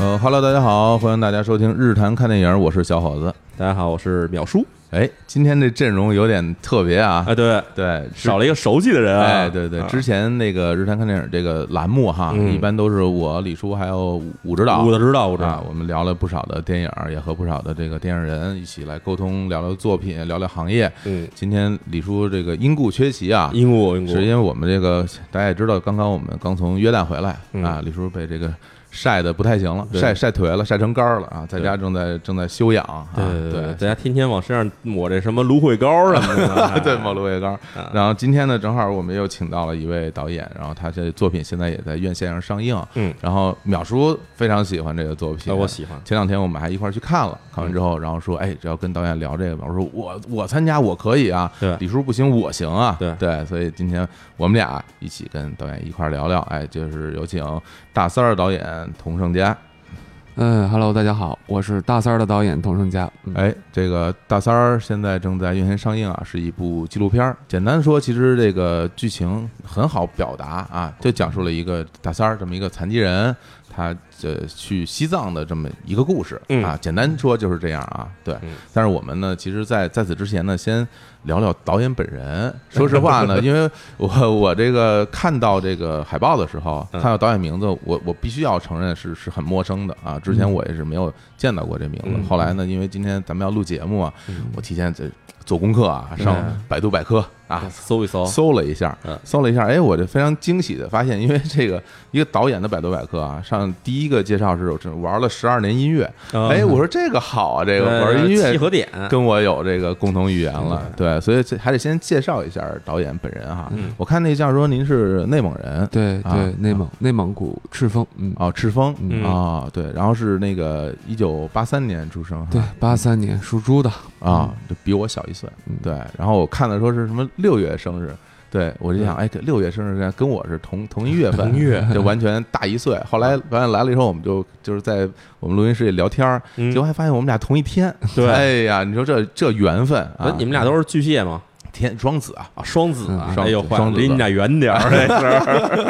呃哈喽，大家好，欢迎大家收听《日坛看电影》，我是小伙子。大家好，我是淼叔。哎，今天这阵容有点特别啊，哎，对，对，是少了一个熟悉的人啊。哎，对对，啊之前那个《日坛看电影》这个栏目哈，嗯一般都是我李叔还有武指导，我知道，我知啊道，，我们聊了不少的电影，也和不少的这个电影人一起来沟通，聊聊作品，聊聊行业。嗯，今天李叔这个因故缺席啊，英国，英国是因为我们这个大家也知道，刚刚我们刚从约旦回来嗯啊，李叔被这个晒的不太行了，对晒晒腿了，晒成干儿了啊，在家正在正在休养啊，对对对，对，大家天天往身上抹这什么芦荟膏什么的 啊对，冒芦苇刚。嗯然后今天呢，正好我们又请到了一位导演，然后他这作品现在也在院线上上映。嗯，然后淼叔非常喜欢这个作品，哎我喜欢嗯前两天我们还一块儿去看了，看完之后，然后说，哎，只要跟导演聊这个，淼叔说，我我参加我可以啊，对李叔不行，我行啊，对对，所以今天我们俩一起跟导演一块儿聊聊，哎，就是有请大三儿导演童胜佳。嗯，Hello，大家好，我是大三儿的导演童胜佳。嗯，哎，这个大三儿现在正在院线上映啊，是一部纪录片儿。简单说，其实这个剧情很好表达嗯啊，就讲述了一个大三儿这么一个残疾人，他呃去西藏的这么一个故事嗯啊。简单说就是这样啊，对嗯。但是我们呢，其实在，在此之前呢，先聊聊导演本 人。说实话呢，因为我我这个看到这个海报的时候，嗯看到导演名字，我我必须要承认是是很陌生的啊。之前我也是没有见到过这名字。嗯后来呢，因为今天咱们要录节目啊，我提前这做功课啊，上百度百科啊啊，搜一搜，搜了一下嗯，搜了一下，哎，我这非常惊喜的发现，因为这个一个导演的百度百科啊，上第一个介绍是我这玩了十二年音乐，嗯哎，我说这个好啊，这对个玩音乐契合点， 跟我有这个共同语言嗯了，对，所以这还得先介绍一下导演本人哈。我看那像说您是内蒙人，对啊对，内蒙内蒙古赤峰，嗯，哦，赤峰嗯啊，对，然后是那个一九八三年出生哈，对，八三年属猪的，嗯啊，就比我小一岁，对，然后我看了说是什么六月生日。对，我就想，哎，这六月生日跟我是同同一月份，嗯 同月 嗯就完全大一岁。后来导演来了以后，我们就就是在我们录音室里聊天儿，嗯结果还发现我们俩同一天。对哎呀，你说这这缘分啊哎！你们俩都是巨蟹吗？天双子啊，啊，双子啊嗯，双哎呦，子坏双了，子离你们俩远点 儿，这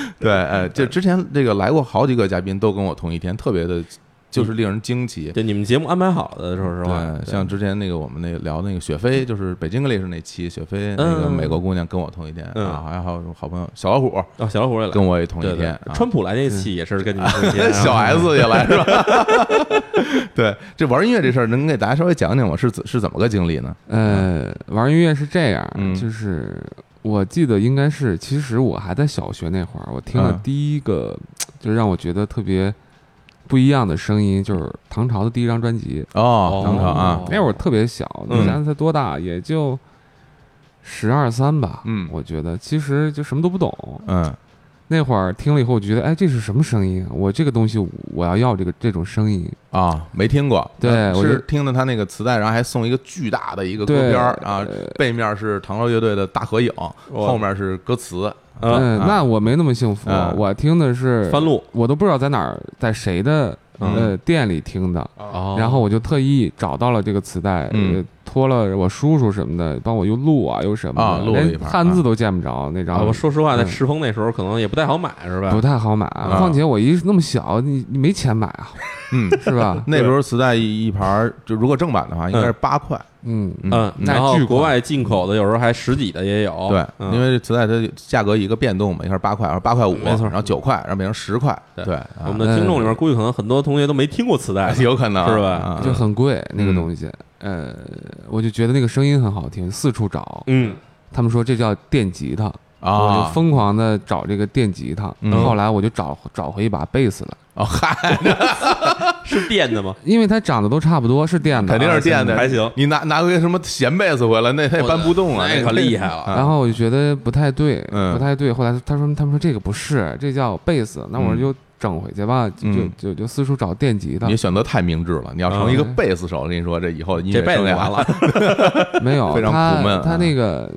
是 对，哎，就之前这个来过好几个嘉宾都跟我同一天，特别的，就是令人惊奇。对，你们节目安排好的，说实话，对，嗯对像之前那个我们那个聊那个雪飞，就是北京 English 那期，雪飞那个嗯美国姑娘跟我同一天嗯啊，还有好朋友小老虎哦，小老虎也来，跟我也同对一对天，啊川普来那期也是跟你们同一天 啊，小 S 也来是吧？ 对，这玩音乐这事儿能给大家稍微讲讲吗？是怎是怎么个经历呢？呃，玩音乐是这样，嗯就是我记得应该是，其实我还在小学那会儿，我听了嗯第一个、就让我觉得特别不一样的声音，就是唐朝的第一张专辑。哦，唐朝啊哦，那会儿特别小，你嗯想想才多大，也就十二三吧。嗯我觉得其实就什么都不懂。嗯那会儿听了以后，我觉得哎，这是什么声音啊？我这个东西我要要这个这种声音。啊，没听过，呃对我是就听的他那个磁带，然后还送一个巨大的一个歌对呃边儿啊，背面是唐朝乐队的大合影，后面是歌 词，啊，嗯，啊那我没那么幸福啊，我听的是翻，录，我都不知道在哪儿，在谁的嗯呃店里听的。哦然后我就特意找到了这个磁带，嗯呃托了我叔叔什么的，帮我又录啊，又什么啊的，录了一连盘汉字都见不着那啊，张。我说实话，在嗯赤峰那时候可能也不太好买，是啊吧？不太好买，啊况且我一那么小，你你没钱买 啊，嗯，？是吧那时候磁带一一盘儿，就如果正版的话，应该是八块。嗯，嗯，那然后巨国款外进口的有时候还十几的也有，对，嗯因为磁带它价格一个变动嘛，一开始八块，然后八块五，没错然后九块，然后变成十块，对对，啊，我们的听众里面估计可能很多同学都没听过磁带有可能是吧啊就很贵那个嗯东西。呃，我就觉得那个声音很好听，四处找，嗯，他们说这叫电吉他，我就啊，疯狂的找这个电吉他。嗯后来我就找找回一把贝斯来，哦嗨，是电的吗？啊因为它长得都差不多，是电的，啊肯定是电的，还行你拿拿个什么弦贝斯回来，那他也搬不动啊，那个可厉害了。然后我就觉得不太对，嗯不太对。后来他说他们说这个不是，这叫贝斯，那我嗯就整回去吧，就就嗯就就四处找电吉他你，选择太明智了，你要嗯成一个贝斯手，我跟你说，这以后音这乐辈生子就涯完了，没有非常苦闷啊他他那个。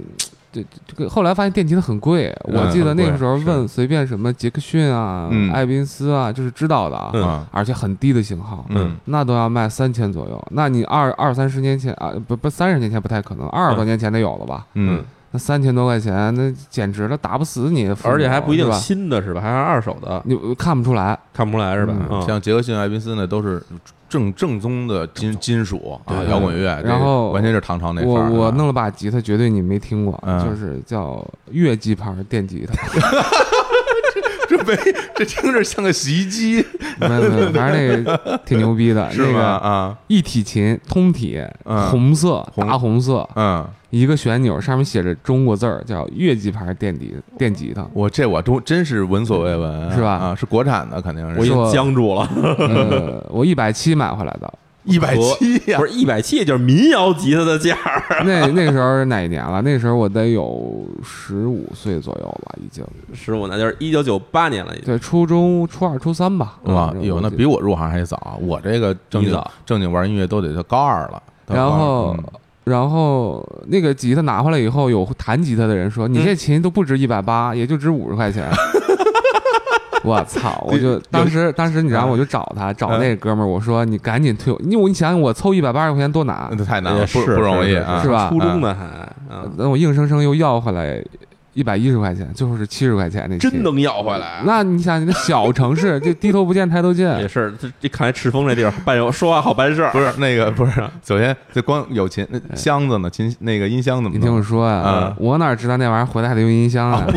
这这个后来发现电吉他很贵，嗯我记得很贵那个时候是问随便什么杰克逊啊嗯、艾宾斯啊，就是知道的啊，嗯啊，而且很低的型号，嗯那都要卖三千左右。那你二二三十年前啊，不不，三十年前不太可能，二十多年前得有了吧？嗯，那三千多块钱，那简直了，打不死你，啊而且还不一是定吧，新的是吧？还是二手的，你看不出来。看不出来是吧嗯？嗯像杰克逊、艾宾斯呢，都是正正宗的金金属对啊，对摇滚乐，这然后完全是唐朝那范我儿。我啊弄了把吉他，绝对你没听过，嗯就是叫乐器牌电吉他， 这没这听着像个洗衣机，没有没有，反正那个挺牛逼 的，是那吗？个啊，一体琴通体，嗯红色红大红色，嗯，一个旋钮上面写着中国字儿，叫乐器牌电吉电 吉他。我这我都真是闻所未闻，是吧啊，是国产的，肯定我已是。经说僵住了，呃，我一百七买回来的，一百七呀不，是一百七，也就是民谣吉他的价儿。 那那个时候是哪一年了？那时候我得有十五岁左右吧，已经十五，那就是一九九八年了，已经。对初中、初二、初三吧。哇，嗯有那比。我入行还早，啊我这个正你经早正经玩音乐都得到高二了。到然高二后嗯，然后那个吉他拿回来以后，有弹吉他的人说：“嗯你这琴都不值一百八，也就值五十块钱。” 我操！我就当时当时你知道吗，我就找他嗯找那哥们儿，我说：“你赶紧退我，因为你想想，我凑一百八十块钱多拿，那太难了，也不是不容易是啊，是吧嗯初中的还啊，嗯那我硬生生又要回来一百一十块钱，最后是七十块钱那琴真能要回来。啊那你想，那小 城市就低头不见抬头也见，是，这这看来赤峰这地儿办有说话好办事儿，不是那个不是，首先这光有琴那哎箱子呢，琴那个音箱怎么你听弄？我说啊嗯，我哪知道那玩意儿回来还得用音箱啊？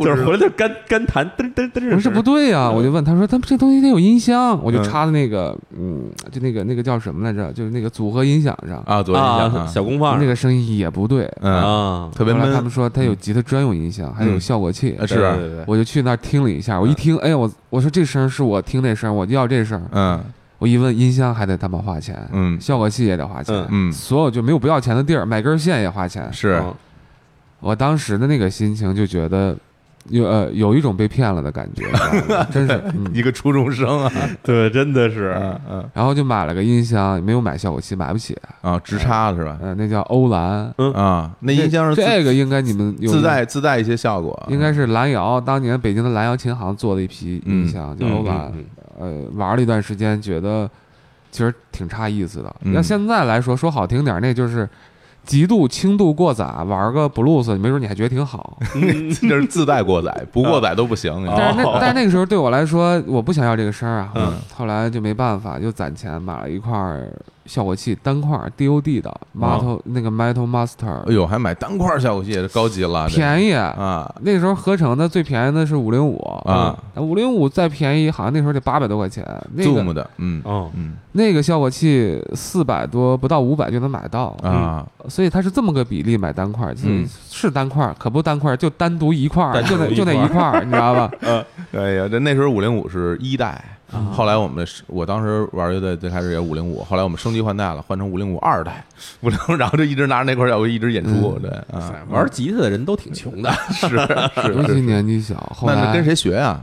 就是回来就干干弹，噔噔噔。不是不对呀、我就问他说，他这东西得有音箱，我就嗯插在那个嗯，就那个那个叫什么来着？就是那个组合音响上，啊，左音箱啊啊，小功放那个声音也不对。嗯，啊，特别后来他闷们，说他有吉他专用音箱，还有嗯效果器。呃是对对对，我就去那儿听了一下，我一听，哎，我我说这声儿是我听那声儿，我就要这声儿。嗯我一问，音箱还得他妈花钱，嗯效果器也得花钱，嗯所有就没有不要钱的地儿，买根线也花钱。是嗯我当时的那个心情就觉得有呃有一种被骗了的感觉，你知 道吗真是。嗯一个初中生啊，对，真的是嗯嗯然后就买了个音箱，没有买效果器，买不起。啊，直插是吧？呃，那叫欧蓝，啊，那音箱是嗯这自这个应该你们有自，带啊自带一些效果，应 该是蓝瑶当年北京的蓝瑶琴行做的一批音箱，叫嗯欧蓝。嗯呃，玩了一段时间，觉得其实挺差意思的。嗯要现在来说，说好听点儿，那就是极度轻度过载，玩个 blues，没准你还觉得挺好。嗯这是自带过载，不过载都不行。你知道嗯但吗是那哦但是那个时候对我来说，我不想要这个声儿啊。嗯后来就没办法，就攒钱买了一块儿效果器单块儿 DOD 的 Metal、那个 Metal Master，、哦哎呦，还买单块效果器，这高级了，这便宜。啊，那时候合成的最便宜的是五零五啊，五零五再便宜好像那时候得八百多块钱。那个 Zoom 的，嗯哦，嗯那个效果器四百多不到五百就能买到，啊，所以它是这么个比例买单块儿，嗯是单块儿可不单块儿就单独一块儿，单独就那一就那块儿一块儿，你知道吧？哎呀，这那时候五零五是一代，后来我们是我当时玩乐队最开始也五零五，后来我们升级换代了，换成五零五二代，五零，然后就一直拿着那块效果器一直演出，对啊，哎玩吉他的人都挺穷的，是 尤 是其是，年纪小，后那来那跟谁学啊？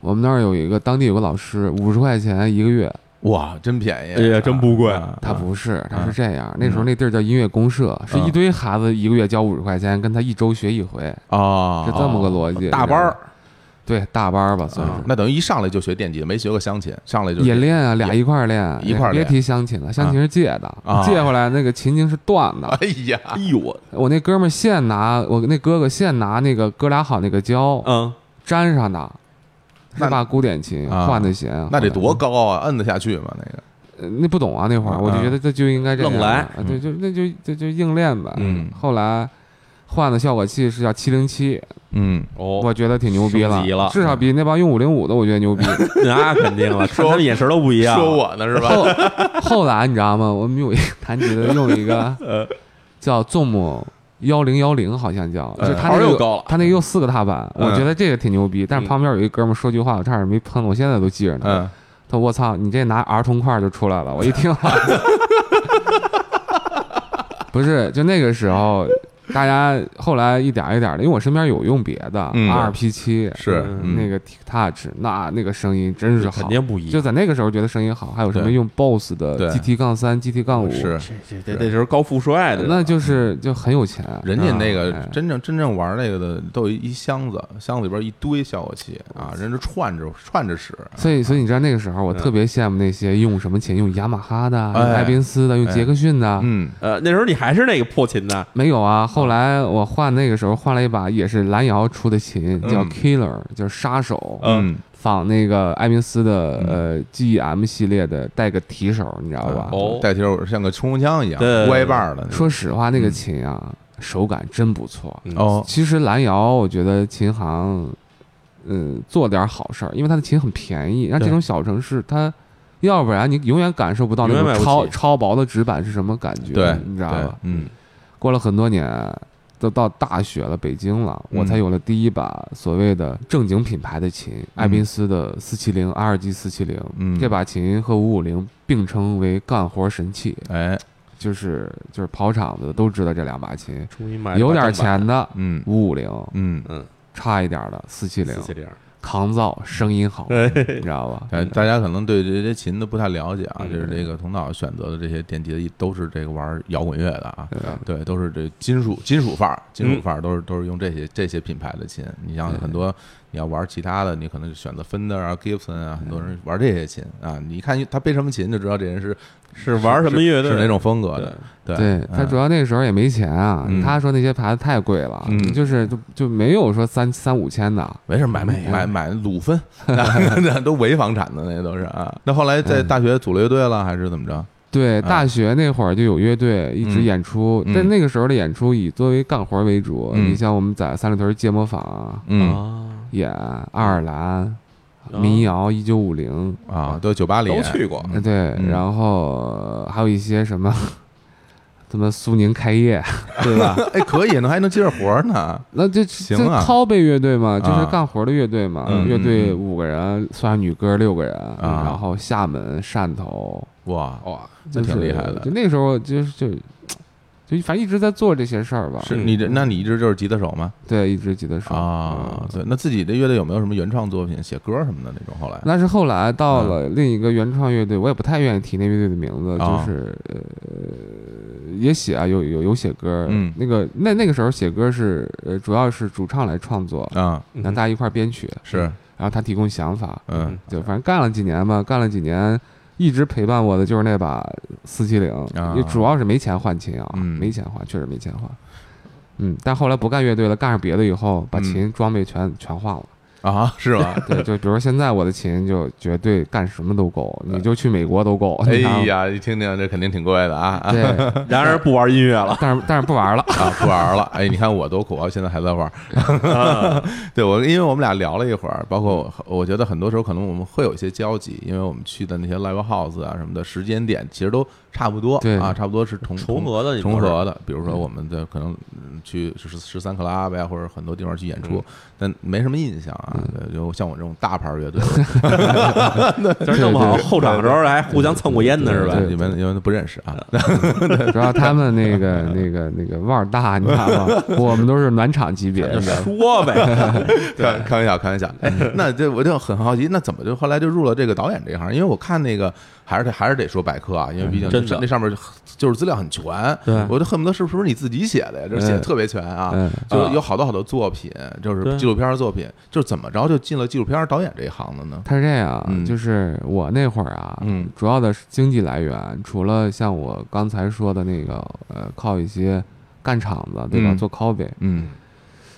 我们那儿有一个当地有个老师，五十块钱一个月。哇，真便宜，哎呀真不贵啊他不是，他是这样。嗯那时候那地儿叫音乐公社，是一堆孩子一个月交五十块钱，跟他一周学一回，啊，是这么个逻辑。大班儿，对大班儿吧，算啊是。那等于一上来就学电吉，没学过钢琴，上来就也是练啊，俩一块儿练，一块儿别练提湘琴了，湘琴是借的啊，借回来那个琴颈是断的。 哎 呀， 嗯哎呦我，我那哥们儿现拿，我那哥哥现拿那个哥俩好那个 胶嗯，粘上的，那是把古典琴啊换的弦，那得多后来高啊，摁得下去吗？那个，呃那不懂啊，那会儿我就觉得这就应该这样愣来嗯啊对，就那就就就硬练呗。嗯后来换的效果器是叫七零七，嗯，哦，我觉得挺牛逼升级了嗯至少比那帮用五零五的我觉得牛 逼。那肯定了，看他们眼神都不一样。嗯说我呢是吧？后后来你知道吗？我们有一个 弹吉的用 一嗯个叫 Zoom 幺零幺零，好像叫，就呃是它头那个嗯又高了嗯它那个有四个踏板，嗯我觉得这个挺牛逼。但是旁边有一哥们儿说句话，我差点没喷了，我现在都记着呢。嗯，他说我操，你这拿儿童块就出来了，我一听，啊 不是，就那个时候，大家后来一点儿一点的，因为我身边有用别的嗯 R P 七是嗯那个 Touch，那那个声音真是肯好，定不一 就样。在那个时候觉得声音好，还有什么对用 BOSS 的对 GT 杠三、GT 杠五，是这这那时候高富帅的，那就是就很有钱，人家那个啊哎真正真正玩那个的，都有一箱子，箱子里边一堆效果器啊，人家串着串着使，所以，所以你知道那个时候，我特别羡慕那些用什么琴，用雅马哈的、用嗯哎艾宾斯的、用哎杰克逊的，啊嗯，呃，那时候你还是那个破琴的，没有啊。后来我换那个时候换了一把也是蓝瑶出的琴，叫嗯 Killer，、就是杀手，嗯，仿那个艾宾斯嗯的、呃 GEM 系列的带个提手，你知道吧？哦啊带球像个冲锋枪一样对歪把儿的那种，说实话，那个琴啊，手感真不错。嗯哦，其实蓝瑶，我觉得琴行，嗯，做点好事儿，因为它的琴很便宜。像这种小城市，它要不然你永远感受不到那永远种买不超起超薄的纸板是什么感觉，对，你知道对吧？嗯过了很多年，都到大学了，北京了，嗯我才有了第一把所谓的正经品牌的琴，艾宾斯的四七零 RG 四七零。嗯，这把琴和五五零并称为干活神器，哎，就是就是跑场子都知道这两把琴，终于买了有点把正版钱的嗯五五零，嗯，嗯，差一点的四七零四，七零，抗噪，声音好，对，你知道吧？哎，大家可能对这些琴都不太了解啊，嗯就是这个佟导选择的这些电吉的，都是这个玩摇滚乐的啊，对吧？对，都是这金属金属范儿，金嗯属范儿都是都是用这些这些品牌的琴。你像对很多你要玩其他的，你可能就选择 Fender 啊、Gibson 啊，很嗯多人玩这些琴啊。你一看他背什么琴，就知道这人是是玩什么乐队？是哪种风格对的。对嗯对他主要要那时候也没钱啊，嗯他说那些牌子太贵了，嗯就是就就没有说三三五千的，啊没事，买买买买鲁芬， 那都伪房产的那都是啊。那后来嗯在大学组了乐队了，还是怎么着？对，嗯大学那会儿就有乐队一直嗯演出，嗯但那个时候的演出以作为干活为主。嗯你像我们在三里屯街模坊啊嗯啊，演爱尔兰、民谣一九五零，啊，都酒吧里都去过哦嗯呃对，嗯然后还有一些什么。 什么苏宁 开业，对吧？哎，可以呢，还能接着活儿呢。 那这行这啊拷贝乐队嘛，就是啊干活的乐队嘛。嗯乐队嗯嗯五个人，算上女歌六个人，啊然后厦门、汕头，哇，嗯哇，那挺就是厉害的就那时候就是就就反正一直在做这些事儿吧。是你这？那你一直就是吉他手吗？对，一直记得手啊，嗯对，那自己的乐队有没有什么原创作品、写歌什么的那种？后来，那是后来到嗯了另一个原创乐队，我也不太愿意提那乐队的名字，啊就是呃也写啊，有有有写歌，嗯那个那那个时候写歌是呃主要是主唱来创作，啊，嗯然后大家一块儿编曲，是，然后他提供想法，嗯就反正干了几年吧，干了几年。一直陪伴我的就是那把四七零啊，也主要是没钱换琴啊，嗯没钱换，确实没钱换。嗯，但后来不干乐队了，干上别的以后，把嗯琴装备全全 换了。啊，是 吗？对，就比如说现在我的琴就绝对干什么都够，你就去美国都够。哎你看，啊呀，一听听这肯定挺贵的啊对，然而不玩音乐 了，但是但是 不玩了。啊！不玩了，哎，你看我多苦啊，现在还在玩。嗯 对我，因为我们俩聊了一会儿，包括我我觉得很多时候可能我们会有一些交集，因为我们去的那些 live house 啊什么的时间点其实都差不多对啊，差不多是同重合的，你重说是合的，比如说我们的可能嗯去十十三克拉呗，或者很多地方去演嗯出，但没什么印象啊。对就像我这种大牌乐 队，就是弄不好对对后场的时候还互相蹭过烟呢，是吧嗯对？你们你们都不认识啊。主要他们那个那个那个腕儿大，你知道 吗？我们都是暖场级别就的。说呗， 开开玩笑，开玩 笑。哎，那这我就很好奇，那怎么就后来就入了这个导演这一行？因为我看那个还是得还是得说百科啊，因为毕竟嗯真的那上面就是资料很全，对我就恨不得是不是你自己写的呀？这写的嗯特别全啊，嗯，就啊有好多好多作品，就是对纪录片作品，就是怎么着就进了纪录片导演这一行的呢？他是这嗯样，就是我那会儿啊，嗯主要的经济来源除了像我刚才说的那个呃，靠一些干场子对吧，嗯做 copy，嗯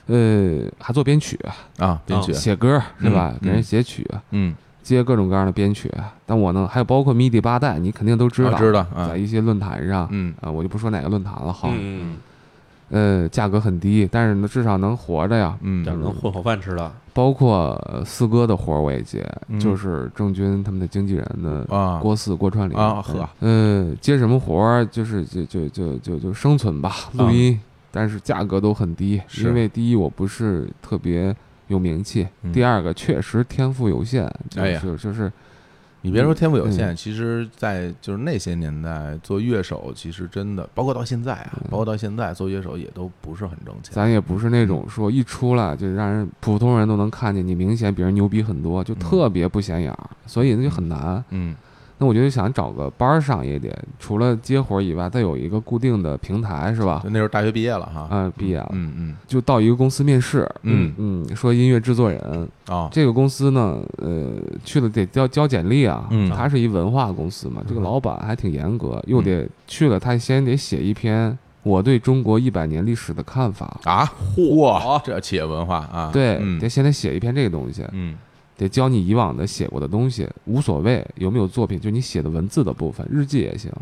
呃，还做编曲，啊，编哦曲，写歌是吧嗯？给人写曲，嗯，接各种各样的编曲，但我呢，还有包括 MIDI 八代，你肯定都知道，啊知道啊在，一些论坛上，嗯啊，我就不说哪个论坛了，好，嗯，呃，价格很低，但是呢，至少能活着呀。嗯这样能混口饭吃了，包括呃四哥的活儿我也接，嗯就是郑钧他们的经纪人的啊郭四、郭川林啊呵，嗯呃，接什么活儿就是就就就就就生存吧，录音，但是价格都很低，嗯是因为第一我不是特别有名气，嗯第二个确实天赋有限，就哎呀是就是你别说天赋有限，其实，在就是那些年代做乐手，其实真的，包括到现在啊，包括到现在做乐手也都不是很挣钱。咱也不是那种说一出来就让人普通人都能看见你明显比人牛逼很多，就特别不显眼儿，所以那就很难。嗯那我就想找个班儿上也得，除了接活儿以外，再有一个固定的平台是吧就？那时候大学毕业了哈，啊，毕业了嗯嗯就到一个公司面试，嗯嗯，说音乐制作人，哦，这个公司呢，呃，去了得交交简历啊，嗯嗯他是一文化公司嘛，这个老板还挺严格，又得去了他先得写一篇我对中国一百年历史的看法。啊，嚯，这企业文化啊，对，嗯得先得写一篇这个东西，嗯得教你以往的写过的东西，无所谓有没有作品，就你写的文字的部分，日记也行。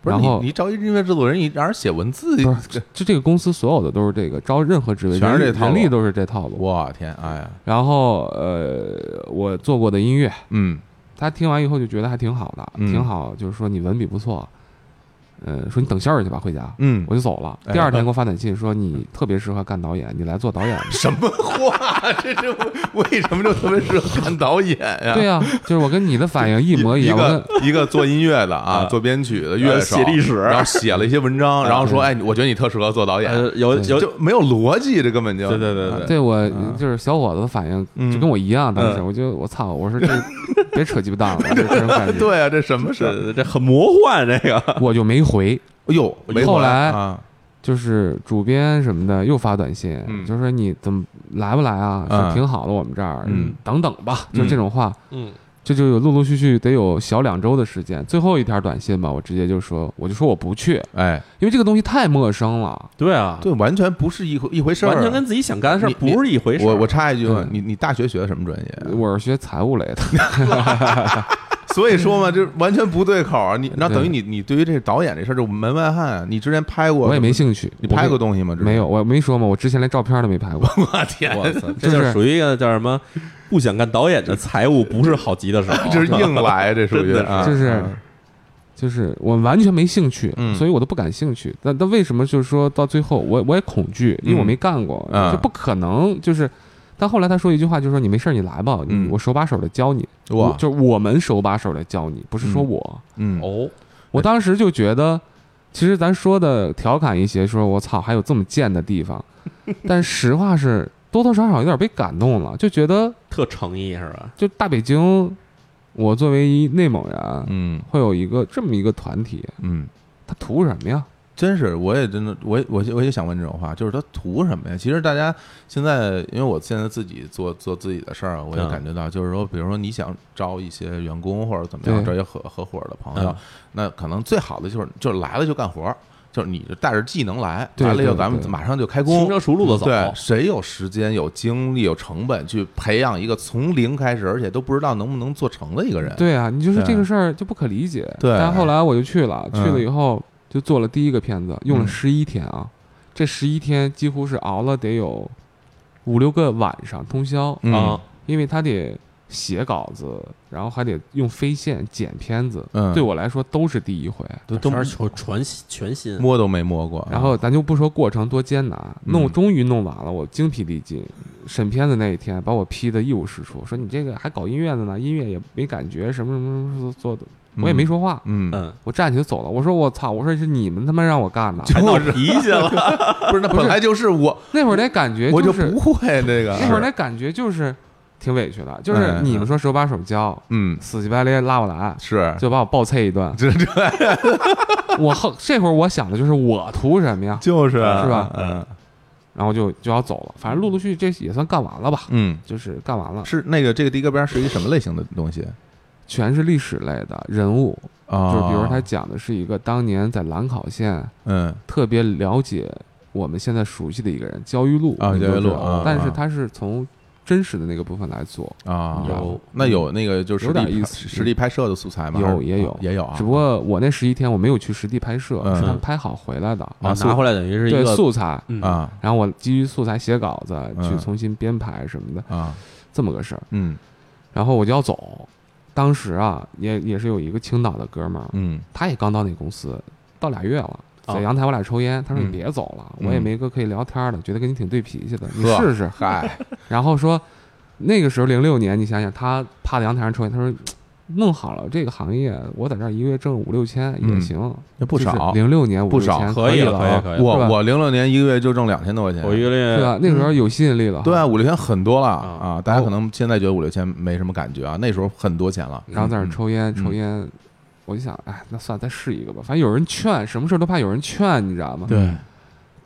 不是然你后你招一音乐制作人，你让人写文字，不是，就这个公司所有的都是这个，招任何职位全是这人套路人力都是这套路。我天，哎呀，然后呃，我做过的音乐，嗯他听完以后就觉得还挺好的，嗯挺好，就是说你文笔不错，呃，说你等消息去吧，回家。嗯，我就走了。哎第二天给我发短信说你特别适合干导演，你来做导 演吧。 什么话？这是为什么就特别适合干导演呀？对呀、啊就是我跟你的反应一模一啊一样。我 个一个做音乐的啊，啊做编曲的乐手，呃写历史然后写了一些文章，然后说，哎，我觉得你特适合做导演，呃，有有啊就没有逻辑，这根本就啊对对对跟对对我嗯就是小伙子的反应就跟我一样，当时我就我操，我 说这别扯鸡巴蛋了，就这种感觉。对啊，这什么事儿？是这很魔幻这个，我就没回，哎呦，没后回来啊，就是主编什么的又发短信，嗯就说你怎么来不来啊？嗯说挺好的，我们这儿，嗯等等吧，就这种话。嗯，这就有陆陆续续得有小两周的时间，最后一条短信吧，我直接就说，我就说我不去，哎，因为这个东西太陌生了。对啊，对，完全不是一回一回事儿啊，完全跟自己想干的事儿你不是一回事儿。我我插一句啊对，你你大学学的什么专业？啊我是学财务 类的，所以说嘛，这完全不对口啊儿。你那对等于你你对于这导演这事儿就门外汉。啊你之前拍过，我也没兴趣。你我拍跟过东西吗？之前没有？，我没说嘛，我之前连照片都没拍过。我天，，我操，就这就是属于一个叫什么？不想干导演的财务不是好极的手 这是硬来，这属于真的是啊，就是 就是我完全没兴趣，嗯所以我都不感兴趣。但但为什么就是说到最后，我我也恐惧，因为我没干过，嗯就不可能就是。但后来他说一句话，就是说你没事儿你来吧，嗯你我手把手的教你，我哇，就是我们手把手的教你，不是说我。嗯，哦，我当时就觉得，其实咱说的调侃一些，说我操，还有这么贱的地方，但实话是多多少少有点被感动了，就觉得特诚意是吧？就大北京，我作为一内蒙人，嗯会有一个这么一个团体，嗯，他图什么呀？真是，我也真的，我也我也我也想问这种话，就是他图什么呀？其实大家现在，因为我现在自己做做自己的事儿，啊我也嗯感觉到，就是说，比如说你想招一些员工或者怎么样，对招一些合合伙的朋友嗯，那可能最好的就是就是来了就干活儿，就是你就带着技能来，对来了以后对咱对们马上就开工轻，车熟路的走，啊对，谁有时间、有精力、有成本去培养一个从零开始，而且都不知道能不能做成的一个人？对啊，你就是对这个事儿就不可理解。对但后来我就去了，去嗯了以后就做了第一个片子，用了嗯十一天啊，这十一天几乎是熬了得有五六个晚上通宵，嗯啊，因为他得写稿子，然后还得用飞线剪片子，嗯啊对我来说都是第一回。都全是全全全新，摸都没摸过。啊然后咱就不说过程多艰难，嗯弄终于弄完了，我精疲力尽。审片子那一天，把我批的一无是处，说你这个还搞音乐的呢，音乐也没感觉，什么什么什么做的，我也没说话，嗯，嗯，嗯，我站起来走了。我说我操，我说是你们他妈让我干的。还闹脾气了，不是，那 不是本来就是我，那会儿那感觉 我就是不会这个。哎那会儿那感觉就是挺委屈的，就是哎你们说手把手教，嗯，死乞白赖拉我来，是，就把我暴啐一顿。这这我后这会儿我想的就是我图什么呀？就是啊是吧嗯然后就就要走了，反正陆陆续续这也算干完了吧，嗯，就是干完了，是那个这个的哥边是一什么类型的东西全是历史类的人物，啊？就是比如他，讲的是一个当年在兰考县嗯特别了解我们现在熟悉的一个人焦裕禄啊你都焦裕禄知道啊但啊是他是从真实的那个部分来做，啊，有那有那个就是实有点地意拍思实地拍摄的素材吗？有还是也有也有啊，只不过我那十一天我没有去实地拍摄，嗯是他们拍好回来的， 啊啊，拿回来等于是一对个素材，嗯，啊然后我基于素材写稿子，去嗯重新编排什么的，啊，这么个事儿。嗯然后我就要走，当时啊，也也是有一个青岛的哥们儿， 嗯他也刚到那公司，到俩月了，哦在阳台我俩抽烟，他说嗯你别走了，嗯我也没个可以聊天的，觉得跟你挺对脾气的，你呵试试。嗨，然后说那个时候零六年，你想想他趴在阳台上抽烟，他说。嘖弄好了这个行业，我在这儿一个月挣五六千也嗯行，那不少，零六年五不六少千可以了了，可以啊，了，可以了，是吧我我零六年一个月就挣两千多块钱，我一个对月啊吧？那个时候有吸引力了，对啊，，五六千很多了啊啊！大家可能现在觉得五六千没什么感觉啊，那时候很多钱了。然后在那儿嗯，抽烟抽烟，我就想，哎，那算了，再试一个吧，反正有人劝，什么事儿都怕有人劝，你知道吗？对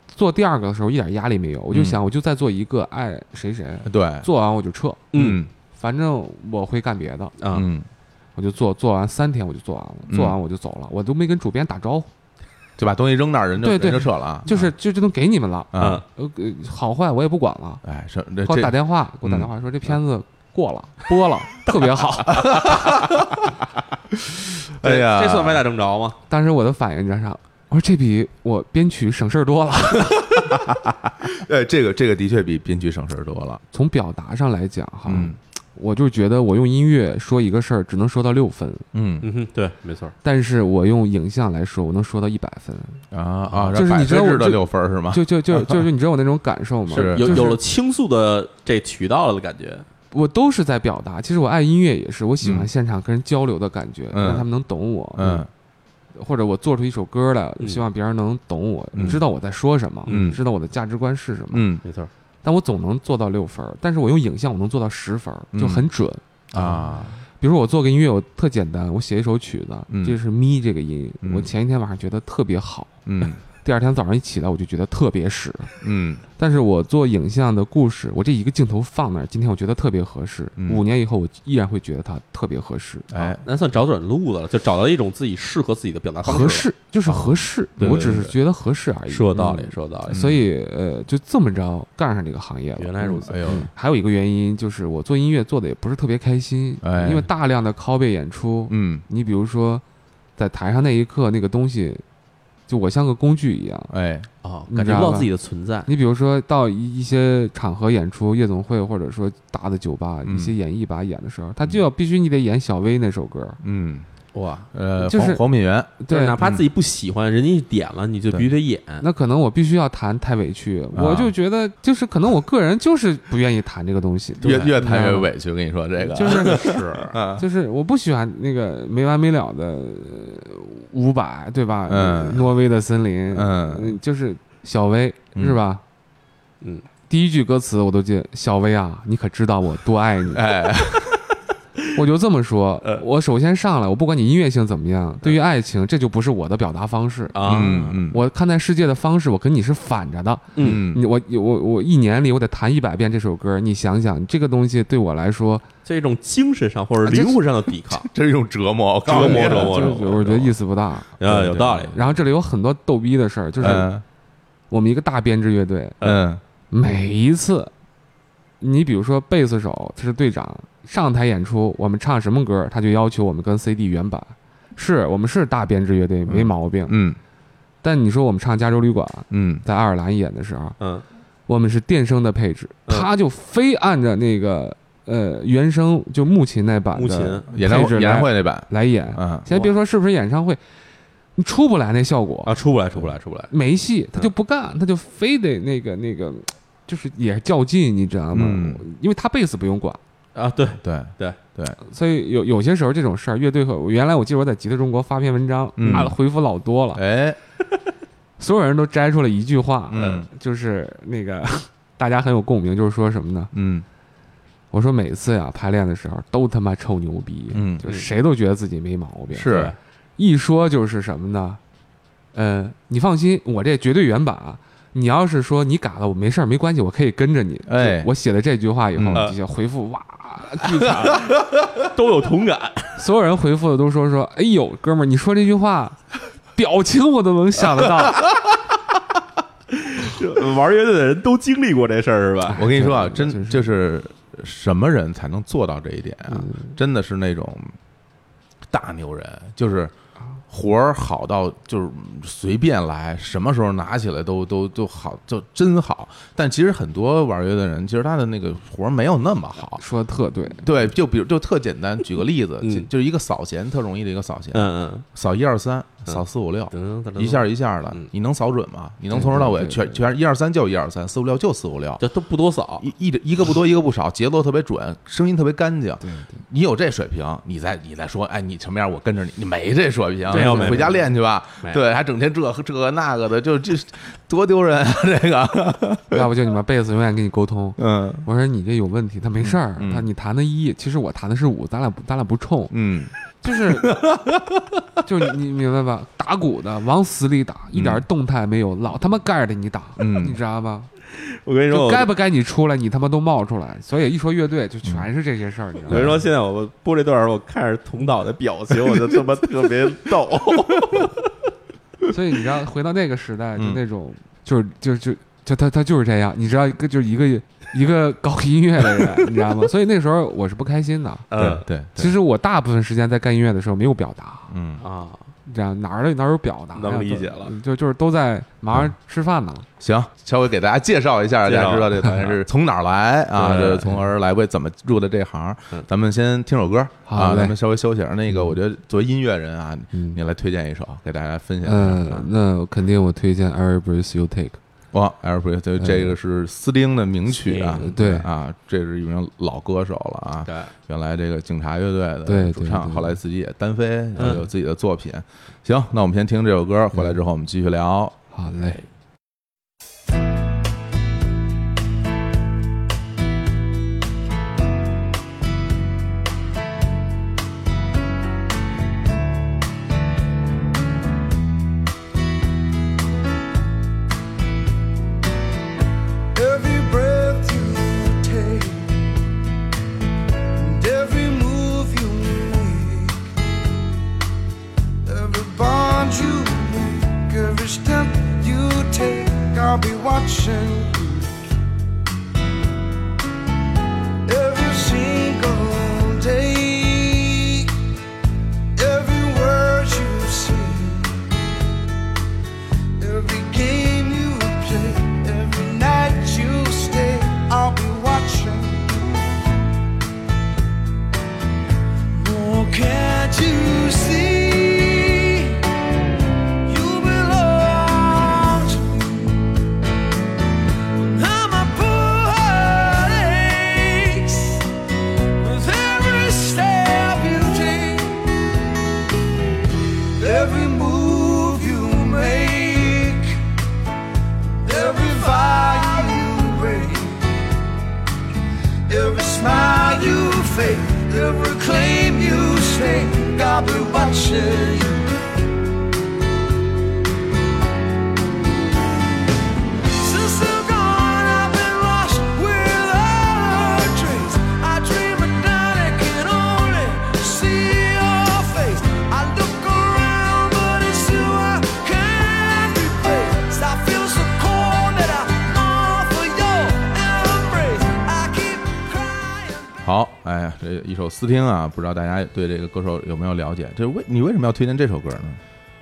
做第二个的时候一点压力没有，我就嗯想我就再做一个爱谁谁，对，做完我就撤，嗯反正我会干别的，啊，嗯我就做，做完三天我就做完了，嗯做完我就走了，我都没跟主编打招呼，就把东西扔那儿，人就对对人就撤了啊，就是就就能给你们了，啊，嗯啊呃，呃好坏我也不管了。哎，是这嗯给我打这电话，给我打电话说这片子过了，播了，特别好。哎呀，这算歪打正着吗？当时我的反应你知道啥？我说这比我编曲省事儿多了。哎，这个这个的确比编剧省事儿多了，从表达上来讲哈，嗯我就觉得我用音乐说一个事儿只能说到六分，嗯嗯哼，对，没错。但是我用影像来说，我能说到一百分。啊啊，就是你知道我知道就六分儿是吗？就 就就就就你知道我那种感受吗？啊是有就是有了倾诉的这渠道了的感觉，我都是在表达。其实我爱音乐也是，我喜欢嗯现场跟人交流的感觉，嗯让他们能懂我。嗯，或者我做出一首歌来，嗯希望别人能懂我，嗯知道我在说什么，嗯知道我的价值观是什么。嗯没错。但我总能做到六分儿，但是我用影像我能做到十分儿，就嗯很准。啊，比如说我做个音乐，我特简单，我写一首曲子，嗯这是咪这个音，嗯我前一天晚上觉得特别好，嗯第二天早上一起来我就觉得特别屎。 嗯但是我做影像的故事，我这一个镜头放那儿，今天我觉得特别合适，嗯五年以后我依然会觉得它特别合适。哎，那算找准路子了，就找到一种自己适合自己的表达方式了。啊合适就是合适，对对我只是觉得合适而已。说有道嗯理，说有道理。所以呃，就这么着干上这个行业了。嗯原来如此哎呦，还有一个原因就是我做音乐做的也不是特别开心，哎因为大量的 copy 演出，嗯你比如说在台上那一刻那个东西，就我像个工具一样。哎啊，你感知觉道不到吧自己的存在。你比如说到一一些场合演出，夜总会或者说大的酒吧，嗯一些演艺吧演的时候，他就要必须你得演小薇那首歌，嗯哇，呃，就黄是黄品源，就是对哪。怕自己不喜欢，人家点了，你就必须得演。那可能我必须要弹太委屈，啊我就觉得就是可能我个人就是不愿意弹这个东西，越对越弹你知越道吗委屈，跟你说这个嗯就是是啊，就是我不喜欢那个没完没了的五百，对吧？嗯挪威的森林，嗯，就是小薇嗯是吧？嗯，第一句歌词我都记得，小薇啊，你可知道我多爱你？哎， 我就这么说嗯呃，我首先上来，我不管你音乐性怎么样，对于爱情，这就不是我的表达方式。啊，嗯嗯，我看待世界的方式，我跟你是反着的。嗯，嗯你我我我一年里我得弹一百遍这首歌，你想想，这个东西对我来说这种精神上或者灵魂上的抵抗，这是一种折磨，我告诉折你啊磨折磨就是我觉得意思不大。啊，有道理。然后这里有很多逗逼的事儿，就是嗯我们一个大编制乐队，嗯每一次，你比如说贝斯手他是队长，上台演出我们唱什么歌，他就要求我们跟 CD 原版，是我们是大编制乐队没毛病。嗯但你说我们唱《加州旅馆》嗯在爱尔兰演的时候，嗯，我们是电声的配置，嗯他就非按着那个呃原声就木琴那版木琴啊的演唱配置会来演唱会那版，来演。嗯先别说是不是演唱会，你出不来那效果啊，出不来，出不来，出不来。没戏，他就不干，他就非得那个那个，就是也较劲，你知道吗？嗯因为他贝斯不用管，啊，对，对对对，所以有有些时候这种事儿，乐队和我原来我记得我在吉他中国发篇文章，嗯啊，回复老多了，哎所有人都摘出了一句话，嗯就是那个 大家很有共鸣，就是说什么呢？嗯我说每次呀排练的时候都他妈臭牛逼，嗯就谁都觉得自己没毛病，是一说就是什么呢？呃，你放心，我这绝对原版啊。你要是说你嘎了，我没事儿，没关系，我可以跟着你。哎就我写了这句话以后，嗯底下回复哇，都有同感。 所有人回复的都说说，哎呦，哥们儿，你说这句话，表情我都能想得到。玩乐队的人都经历过这事儿是吧？我跟你说啊，这真就是什么人才能做到这一点嗯啊？真的是那种大牛人，就是活儿好到就是随便来，什么时候拿起来都都都好，就真好。但其实很多玩乐的人，其实他的那个活儿没有那么好。说的特对，对，就比如就特简单，举个例子，嗯就就是一个扫弦特容易的一个扫弦，嗯扫一二三，扫四五六。嗯，噔哎一下一下的嗯，你能扫准吗？你能从头到尾对对全对全一二三就一二三，四五六就四五六，这都不多扫，一一一个不多，一个不少，节奏特别准，声音特别干净。对你有这水平，你再你再说，哎，你什么样，我跟着你。你没这水平，没有没有回家练去吧没。有对，还整天这这个那个的，就这多丢人啊！这个， 对，要不就你们贝斯永远跟你沟通。嗯我说你这有问题，他没事儿，嗯嗯他你弹的一，其实我弹的是五，咱俩不咱俩不冲，嗯就是就是你你明白吧？打鼓的往死里打，一点动态没有，老他妈盖着你打，嗯你知道吧？我跟你说，就我该不该你出来，你他妈都冒出来。所以一说乐队，就嗯全是这些事儿，你知道有人吗？说现在我 播这段儿，我看着童导的表情，我就他妈特别逗。所以你知道，回到那个时代，就嗯那种，就是就是就就他他就是这样，你知道，就是一个一个搞音乐的人，你知道吗？所以那时候我是不开心的。对嗯对，对其实我大部分时间在干音乐的时候没有表达，嗯，啊，你知道哪儿的哪儿有表达呀，能理都解了，就就是都在忙着吃饭呢。行，稍微给大家介绍一下，介大绍家知道这团是从哪儿 来啊，对这从而来为怎么入的这行嗯。咱们先听首歌好啊，嘞咱们稍微休息一下。那个，我觉得作为音乐人啊，嗯你来推荐一首给大家分享一下呃啊。，那肯定我推荐《Every Breath You Take》。哇 a i r b r e a t h 这个是斯丁的名曲啊斯汀，嗯对啊，这是一名老歌手了啊，对，原来这个警察乐队的对主对唱，对嗯后来自己也单飞，然后有自己的作品。行，那我们先听这首歌，回来之后我们继续聊。好嘞。 Every breath you take and every move you make, every bond you make, every step you take, I'll be watching you. Every single day, every word you say. Every game you play, every night you stay, I'll be watching. Oh, can't you see? You belong to me. I'm a poor heartaches with every step you take. Every move you make, every vow you break, every smile you fake, every claim you stake, I'll be watching you. Since you're gone, I've been lost without a trace. I dream a night I can only see your face. I look around, but it's you I can't replace. I feel so cold that I long for your embrace. I keep crying. 好，哎呀，这一首《斯汀》啊，不知道大家对这个歌手有没有了解？这为你为什么要推荐这首歌呢？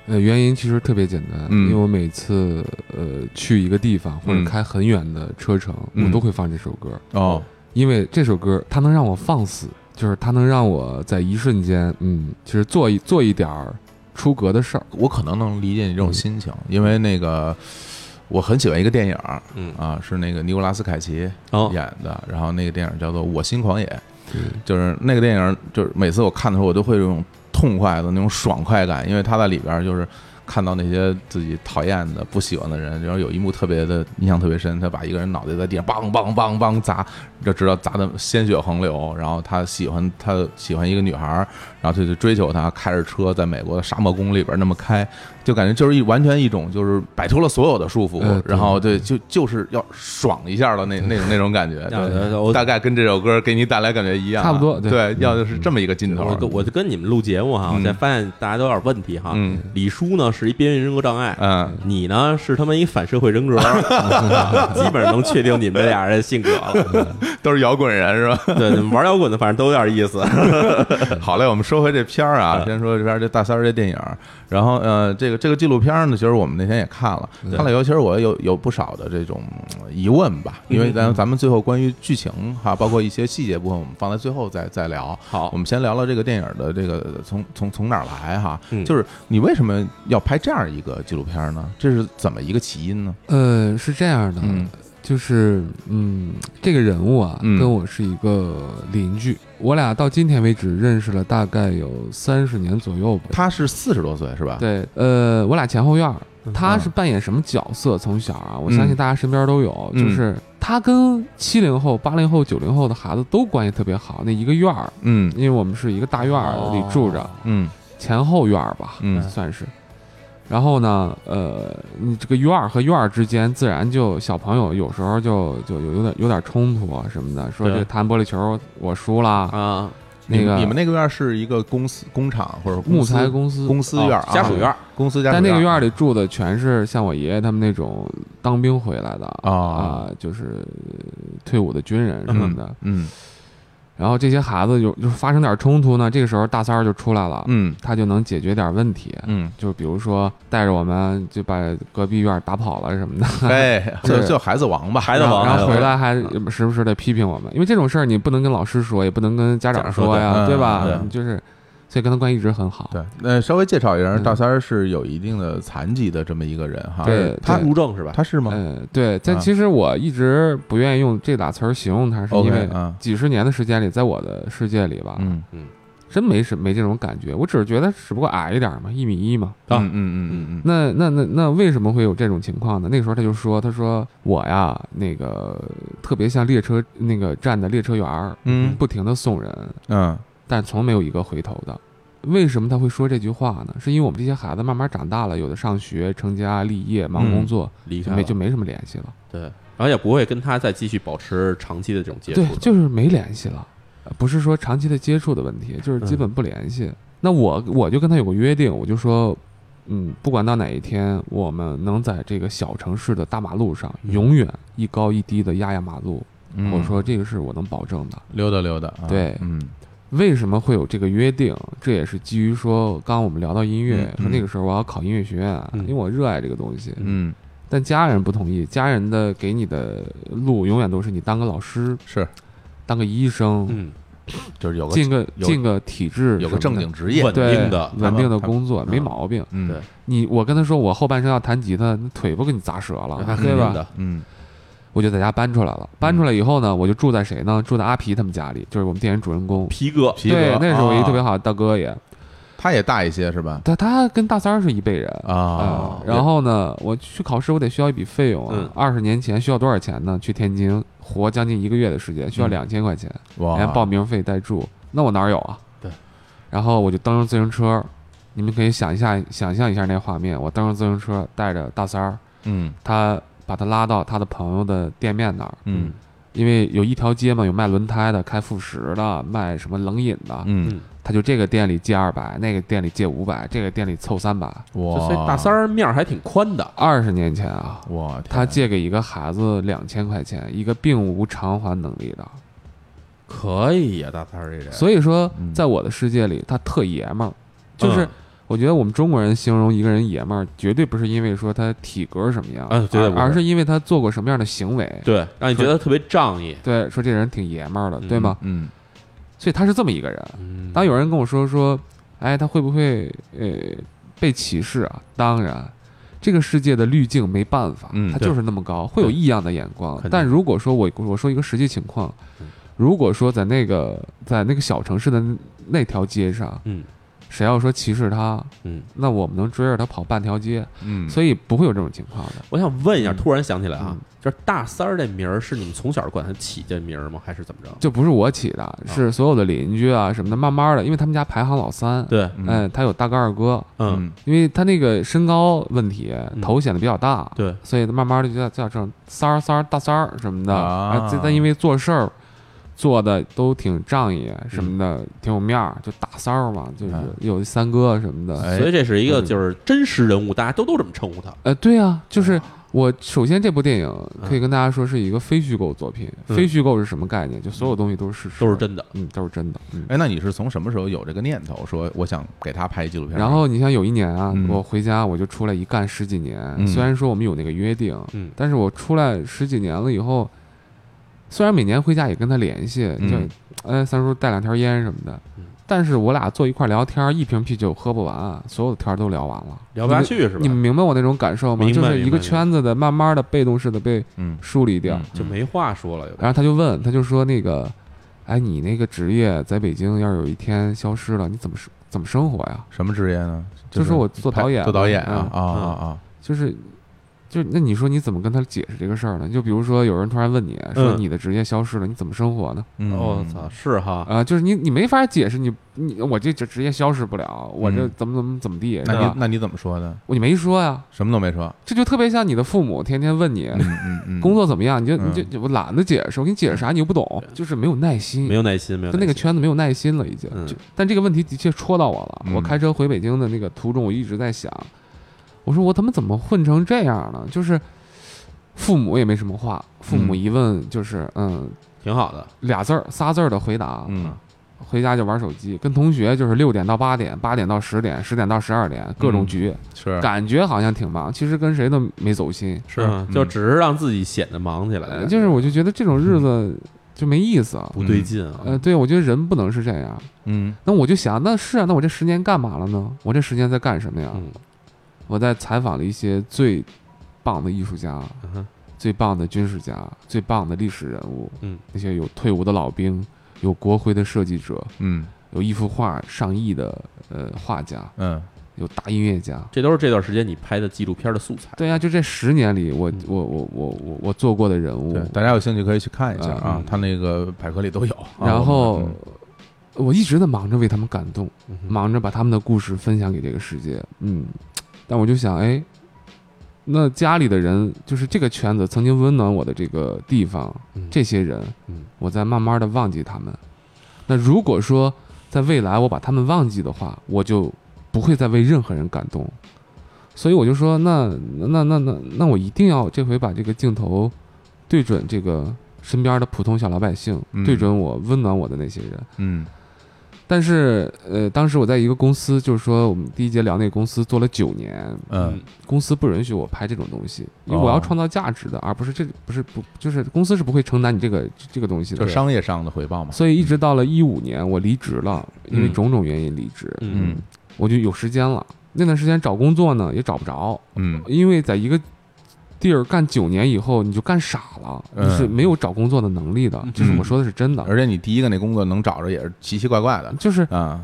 呃，原因其实特别简单，嗯因为我每次呃去一个地方或嗯者开很远的车程，嗯我都会放这首歌，哦，因为这首歌它能让我放肆，就是它能让我在一瞬间，嗯，其实做一做一点儿出格的事儿。我可能能理解你这种心情，因为那个我很喜欢一个电影儿嗯啊，是那个尼古拉斯凯奇哦演的，然后那个电影叫做《我心狂野》，就是那个电影，就是每次我看的时候，我都会有一种痛快的那种爽快感，因为他在里边儿就是看到那些自己讨厌的、不喜欢的人，然后有一幕特别的印象特别深，他把一个人脑袋在地上梆梆梆梆砸，就知道砸的鲜血横流，然后他喜欢他喜欢一个女孩儿，然后就去追求她，开着车在美国的沙漠宫里边儿那么开，就感觉就是一完全一种就是摆脱了所有的束缚，呃对然后对就就是要爽一下的那那那种感觉，啊对我大概跟这首歌给你带来感觉一样啊，差不多对对，嗯要的是这么一个劲头我儿，跟我就跟你们录节目哈，嗯我才发现大家都有点问题哈。嗯李叔呢是一边缘人格障碍，嗯。你呢是他妈一反社会人格， 基本上能确定你们俩人性格了。都是摇滚人是 吧？对，你们玩摇滚的反正都有点意 思。好嘞，我们说回这片儿啊，先说这片儿这大三儿这电影儿，然后呃，这个这个纪录片儿呢，其实我们那天也看了，看了以后，其实我有有不少的这种嗯疑问吧，因为咱咱们最后关于剧情哈，包括一些细节部分，我们放在最后再再聊。好我们先聊聊这个电影的这个从从从哪儿来哈，嗯就是你为什么要拍这样一个纪录片儿呢？这是怎么一个起因呢？呃，是这样的，嗯就是嗯，这个人物啊，嗯跟我是一个邻居，我俩到今天为止认识了大概有三十年左右吧。他是四十多岁是吧？对，呃，我俩前后院儿，他嗯是扮演什么角色？从小啊，我嗯相信大家身边都有，嗯就是他跟七零后、八零后、九零后的孩子都关系特别好，那一个院儿，嗯因为我们是一个大院儿里住着，嗯前后院儿吧，嗯算是。然后呢，呃，你这个院儿和院儿之间，自然就小朋友有时候就就有有点有点冲突啊什么的，说对这弹玻璃球我输了，啊，你那个你们那个院儿是一个公司工厂或者公木司材公司哦公司院儿啊哦家属院儿，公司家属但那个院院儿儿里住的全是像我爷爷他们那种当兵回来的啊啊，就是退伍的军人什么的。嗯然后这些孩子有就是发生点冲突呢，这个时候大三儿就出来了，嗯他就能解决点问题。 嗯，就比如说带着我们就把隔壁院儿打跑了什么的，哎，就对就孩子王吧，孩子然后王，然孩子哎后王回来还时不时的批评我们，因为这种事儿你不能跟老师说，也不能跟家长说家长呀，说对对吧嗯对？你就是，所以跟他关系一直很好。对，那稍微介绍一下，嗯大三儿是有一定的残疾的这么一个人哈，对他对入正是吧？他是吗？嗯，对，但啊其实我一直不愿意用这俩词儿形容他，是 OK，因为啊啊几十年的时间里，在我的世界里吧，嗯真没什没这种感觉。我只是觉得只不过矮一点嘛，一米一嘛。嗯嗯嗯嗯嗯，那那那那为什么会有这种情况呢？那个时候他就说，他说我呀，那个特别像列车那个站的列车员儿，嗯不停的送人，嗯但从没有一个回头的。为什么他会说这句话呢？是因为我们这些孩子慢慢长大了，有的上学、成家立业、忙工作，嗯离就开没了就没什么联系了。对，然后也不会跟他再继续保持长期的这种接触对了。，就是没联系了，呃不是说长期的接触的问题，就是嗯基本不联系。那我我就跟他有个约定，我就说，嗯，不管到哪一天，我们能在这个小城市的大马路上，嗯永远一高一低的压压马路。嗯，我说这个是我能保证的。溜达溜达，啊对嗯为什么会有这个约定？这也是基于说，刚刚我们聊到音乐，嗯说那个时候我要考音乐学院，嗯因为我热爱这个东西。嗯但家人不同意，家人的给你的路永远都是你当个老师，是，当个医生，嗯，就是有个进个有进个体制，有个正经。职业，稳对定的他稳们定的他们工作嗯没毛病。嗯对你我跟他说我后半生要弹吉他，那腿不给你砸折了，那肯对定吧？的，嗯我就在家搬出来了。搬出来以后呢，我就住在谁呢？住在阿皮他们家里，就是我们电影主人公。皮哥，皮对哥，那是我一啊特别好的大哥也，他也大一些是吧？他他跟大三儿是一辈人啊嗯然后呢，我去考试，我得需要一笔费用啊嗯。二十年前需要多少钱呢？去天津活将近一个月的时间，需要嗯两千块钱，哇，连报名费带住，那我哪儿有啊？对。然后我就蹬上自行车，你们可以想一下，想象一下那画面：我蹬上自行车，带着大三儿，嗯他把他拉到他的朋友的店面那儿，嗯因为有一条街嘛，有卖轮胎的、开副食的、卖什么冷饮的，嗯，他就这个店里借二百，那个店里借五百，这个店里凑三百。就哇，所以大三儿面儿还挺宽的，二十年前啊，哇，他天借给一个孩子两千块钱，一个并无偿还能力的，可以呀，大三儿这人，所以说嗯，在我的世界里，他特爷们儿，就是嗯我觉得我们中国人形容一个人爷们儿，绝对不是因为说他体格什么样，啊绝对而不是而是因为他做过什么样的行为。对，让你觉得特别仗义。对，说这人挺爷们儿的，嗯对吗？嗯所以他是这么一个人。嗯当有人跟我说说，哎，他会不会呃被歧视啊？当然，这个世界的滤镜没办法嗯，他对就是那么高，会有对异样的眼光肯。定嗯但如果说我我说一个实际情况，如果说在那个在那个小城市的那条街上，嗯谁要说歧视他，嗯，那我们能追着他跑半条街，嗯，所以不会有这种情况的。我想问一下，嗯突然想起来啊嗯，就是大三儿这名儿是你们从小管他起这名儿吗？还是怎么着？就不是我起哦的，是所有的邻居啊什么的，慢慢的，因为他们家排行老三，，对，嗯嗯，他有大哥二哥，嗯，因为他那个身高问题头显得比较大，对，所以他慢慢的就叫叫成三儿三儿大三儿什么的。啊啊，这他因为做事儿做的都挺仗义什么的，挺有面儿，就大三儿嘛，就是哎有三哥什么的。哎所以这是一个嗯就是真实人物，大家都都这么称呼他。呃，对啊，就是我首先这部电影可以跟大家说是一个非虚构作品。嗯非虚构是什么概念？就所有东西都是事实，都是，真的，嗯，都是真的。嗯。哎，那你是从什么时候有这个念头，说我想给他拍一纪录片？然后你像有一年啊，嗯我回家我就出来一干十几年，嗯虽然说我们有那个约定，嗯但是我出来十几年了以后，虽然每年回家也跟他联系，就嗯哎三叔带两条烟什么的嗯，但是我俩坐一块儿聊天，一瓶啤酒喝不完，啊所有的天儿都聊完了，聊不下你去是吧你？们明白我那种感受吗？明白就是一明白个圈子的慢慢的被动式的被嗯梳理掉嗯，就没话说了，有点然后他就问，他就说那个，哎，你那个职业在北京要是有一天消失了，你怎么生怎么生活呀？什么职业呢？就是我做导演嗯拍做导演嘛啊啊啊啊！就是。就那你说你怎么跟他解释这个事儿呢？就比如说有人突然问你说嗯你的职业消失了，你怎么生活呢？嗯我哦操，，是哈，啊、就是你你没法解释，你你我这这职业消失不了，我这嗯啊怎么怎么怎么地，是那吧你？那你怎么说的？我你没说呀，什么都没说，这就特别像你的父母天天问你嗯嗯嗯，工作怎么样，你就嗯你就我懒得解释，我给你解释啥你又不懂，就是没有耐心没，有耐心，没有嗯跟那个耐心圈子没有耐心了已经。嗯就但这个问题的确戳到我了。嗯我开车回北京的那个途中，我一直在想，我说我他妈怎么混成这样了？就是父母也没什么话，父母嗯一问就是嗯挺好的，俩字儿仨字儿的回答，嗯回家就玩手机，跟同学就是六点到八点，八点到十点，十点到十二点，各种局，是感觉好像挺忙，其实跟谁都没走心。是嗯嗯就只是让自己显得忙起来呃，就是我就觉得这种日子就没意思。不对劲啊，呃，对，我觉得人不能是这样。嗯那我就想，那是啊，那我这十年干嘛了呢？我这十年在干什么呀？嗯我在采访了一些最棒的艺术家、嗯哼最棒的军事家、最棒的历史人物，嗯，那些有退伍的老兵，有国徽的设计者，嗯有一幅画上亿的呃画家，嗯有大音乐家。这都是这段时间你拍的纪录片的素材，对呀、啊就这十年里，我嗯我我我我我做过的人物对，，大家有兴趣可以去看一下啊嗯，他那个百科里都有。啊然我后们我一直在忙着为他们感动，嗯哼忙着把他们的故事分享给这个世界。嗯，但我就想，哎，那家里的人，就是这个圈子曾经温暖我的这个地方，嗯这些人嗯，我在慢慢的忘记他们。那如果说在未来我把他们忘记的话，我就不会再为任何人感动。所以我就说，那那那那那我一定要这回把这个镜头对准这个身边的普通小老百姓，嗯对准我温暖我的那些人。嗯但是呃，当时我在一个公司，就是说我们第一节聊那个公司做了九年，嗯公司不允许我拍这种东西，因为哦我要创造价值的，而不是这不是不就是公司是不会承担你这个这个东西就的。商业上的回报嘛。所以一直到了一五年，我离职了，因为嗯种种原因离职，嗯嗯我就有时间了。那段时间找工作呢也找不着，嗯因为在一个地儿干九年以后，你就干傻了，嗯你是没有找工作的能力的。嗯这是我说的是真的，而且你第一个那工作能找着也是奇奇怪怪的就是啊，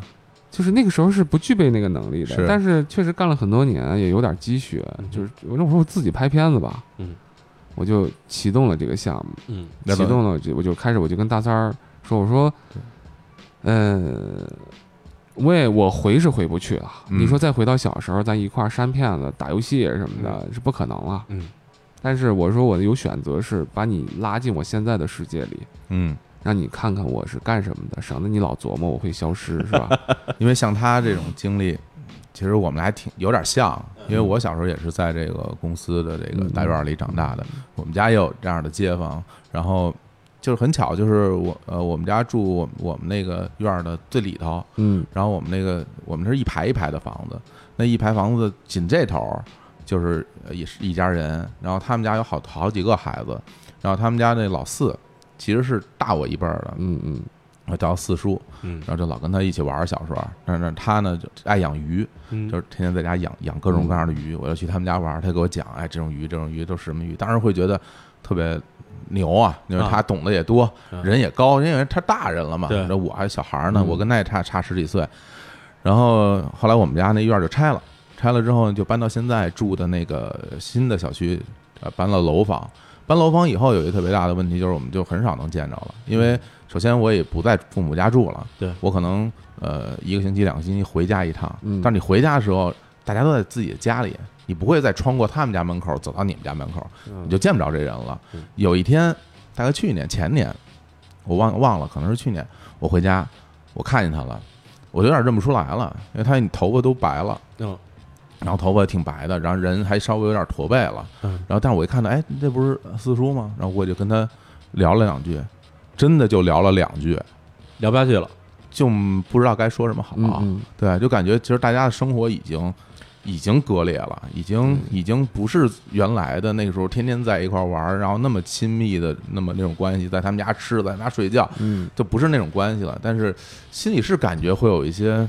就是那个时候是不具备那个能力的，是但是确实干了很多年，也有点积雪。嗯就是我那我说我自己拍片子吧，嗯，我就启动了这个项目，嗯那启怎么动了我就我就开始我就跟大三儿说，我说，呃，喂，我回是回不去了。嗯你说再回到小时候，咱一块儿删片子、打游戏什么的，是不可能了。嗯但是我说我有选择，是把你拉进我现在的世界里。嗯，让你看看我是干什么的，省得你老琢磨我会消失，是吧？因为像他这种经历，其实我们还挺有点像，嗯因为我小时候也是在这个公司的这个大院里长大的，我们家也有这样的街坊，然后就是很巧，就是我呃我们家住我们我们那个院儿的最里头，嗯然后我们那个我们是一排一排的房子，那一排房子紧这头儿就是呃也是一家人，然后他们家有好好几个孩子，然后他们家那老四其实是大我一辈儿的，嗯嗯我叫四叔，嗯然后就老跟他一起玩儿，小时候，但是他呢就爱养鱼，嗯就是天天在家养养各种各样的鱼，我就去他们家玩儿，他给我讲，哎，这种鱼这种鱼都是什么鱼，当时会觉得特别牛啊，因为啊他懂得也多，嗯人也高，因为他大人了嘛，对这我还小孩儿呢，嗯我跟他也差差十几岁，然后后来我们家那院儿就拆了，拆了之后就搬到现在住的那个新的小区，呃，搬了楼房。搬楼房以后有一个特别大的问题，就是我们就很少能见着了，因为首先我也不在父母家住了，嗯对我可能呃一个星期、两个星期回家一趟，嗯但是你回家的时候，大家都在自己的家里，你不会再穿过他们家门口走到你们家门口，你就见不着这人了嗯。有一天，大概去年、前年，我忘忘了，可能是去年，我回家，我看见他了，我就有点认不出来了，因为他头发都白了。嗯然后头发挺白的，然后人还稍微有点驼背了，嗯然后但是我一看他，哎，这不是四叔吗？然后我就跟他聊了两句，真的就聊了两句，聊不下去了，就不知道该说什么好，啊嗯嗯，对，就感觉其实大家的生活已经已经割裂了，已嗯经已经不是原来的那个时候天天在一块儿玩儿，然后那么亲密的那么那种关系，在他们家吃，在他们家睡觉，嗯，就不是那种关系了。但是心里是感觉会有一些，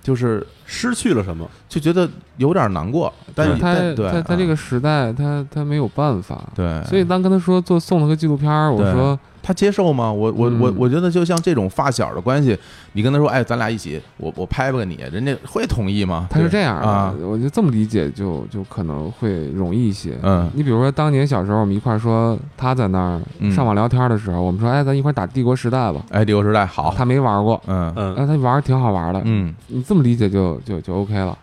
就是失去了什么？就觉得有点难过，但就是他但对，在在这啊个时代，他他没有办法。对，所以当跟他说做送了个纪录片儿，我对说他接受吗？我我我嗯我觉得就像这种发小的关系，你跟他说，哎，咱俩一起，我我拍拍你，人家会同意吗？他是这样对啊，的，我觉得这么理解就就可能会容易一些。嗯你比如说，当年小时候我们一块儿说他在那嗯儿上网聊天的时候，我们说，哎，咱一块儿打帝国时代吧。哎，帝国时代好，他没玩过，嗯嗯那他玩儿挺好玩的。嗯，你这么理解就就就 OK 了。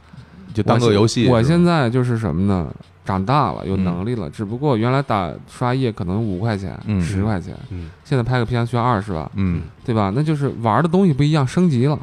就当个游戏。我是吧现在就是什么呢？长大了，有嗯能力了，只不过原来打刷夜可能五块钱、嗯十块钱，嗯，现在拍个片需要二十万，嗯，对吧？那就是玩的东西不一样，升级了，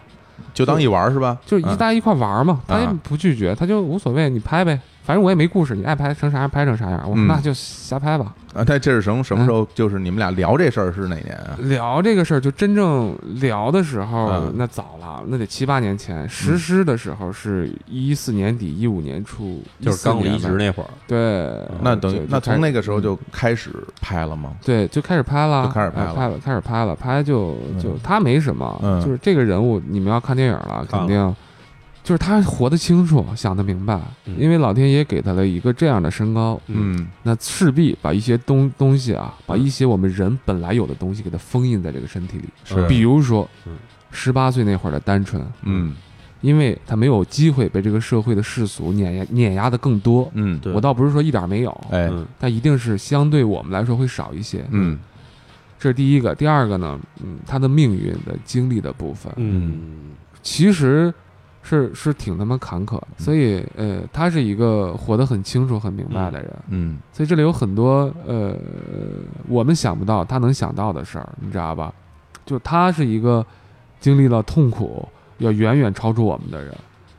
就当一玩儿是吧？就是一嗯大家一块玩嘛，他也啊不拒绝，他就无所谓，你拍呗，反正我也没故事，你爱拍成啥样拍成啥样，我说嗯那就瞎拍吧。啊，但这是什么嗯什么时候？就是你们俩聊这事儿是哪年啊？聊这个事儿，就真正聊的时候嗯，那早了，那得七八年前，实施的时候是一四年底一五年初，就是刚14离年职吧那会儿，对，那等于嗯就那就开始从那个时候就开始拍了吗？对，就开始拍了，就开始拍了哎拍了，开始拍了，拍就就他没什么，嗯就是这个人物，你们要看电影了，看了肯定就是他活得清楚，想得明白，嗯因为老天爷给他了一个这样的身高，嗯那势必把一些东东西啊，把一些我们人本来有的东西给他封印在这个身体里，是比如说嗯十八岁那会儿的单纯，嗯因为他没有机会被这个社会的世俗碾压碾压的更多。嗯，对我倒不是说一点儿没有，哎嗯但一定是相对我们来说会少一些。嗯这是第一个。第二个呢，嗯，他的命运的经历的部分，嗯其实是是挺他妈坎坷的。嗯所以，呃，他是一个活得很清楚、很明白的人。嗯所以这里有很多呃，我们想不到他能想到的事儿，你知道吧？就他是一个经历了痛苦，要远远超出我们的人，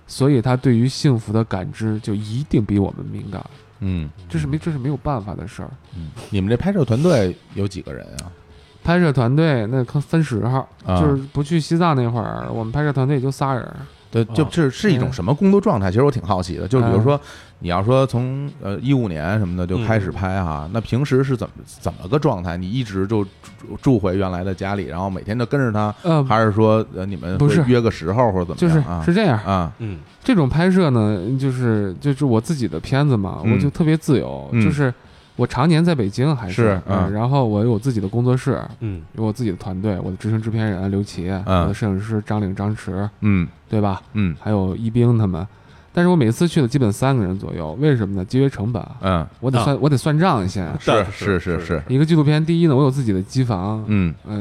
所以他对于幸福的感知就一定比我们敏感。嗯，这是没这是没有办法的事儿。你们这拍摄团队有几个人啊？拍摄团队那可分时候，啊就是不去西藏那会儿，我们拍摄团队也就仨人儿。对，啊就是是一种什么工作状态？其实我挺好奇嗯的。就是比如说，你要说从呃一五年什么的就开始拍哈，嗯那平时是怎么怎么个状态？你一直就住住回原来的家里，然后每天就跟着他，呃，还是说呃你们不是会约个时候或者怎就么是样啊？是这样，啊，嗯这种拍摄呢，就是就是我自己的片子嘛，嗯我就特别自由，嗯就是我常年在北京还是呃嗯然后我有我自己的工作室，嗯有我自己的团队，我的执行制片人刘琦，嗯我的摄影师张岭、张弛，嗯对吧？嗯还有一冰他们。但是我每次去的基本三个人左右，为什么呢？节约成本，嗯，我得算、我得算账先。是是是是是是，一个纪录片，第一呢，我有自己的机房，嗯呃，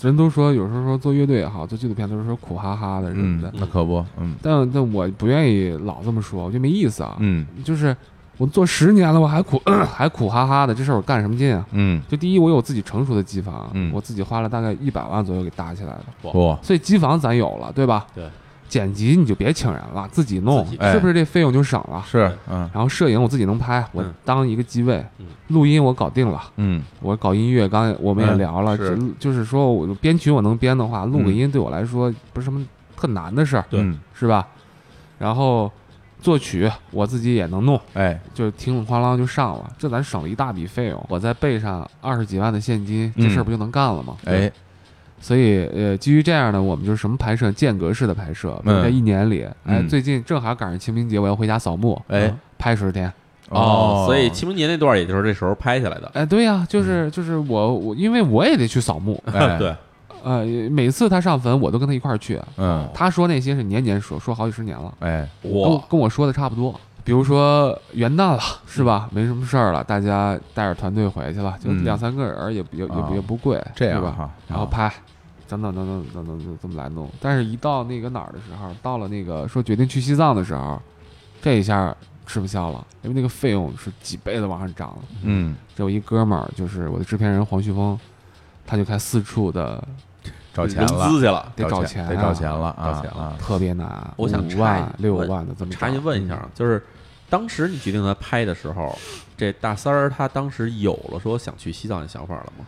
人都说有时候说做乐队也好，做纪录片都是说苦哈哈的什么的，嗯，那可不，嗯但但我不愿意老这么说，我觉得没意思啊。嗯就是我做十年了，我还苦 还苦哈哈的，这事儿我干什么劲啊？嗯，就第一，我有自己成熟的机房，嗯我自己花了大概一百万左右给搭起来的，不，所以机房咱有了，对吧？对，剪辑你就别请人了，自己弄自己，哎是不是这费用就省了？是，嗯然后摄影我自己能拍，我嗯当一个机位嗯，录音我搞定了。嗯我搞音乐，刚才我们也聊了，嗯就就是说我编曲我能编的话，录个音对我来说不是什么特难的事儿，对嗯是吧？然后作曲我自己也能弄，哎，就挺挺哐啷就上了，这咱省了一大笔费用。我再备上二十几万的现金，嗯这事儿不就能干了吗？哎，所以呃，基于这样呢，我们就是什么拍摄，间隔式的拍摄，比如嗯在一年里，哎，嗯最近正好赶上清明节，我要回家扫墓，嗯哎，拍十天。哦哦所以清明节那段也就是这时候拍下来的，哎，对呀、就是就是我我，因为我也得去扫墓，哎 对，呃，每次他上坟，我都跟他一块儿去。嗯他说那些是年年说，说好几十年了，哎跟我哇，跟我说的差不多。比如说元旦了，是吧？没什么事儿了，大家带着团队回去了，就嗯两三个人儿也不也啊也也不贵，这是样吧？哈，啊然后拍，等等等等等等等这么来弄。但是，一到那个哪儿的时候，到了那个说决定去西藏的时候，这一下吃不消了，因为那个费用是几倍的往上涨了。嗯这我一哥们儿，就是我的制片人黄旭峰，他就开始四处的找钱融了资。去了。得找找钱，钱嗯得啊找钱了啊！找钱了啊特别难，我想五查万一六问万的这么查找询问一下，啊，就是当时你决定他拍的时候，这大三儿他当时有了说想去西藏的想法了吗？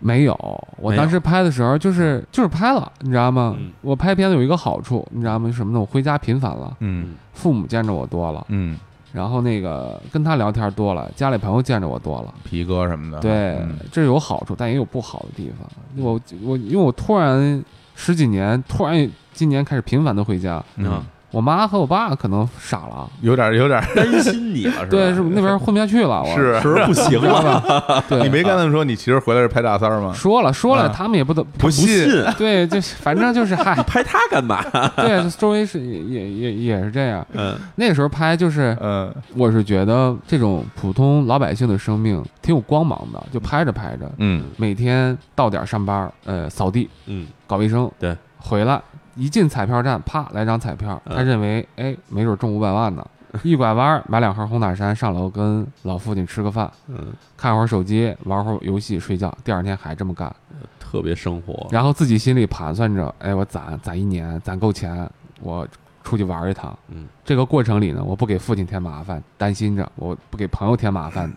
没有，我没当有时拍的时候嗯就是就是拍了，你知道吗嗯？我拍片子有一个好处，你知道吗？是什么呢？我回家频繁了，嗯父母见着我多了，嗯，然后那个跟他聊天多了，家里朋友见着我多了。皮哥什么的，对嗯，这有好处，但也有不好的地方。我我因为我突然十几年，突然今年开始频繁的回家，嗯啊我妈和我爸可能傻了，有点有点担心你了是吧？对，是 那边混不下去了，我是 啊是不是不行了？对 你没跟他们说你其实回来是拍大三儿吗？说了说了，啊他们也不得不不信信，哎对，就是反正就是嗨，拍他干 嘛？ 对，周围是也也也也是这样。嗯那个时候拍就是，嗯我是觉得这种普通老百姓的生命挺有光芒的，就拍着拍着，嗯每天到点儿上班儿，呃，扫地、嗯，搞卫生，对，回来一进彩票站，啪来张彩票，嗯他认为哎，没准中五百 万呢，一拐弯儿买两盒红塔山，上楼跟老父亲吃个饭，嗯，看会儿手机，玩会儿游戏，睡觉，第二天还这么干，特别生活，然后自己心里盘算着，哎，我攒攒一年，攒够钱，我出去玩一趟。嗯，这个过程里呢，我不给父亲添麻烦，担心着；我不给朋友添麻烦，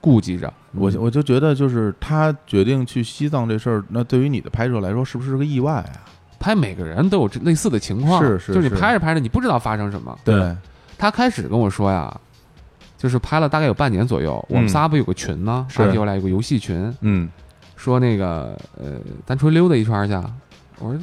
顾忌着。我我就觉得就是他决定去西藏这事儿，那对于你的拍摄来说是不是个意外啊？拍每个人都有这类似的情况，是是就是你是拍着拍着，你不知道发生什么。他开始跟我说呀，就是拍了大概有半年左右，我们嗯仨不有个群吗？是阿迪我俩有个游戏群，嗯说那个呃，咱出去溜达一圈儿去。啊我说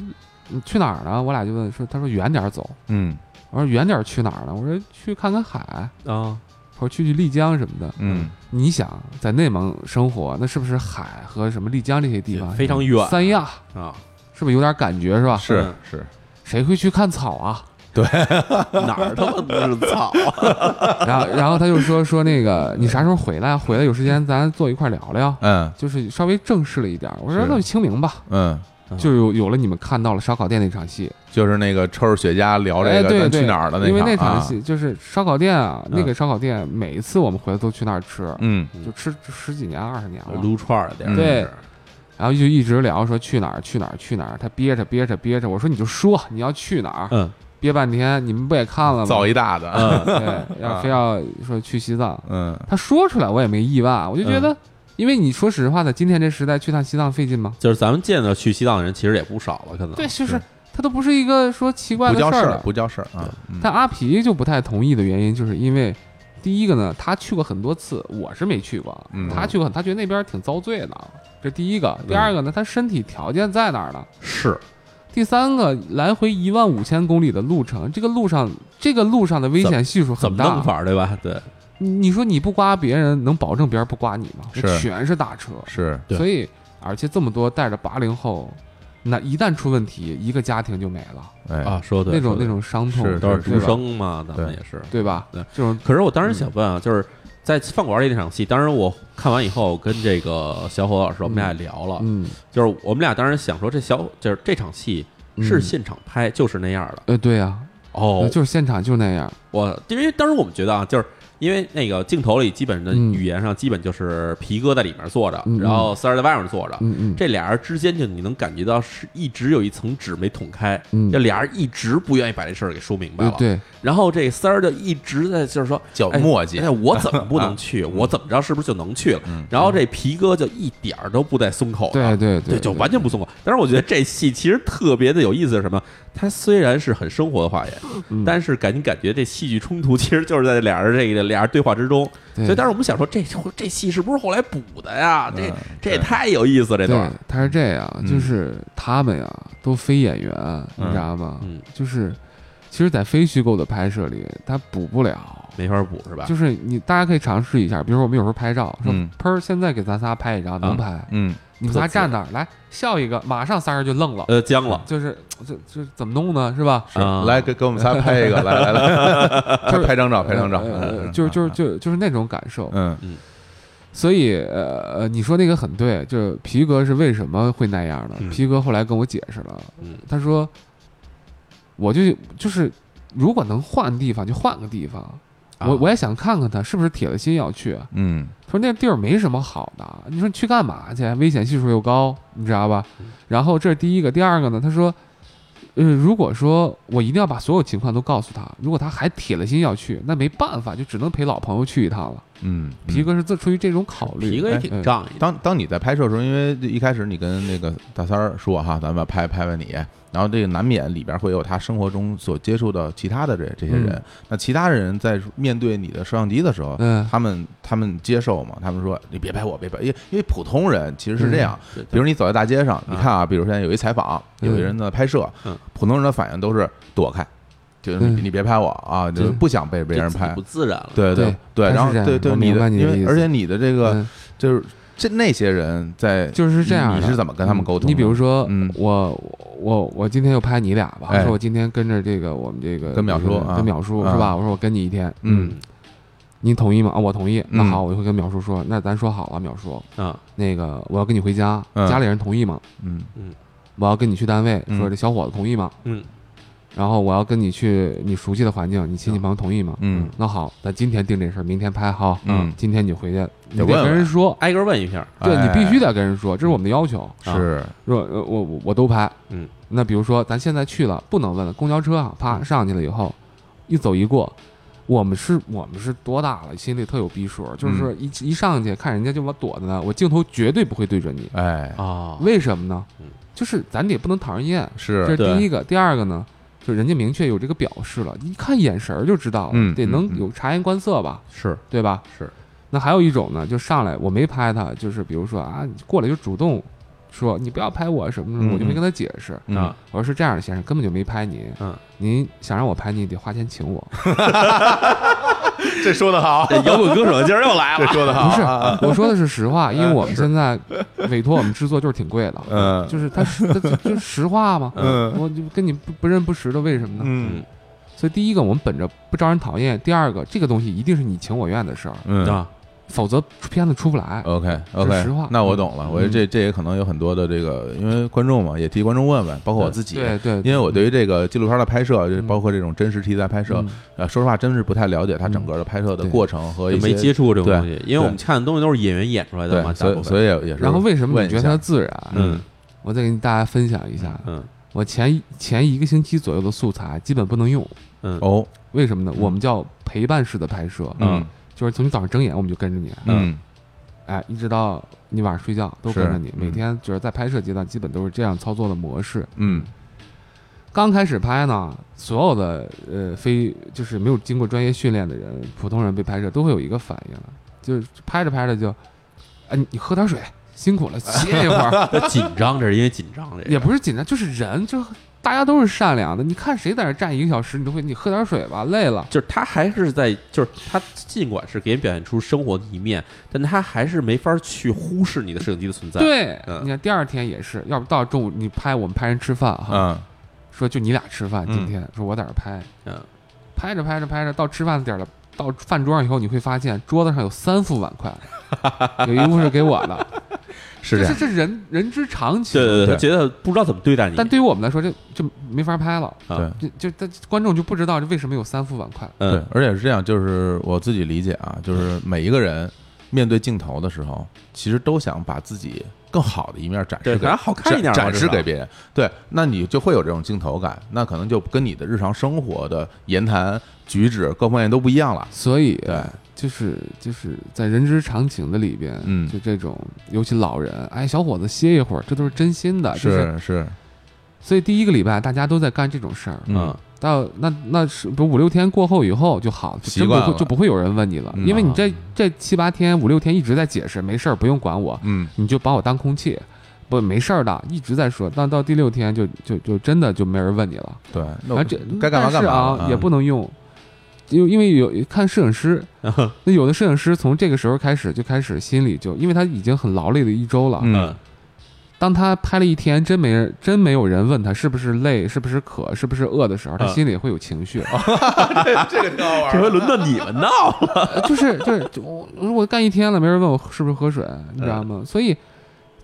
你去哪儿呢？我俩就问说，他说远点儿走。嗯我说远点儿去哪儿呢？我说去看看海，啊，或者去去丽江什么的。嗯，你想在内蒙生活，那是不是海和什么丽江这些地方非常远三亚啊，是不是有点感觉是吧？是嗯是，谁会去看草啊？ 哪儿他妈不是草啊？ 然后然后他就说说那个你啥时候回来啊？回来有时间咱坐一块儿聊聊，嗯就是稍微正式了一点儿。我说是那就清明吧，嗯，嗯就有有了你们看到了烧烤店那场戏。就是那个抽着雪茄聊这哎个对咱对去哪儿的因为那那场啊，场戏就是烧烤店啊，嗯那个烧烤店每一次我们回来都去那儿吃，嗯就吃十几年二十年了。撸串儿的地儿啊对是然后就一直聊说去哪儿去哪儿去哪儿，他憋着憋着憋着，我说你就说你要去哪儿，嗯憋半天，你们不也看了吗造？一大的，啊嗯 对，要非要说去西藏，嗯他说出来我也没意外，我就觉得，因为你说实话的，今天这时代去趟西藏费嗯劲吗？就是咱们见到去西藏的人其实也不少了，可能对，就是是他都不是一个说奇怪不的叫事事儿儿了。不叫事儿啊，嗯但阿皮就不太同意的原因，就是因为第一个呢，他去过很多次，我是没去过，嗯他去过，他觉得那边挺遭罪的，这第一个。第二个呢，他身体条件在哪儿呢？是第三个，来回一万五千公里的路程，这个路上这个路上的危险系数怎很么弄大。法儿对吧？对，你你说你不刮别人，能保证别人不刮你吗？是这全是大车，是对所以而且这么多带着八零后，那一旦出问题，一个家庭就没了，哎啊，说的那种那种伤痛是都是是独吧生嘛，咱们也是。对嗯吧？对这种可是我当时想问啊，就是在饭馆里那场戏，当时我看完以后跟这个小伙老师我们俩聊了，嗯就是我们俩当时想说这小就是这场戏是嗯现场拍，就是那样的呃对呀、哦。就是现场就那样，我因为当时我们觉得啊，就是。因为那个镜头里基本的嗯语言上，基本就是皮哥在里面坐着，嗯嗯然后三儿在外面坐着，嗯嗯，这俩人之间就你能感觉到是一直有一层纸没捅开，嗯这俩人一直不愿意把这事儿给说明白呃了。，对，然后这三儿就一直在就是说叫哎墨迹嗯哎，我怎么 不能去？我怎么着是不是就能去了？然后这皮哥就一点儿都不带松口嗯对的。对哦啊对，就完全不松口。但是我觉得这戏其实特别的有意思，是什么？它虽然是很生活的化演，嗯但是感你感觉这戏剧冲突其实就是在这俩人这个俩人对话之中。对所以当时我们想说，这这戏是不是后来补的呀？这嗯这也对太有意思了，这段对儿。，他是这样，嗯就是他们呀都非演员，你嗯知道吗？嗯，就是其实，在非虚构的拍摄里，他补不了。啊没法补是吧？就是你，大家可以尝试一下，比如说我们有时候拍照，说嗯喷儿，现在给咱仨拍一张，能拍？嗯你们仨站那儿来笑一个，马上仨人就愣了，呃，僵嗯了，就是这这怎么弄呢？是吧？是啊来给给我们仨拍一个，来来来， 拍就是拍张照拍张照，呃嗯就是就是就就是那种感受。嗯所以呃呃，你说那个很对，就是皮哥是为什么会那样的嗯？皮哥后来跟我解释了嗯，他说，我就就是如果能换地方就换个地方，啊我我也想看看他是不是铁了心要去。嗯他说那地儿没什么好的，你说你去干嘛去？危险系数又高，你知道吧？嗯然后这是第一个，第二个呢？他说，呃，如果说我一定要把所有情况都告诉他，如果他还铁了心要去，那没办法，就只能陪老朋友去一趟了。嗯，嗯皮哥是自出于这种考虑，皮哥也哎挺哎仗义的。当当你在拍摄的时候，因为一开始你跟那个大三儿说哈，咱们拍拍拍你，然后这个难免里边会有他生活中所接触到其他的这这些人。嗯那其他人在面对你的摄像机的时候，嗯他们他们接受吗？他们说你别拍我，别拍，因为因为普通人其实是这样，对对比如你走在大街上，你看啊，比如现在有一采访，有一人在拍摄，嗯普通人的反应都是躲开。就对你你别拍我啊，就嗯对不想被别人就自己拍不，自然了。对对对然他是这后样对对，我你明白你的因为意思而且你的这个嗯就是这那些人在就是这样你的嗯你是怎么跟他们沟通的？你比如说，嗯我我我今天又拍你俩吧，哎我说我今天跟着这个我们这个跟淼叔就是啊跟淼叔啊是吧？我说我跟你一天，嗯，你同意吗？啊，我同意。那嗯好，我就会跟淼叔说，那咱说好了，淼叔，啊，那个我要跟你回家，嗯家里人同意吗？嗯我要跟你去单位，嗯说这小伙子同意吗？嗯，然后我要跟你去你熟悉的环境，你亲戚朋友同意吗？嗯，那好，咱今天定这事儿，明天拍哈。嗯今天你回去，你得得问跟问哎人说，挨个问一下。啊对你必须得得跟人说，这是我们的要求。嗯是若呃我我我都拍，嗯，那比如说咱现在去了，不能问了，公交车啊，啪嗯上去了以后，一走一过，我们是我们是多大了，心里特有逼数，嗯就是一、一上去看人家就往躲着呢，我镜头绝对不会对准你，哎啊，为什么呢嗯？就是咱也不能讨人厌，这是是对第一个，第二个呢，就人家明确有这个表示了，一看眼神儿就知道了，嗯得嗯能嗯有察言观色吧，是对吧？是。那还有一种啊呢，就上来我没拍他，就是比如说啊，你过来就主动说你不要拍我什么什嗯么，我就没嗯跟他解释。嗯啊，我说是这样，先生根本就没拍您，嗯，您想让我拍你得花钱请我。这说的好，这摇滚歌手今儿又 来这了。说的好，啊不是，我说的是实 话，因为嗯我们现在委托我们制作就是挺贵的，嗯就是他是他就是实话嘛， 嗯我就跟你不不认不识的，为什么呢？嗯所以第一个，我们本着不招人讨厌；第二个，这个东西一定是你情我愿的事儿，嗯啊，否则片子出不来。 ，OK 说 OK，实话嗯那我懂了，我觉得这这也可能有很多的这个，因为观众嘛，也替观众问问，包括我自己，对对，因为我对于这个纪录片的拍摄，就是嗯包括这种真实题材拍摄嗯，呃，说实话，真是不太了解它整个的拍摄的对过程和就一没些接触过这种东西，嗯因为对我们看的东西都是演员演出来的对，嘛，大所部以分。所以也也是。然后为什么你觉得它他？自然？嗯我再跟大家分享一下， 嗯我前前一个星期左右的素材基本不能用，嗯，哦，为什么呢？我们叫陪伴式的拍摄，嗯就是从你早上睁眼我们就跟着你，嗯哎，一直到你晚上睡觉都是跟着你，每嗯天就是在拍摄阶段基本都是这样操作的模式。嗯刚开始拍呢，所有的呃非就是没有经过专业训练的人，普通人被拍摄都会有一个反应，就是拍着拍着就，哎，你你喝点水，辛苦了，歇一会儿，这紧张，这是因为紧张，这也个不是紧张，就是人，就大家都是善良的。你看谁在那站一个小时，你都会，你喝点水吧，累了。就是他还是在，就是他尽管是给人表现出生活的一面，但他还是没法去忽视你的摄影机的存在。，对，嗯你看第二天也是，要不到中午你拍我们拍人吃饭哈，嗯说就你俩吃饭，嗯今天、说我在这儿拍，嗯，拍着拍着拍着到吃饭的点儿了，到饭桌上以后你会发现桌子上有三副碗 筷，有一副是给我的，是这这样，这人人之常情。对对对，对他觉得不知道怎么对待你。啊但对于我们来说，这就没法拍了，对就就他观众就不知道这为什么有三副碗筷。对嗯，，而且是这样，就是我自己理解啊，就是每一个人面对镜头的时候，其实都想把自己更好的一面展对，示反给正好看一点嘛，展展示至少给别人。对，那你就会有这种镜头感，那可能就跟你的日常生活的言谈举止各方面都不一样了。所以，对，就是就是在人之常情的里边，嗯就这种，尤其老人，哎，小伙子歇一会儿，这都是真心的，啊就是。是，所以第一个礼拜大家都在干这种事儿，嗯嗯，到那那是不五六天过后以后就好，就真习不惯会了就不会有人问你了，嗯因为你啊这这七八天五六天一直在解释，没事儿不用管我，嗯你就把我当空气，不没事儿的，一直在说，但到第六天就就就真的就没人问你了，对，那啊我这该干嘛干但是嘛啊，嗯也不能用，因因为有看摄影师，嗯那有的摄影师从这个时候开始就开始心里就，因为他已经很劳累了一周了，嗯嗯当他拍了一天，真没人真没有人问他是不是累，是不是渴，是不是饿的时候，他嗯心里会有 情绪，这回轮到你们闹了。呃就是就是就我我干一天了，没人问我是不是喝水，你知道嗯吗？所以。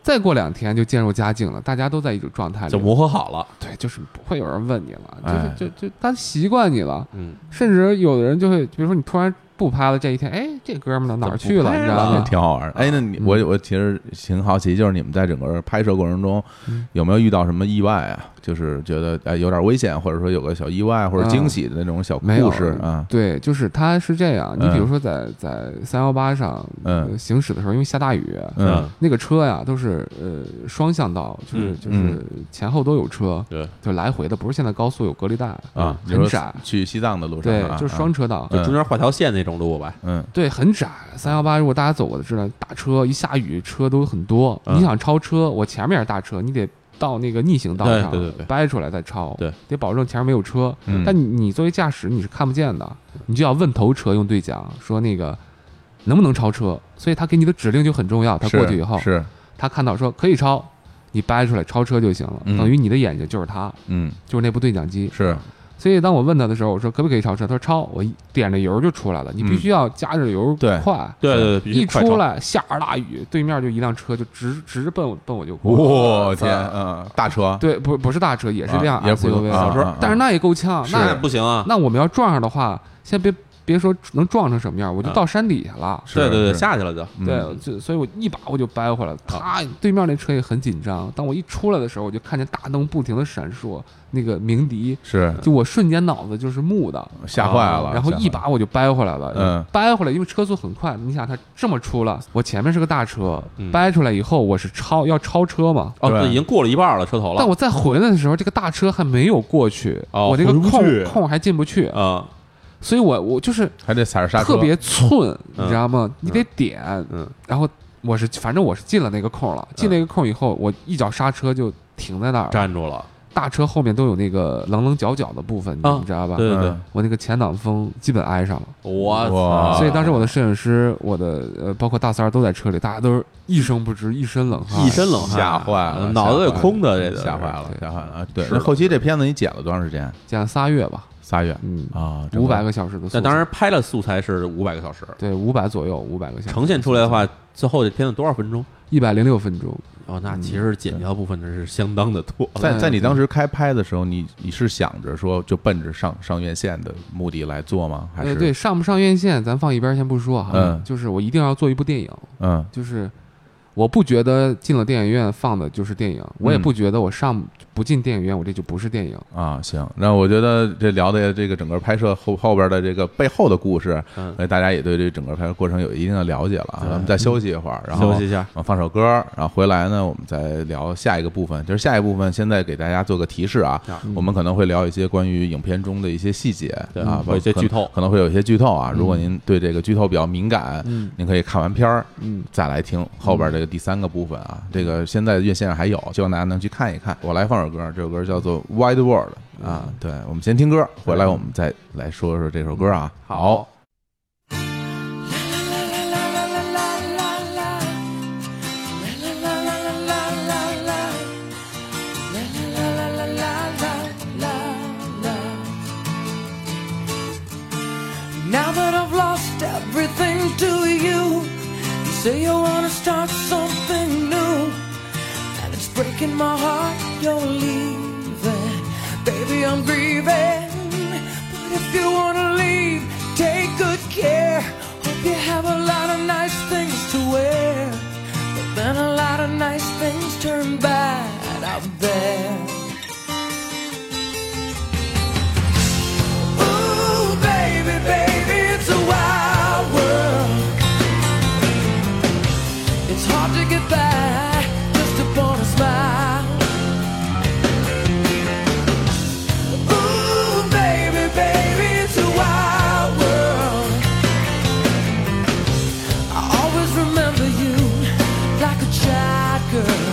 再过两天就渐入佳境了，大家都在一种状态 里就，磨合好了。对，就是不会有人问你了，哎就是就就他习惯你了，嗯，甚至有的人就会，比如说你突然不拍了，这一天，哎，这哥们儿呢哪儿去了？怎么不拍你知了道吗？挺好玩儿。哎，那你啊嗯我我其实挺好奇，就是你们在整个拍摄过程中嗯有没有遇到什么意外啊？就是觉得哎有点危险，或者说有个小意外或者惊喜的那种小嗯没有故事啊？对，就是他是这样。你嗯比如说在在三幺八上嗯呃行驶的时候，因为下大雨，嗯那个车呀都是呃双向道，就是嗯就是前后都有车，对就来回的，不是现在高速有隔离带啊，你嗯很说窄，去西藏的路上对啊，，就是双车道。就中间画条线那种路吧。嗯对，很窄。三幺八，如果大家走过的知道，大车一下雨车都很多。嗯你想超车，我前面也是大车，你得到那个逆行道上对对对对掰出来再超，对，得保证前面没有车。嗯但你你作为驾驶你是看不见的，你就要问头车用对讲说那个能不能超车，所以他给你的指令就很重要。他过去以后，是，他看到说可以超，你掰出来超车就行了，嗯等于你的眼睛就是他，嗯，就是那部对讲机。是，所以当我问他的时候，我说可不可以超车，他说超，我一点着油就出来了，你必须要加着油嗯对快。对对对，必须一快超出来下着大雨，对面就一辆车就直直奔我奔我就过。啊我天，嗯，大车，对，不不是大车，也是辆啊也是普通 SUV，、小车但是那也够呛。那那不行啊，那我们要撞上的话，先别别说能撞成什么样，我就到山底下了。是对对对，是下去了就。啊嗯啊对，就所以我一把我就掰回来了。他对面那车也很紧张，当我一出来的时候，我就看见大灯不停的闪烁，那个鸣笛，是就我瞬间脑子就是木的，嗯啊吓坏了，然后吓坏一了把我就掰回来了，嗯掰回来，因为车速很快，你想它这么出了，我前面是个大车，嗯掰出来以后我是超要超车嘛，哦，对对，已经过了一半了，车头但了。我再回来的时候，这个大车还没有过去，哦我这个回不去空空还进不去，啊，所以我我就是还得踩着刹车，嗯特别寸，你知道吗？你嗯得点，嗯然后我是反正我是进了那个空了，进嗯那个空以后，我一脚刹车就停在那儿了，站住了。大车后面都有那个棱棱角角的部分，啊你知道吧？对对对嗯，我那个前挡风基本挨上了。我哇操！所以当时我的摄影师，我的呃，包括大三儿都在车里，大家都是一声不吱，一身冷汗，一身冷汗，啊啊吓嗯坏了脑子吓也坏了空的，这个吓坏了，对吓坏了啊！对，是那的后期这片子你剪了多长时间？讲仨月吧，仨月嗯，啊，五百个个小时的速度。但当然拍了素材是五百个小时，对，五百左右，五百个小时呈现出来的，话，最后这片子多少分钟？一百零六分钟。哦，那嗯其实剪掉部分真是相当的多。在在你嗯当时开拍的时候，你你是想着说就奔着上上院线的目的来做吗？还呃，是对，上不上院线咱放一边儿先不说哈，嗯就是我一定要做一部电影，嗯就是我不觉得进了电影院放的就是电影，我也嗯不觉得我上不进电影院我这就不是电影。啊，行，那我觉得这聊的这个整个拍摄后后边的这个背后的故事，嗯，呃，大家也对这整个拍摄过程有一定的了解了啊。咱们再休息一会儿，然后休息一下。啊，放首歌，然后回来呢，我们再聊下一个部分。就是下一部分，现在给大家做个提示啊啊，我们可能会聊一些关于影片中的一些细节对啊，嗯会有一些可能剧透嗯可能会有一些剧透啊。如果您对这个剧透比较敏感，嗯您可以看完片儿嗯，再来听后边这个第三个部分啊。这个现在院线上还有，希望大家能去看一看。我来放首歌，这首歌叫做《Wide World》啊。嗯对，我们先听歌，回来我们再来说说这首歌啊。好， Now that I've lost everything to you, you say you wanna start something new, and it's breaking my heart you're leaving. Baby, I'm grieving, but if you wanna leave, take good care. Hope you have a lot of nice things to wear, but then a lot of nice things turn bad out there. Ooh, baby, baby, it's a wild world. It's hard to get by just upon a smile. Ooh, baby, baby, it's a wild world. I always remember you like a child girl.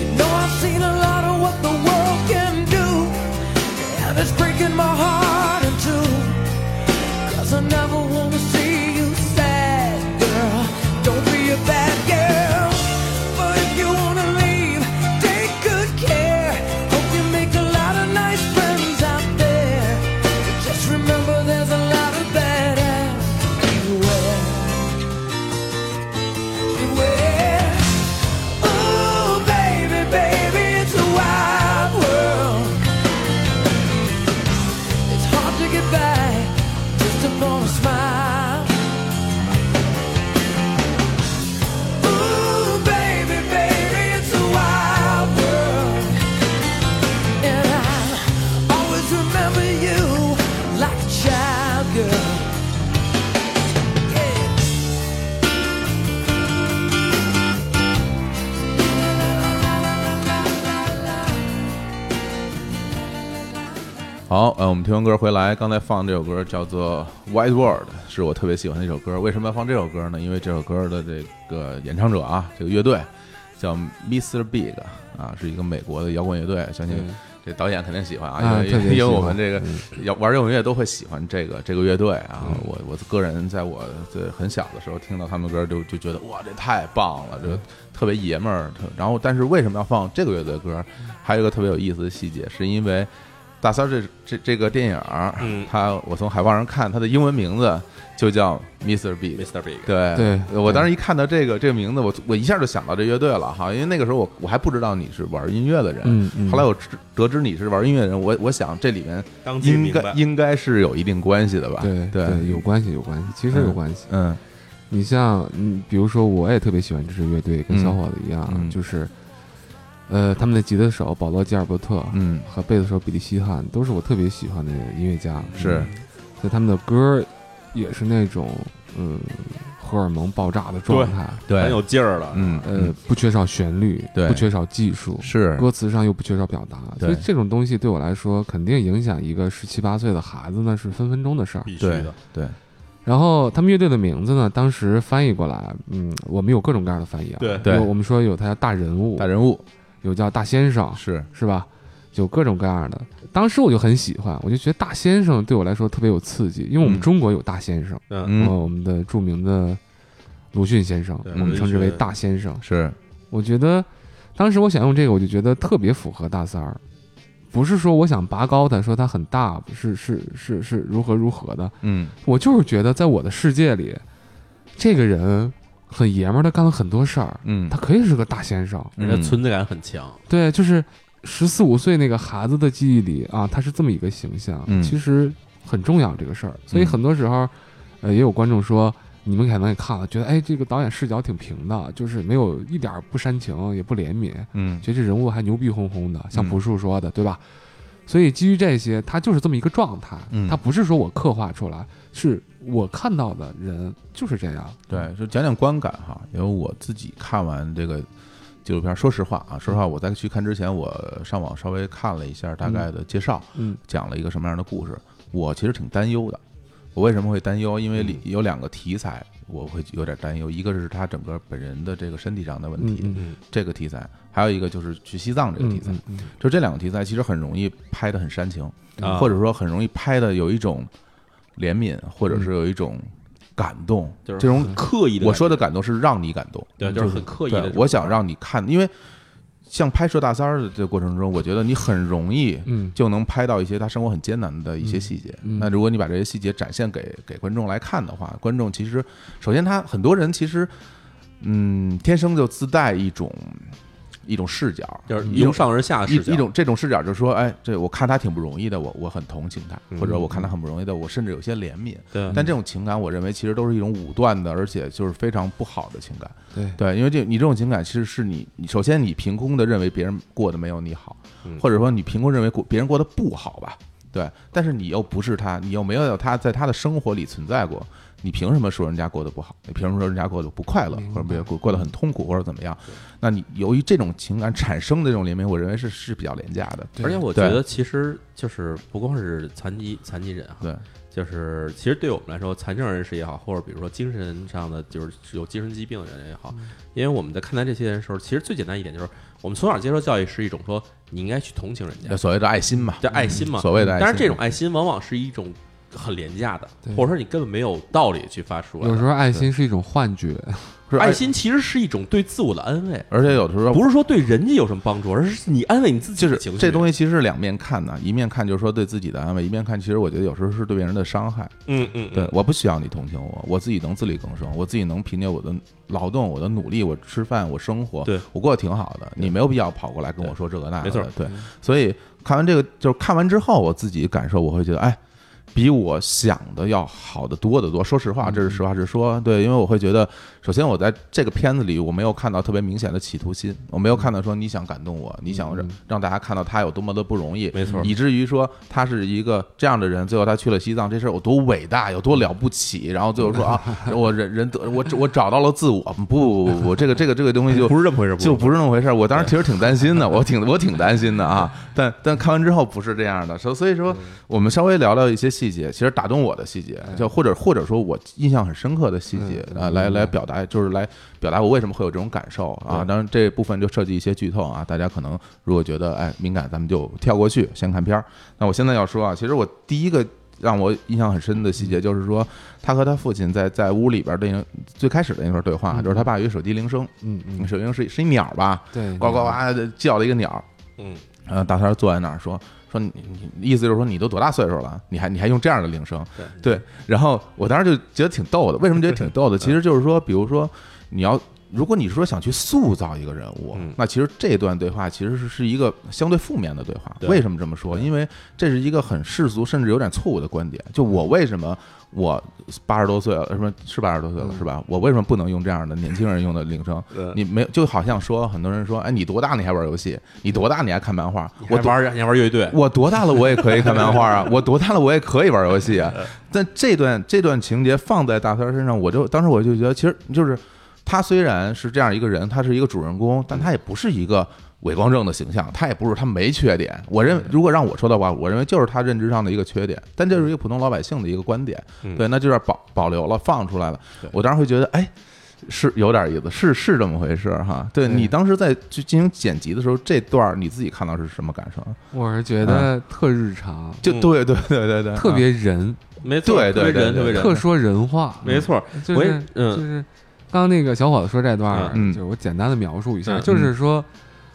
You know I've seen a lot of what the world can do, and it's breaking my heart in two. 'Cause I never wanna see you sad, girl. Don't be a bad girl. But if you wanna leave, take good care. Hope you make a lot of nice friends out there. But just remember there's a lot of bad out everywhere. Beware. Ooh, baby, baby, it's a wild world. It's hard to get by just upon a smile. Ooh, baby, baby, it's a wild world. And I always remember you like a child girl. Yeah. 好，呃，我们听完歌回来，刚才放这首歌叫做《Wide World》，是我特呃别喜欢的一首歌。为什么要放这首歌呢？因为这首歌的这个演唱者啊，这个乐队叫 Mr. Big 啊，是一个美国的摇滚乐队，相信嗯这导演肯定喜欢啊，啊因特为别因为喜欢嗯我们这个摇玩摇滚乐都会喜欢这个这个乐队啊。我我个人在我这很小的时候听到他们的歌就就觉得哇，这太棒了，嗯就特别爷们儿。特然后，但是为什么要放这个乐队的歌？还有一个特别有意思的细节，是因为大三这这这个电影儿，嗯它我从海报上看，它的英文名字就叫 Mr. Big。 ，Mr. Big，对对我对当时一看到这个这个名字，我我一下就想到这乐队了哈，因为那个时候我我还不知道你是玩音乐的人，嗯嗯后来我知得知你是玩音乐的人，我我想这里面当即应明该白，应该是有一定关系的吧？对对，有关系有关系，其实有关系。嗯你像，嗯，比如说，我也特别喜欢这支乐队，跟嗯小伙子一样，嗯就是，呃，他们的吉他手保罗·吉尔伯特，嗯和贝斯手比利·希汉都是我特别喜欢的音乐家，嗯是，所以他们的歌也是那种，嗯，荷尔蒙爆炸的状态，对，很有劲儿了，嗯呃，不缺少旋律，对不缺少技术，是歌词上又不缺少表达，对所以这种东西对我来说，肯定影响一个十七八岁的孩子呢是分分钟的事儿。必须对的，对然后他们乐队的名字呢，当时翻译过来，嗯，我们有各种各样的翻译啊，对对有我们说有他叫大人物，大人物有叫大先生，是是吧？有各种各样的。当时我就很喜欢，我就觉得大先生对我来说特别有刺激，因为我嗯们中国有大先生，嗯，呃，嗯我们的著名的鲁迅先生，对我们称之为鲁迅大先生。是我觉得当时我想用这个，我就觉得特别符合大三儿，不是说我想拔高他，说他很大，是是是是如何如何的，嗯我就是觉得在我的世界里，这个人很爷们儿，他干了很多事儿，嗯他可以是个大先生，人家嗯存在感很强，对，就是十四五岁那个孩子的记忆里啊，他是这么一个形象，嗯其实很重要这个事儿。所以嗯很多时候，呃，也有观众说，你们可能也看了，觉得哎，这个导演视角挺平的，就是没有一点儿不煽情，也不怜悯，嗯觉得这人物还牛逼哄哄的，像嗯朴树说的，对吧？所以基于这些，他就是这么一个状态，嗯他不是说我刻画出来，是我看到的人就是这样。对，就讲讲观感哈，因为我自己看完这个纪录片，说实话啊，说实话，我在去看之前，我上网稍微看了一下大概的介绍，嗯讲了一个什么样的故事，我其实挺担忧的。我为什么会担忧？因为里嗯有两个题材，我会有点担忧，一个是他整个本人的这个身体上的问嗯题，嗯嗯，这个题材，还有一个就是去西藏这个嗯题材。嗯嗯就这两个题材，其实很容易拍的很煽情，啊嗯或者说很容易拍的有一种怜悯，或嗯者是有一种感动，就是这种很刻意的，我说的感动是让你感动，对，就是很刻意对的，，我想让你看，因为像拍摄大三儿的这个过程中，我觉得你很容易嗯就能拍到一些他生活很艰难的一些细节。嗯嗯那如果你把这些细节展现给给观众来看的话，观众其实首先他很多人其实嗯天生就自带一种一种视角，就是一由种上而下的一视角一种这种视角，就是说，哎，这我看他挺不容易的，我我很同情他，嗯或者我看他很不容易的，我甚至有些怜悯。对但这种情感，我认为其实都是一种武断的，而且就是非常不好的情感。对对，因为这你这种情感，其实是你，你首先你凭空的认为别人过得没有你好，嗯或者说你凭空认为过别人过得不好吧，对，但是你又不是他，你又没有他在他的生活里存在过，你凭什么说人家过得不好？你凭什么说人家过得不快乐，明或者白别过过得很痛苦，或者怎么样？那你由于这种情感产生的这种怜悯，我认为是是比较廉价的，而且我觉对得，其实就是不光是残疾残疾人哈，对，就是其实对我们来说，残障人士也好，或者比如说精神上的就是有精神疾病的人也好，因为我们在看待这些人的时候，其实最简单一点就是我们从小接受教育是一种说你应该去同情人那家，所谓的爱心嘛，叫爱心嘛。呃嗯所谓的爱心，但嗯是这种爱心往往是一种很廉价的，对或者说你根本没有道理去发出来的。有时候爱心是一种幻觉，啊是爱，心其实是一种对自我的安慰，而且有的时候不是说对人家有什么帮助，而是你安慰你自己就的是情绪。啊这东西其实是两面看的，一面看就是说对自己的安慰，一面看其实我觉得有时候是对别人的伤害。嗯，嗯嗯，对，我不需要你同情我，我自己能自力更生，我自己能凭借我的劳动、我的努力、我吃饭、我生活，对我过得挺好的。你没有必要跑过来跟我说这个那个的。没错嗯对。所以看完这个，就是看完之后，我自己感受，我会觉得，哎，比我想的要好得多得多。说实话，嗯这是实话实说。对，因为我会觉得，首先我在这个片子里，我没有看到特别明显的企图心，我没有看到说你想感动我，你想让让大家看到他有多么的不容易，嗯没错以至于说他是一个这样的人，最后他去了西藏，这事儿有多伟大，有多了不起，然后最后说 啊，我人人得我我找到了自我，不不不不不，这个这个这个东西就 不是这么回事，就不是那么回事儿。我当时其实挺担心的，我挺我挺担心的啊。但但看完之后不是这样的，所所以说我们稍微聊聊一些细节，其实打动我的细节，就或者或者说我印象很深刻的细节嗯啊，嗯来明白来表达，就是来表达我为什么会有这种感受啊。对当然这部分就涉及一些剧透啊，大家可能如果觉得哎敏感，咱们就跳过去，先看片儿。那我现在要说啊，其实我第一个让我印象很深的细节就是说，他和他父亲在在屋里边的那最开始的那段对话，啊嗯就是他爸有一手机铃声，嗯 嗯，手机铃声是是一鸟吧，对，呱呱呱地叫了一个鸟，嗯，呃，大三儿坐在那儿说说你你你意思就是说你都多大岁数了，你还你还用这样的铃声？对对，然后我当时就觉得挺逗的。为什么觉得挺嗯逗的？其实就是说，比如说你要。如果你说想去塑造一个人物，嗯那其实这段对话其实是是一个相对负面的对话。对为什么这么说？因为这是一个很世俗，甚至有点错误的观点。就我为什么我八十多岁了，什么是八十多岁了是吧？我为什么不能用这样的年轻人用的铃声？嗯对你没有就好像说很多人说，哎，你多大你还玩游戏？你多大你还看漫画？你我还多玩你还玩乐队， 我多大了我也可以看漫画啊，我多大了我也可以玩游戏啊。但这段这段情节放在大三儿身上，我就当时我就觉得，其实就是他虽然是这样一个人，他是一个主人公，但他也不是一个伪光正的形象，他也不是他没缺点。我认为如果让我说的话，我认为就是他认知上的一个缺点，但这是一个普通老百姓的一个观点，嗯对，那就是保保留了放出来了对。我当时会觉得，哎。是有点意思，是是这么回事儿哈。对对你当时在去进行剪辑的时候，这段儿你自己看到是什么感受？我是觉得特日常，就嗯对对对对对，特啊别人，没错，对特对别对人特对别人，特说人话，没错，就我也是嗯就是刚刚那个小伙子说这段儿，嗯就是我简单的描述一下，嗯就是说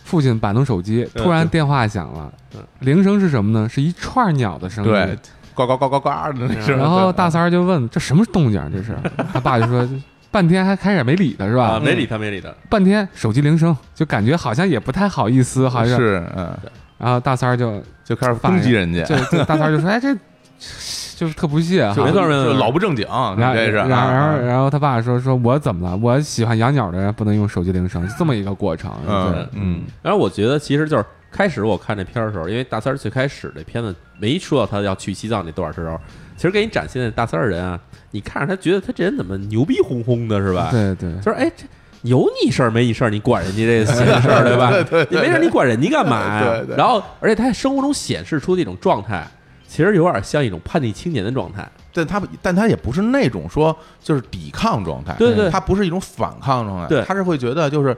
父亲摆弄手机，嗯突然电话响了嗯，铃声是什么呢？是一串鸟的声 音。对，呱呱呱呱呱的那声儿。然后对大三儿就问这什么动静儿？这是他爸就说。半天还开始没理他是吧？嗯啊，没理他，没理他，半天手机铃声，就感觉好像也不太好意思，好像。是嗯，然后大三儿就就开始攻击人家，就就大三儿就说：“哎，这 就是特不屑啊哈。就没错没错就老不正经，你然后，这是啊。然后，然后，啊然后他爸说：“说我怎么了？我喜欢养鸟的人不能用手机铃声，是这么一个过程。嗯嗯然后我觉得其实就是开始我看这片儿的时候，因为大三儿最开始这片子没说到他要去西藏那段儿的时候，其实给你展现的大三儿人啊，你看着他觉得他这人怎么牛逼哄哄的，是吧？对对，就是哎这。有你事儿没你事儿，你管人家这闲事儿 对吧？对对你没事儿你管人家干嘛呀？对对然后，而且他在生活中显示出的一种状态，其实有点像一种叛逆青年的状态。但他但他也不是那种说就是抵抗状态，对对他不是一种反抗状态，对他是会觉得就是。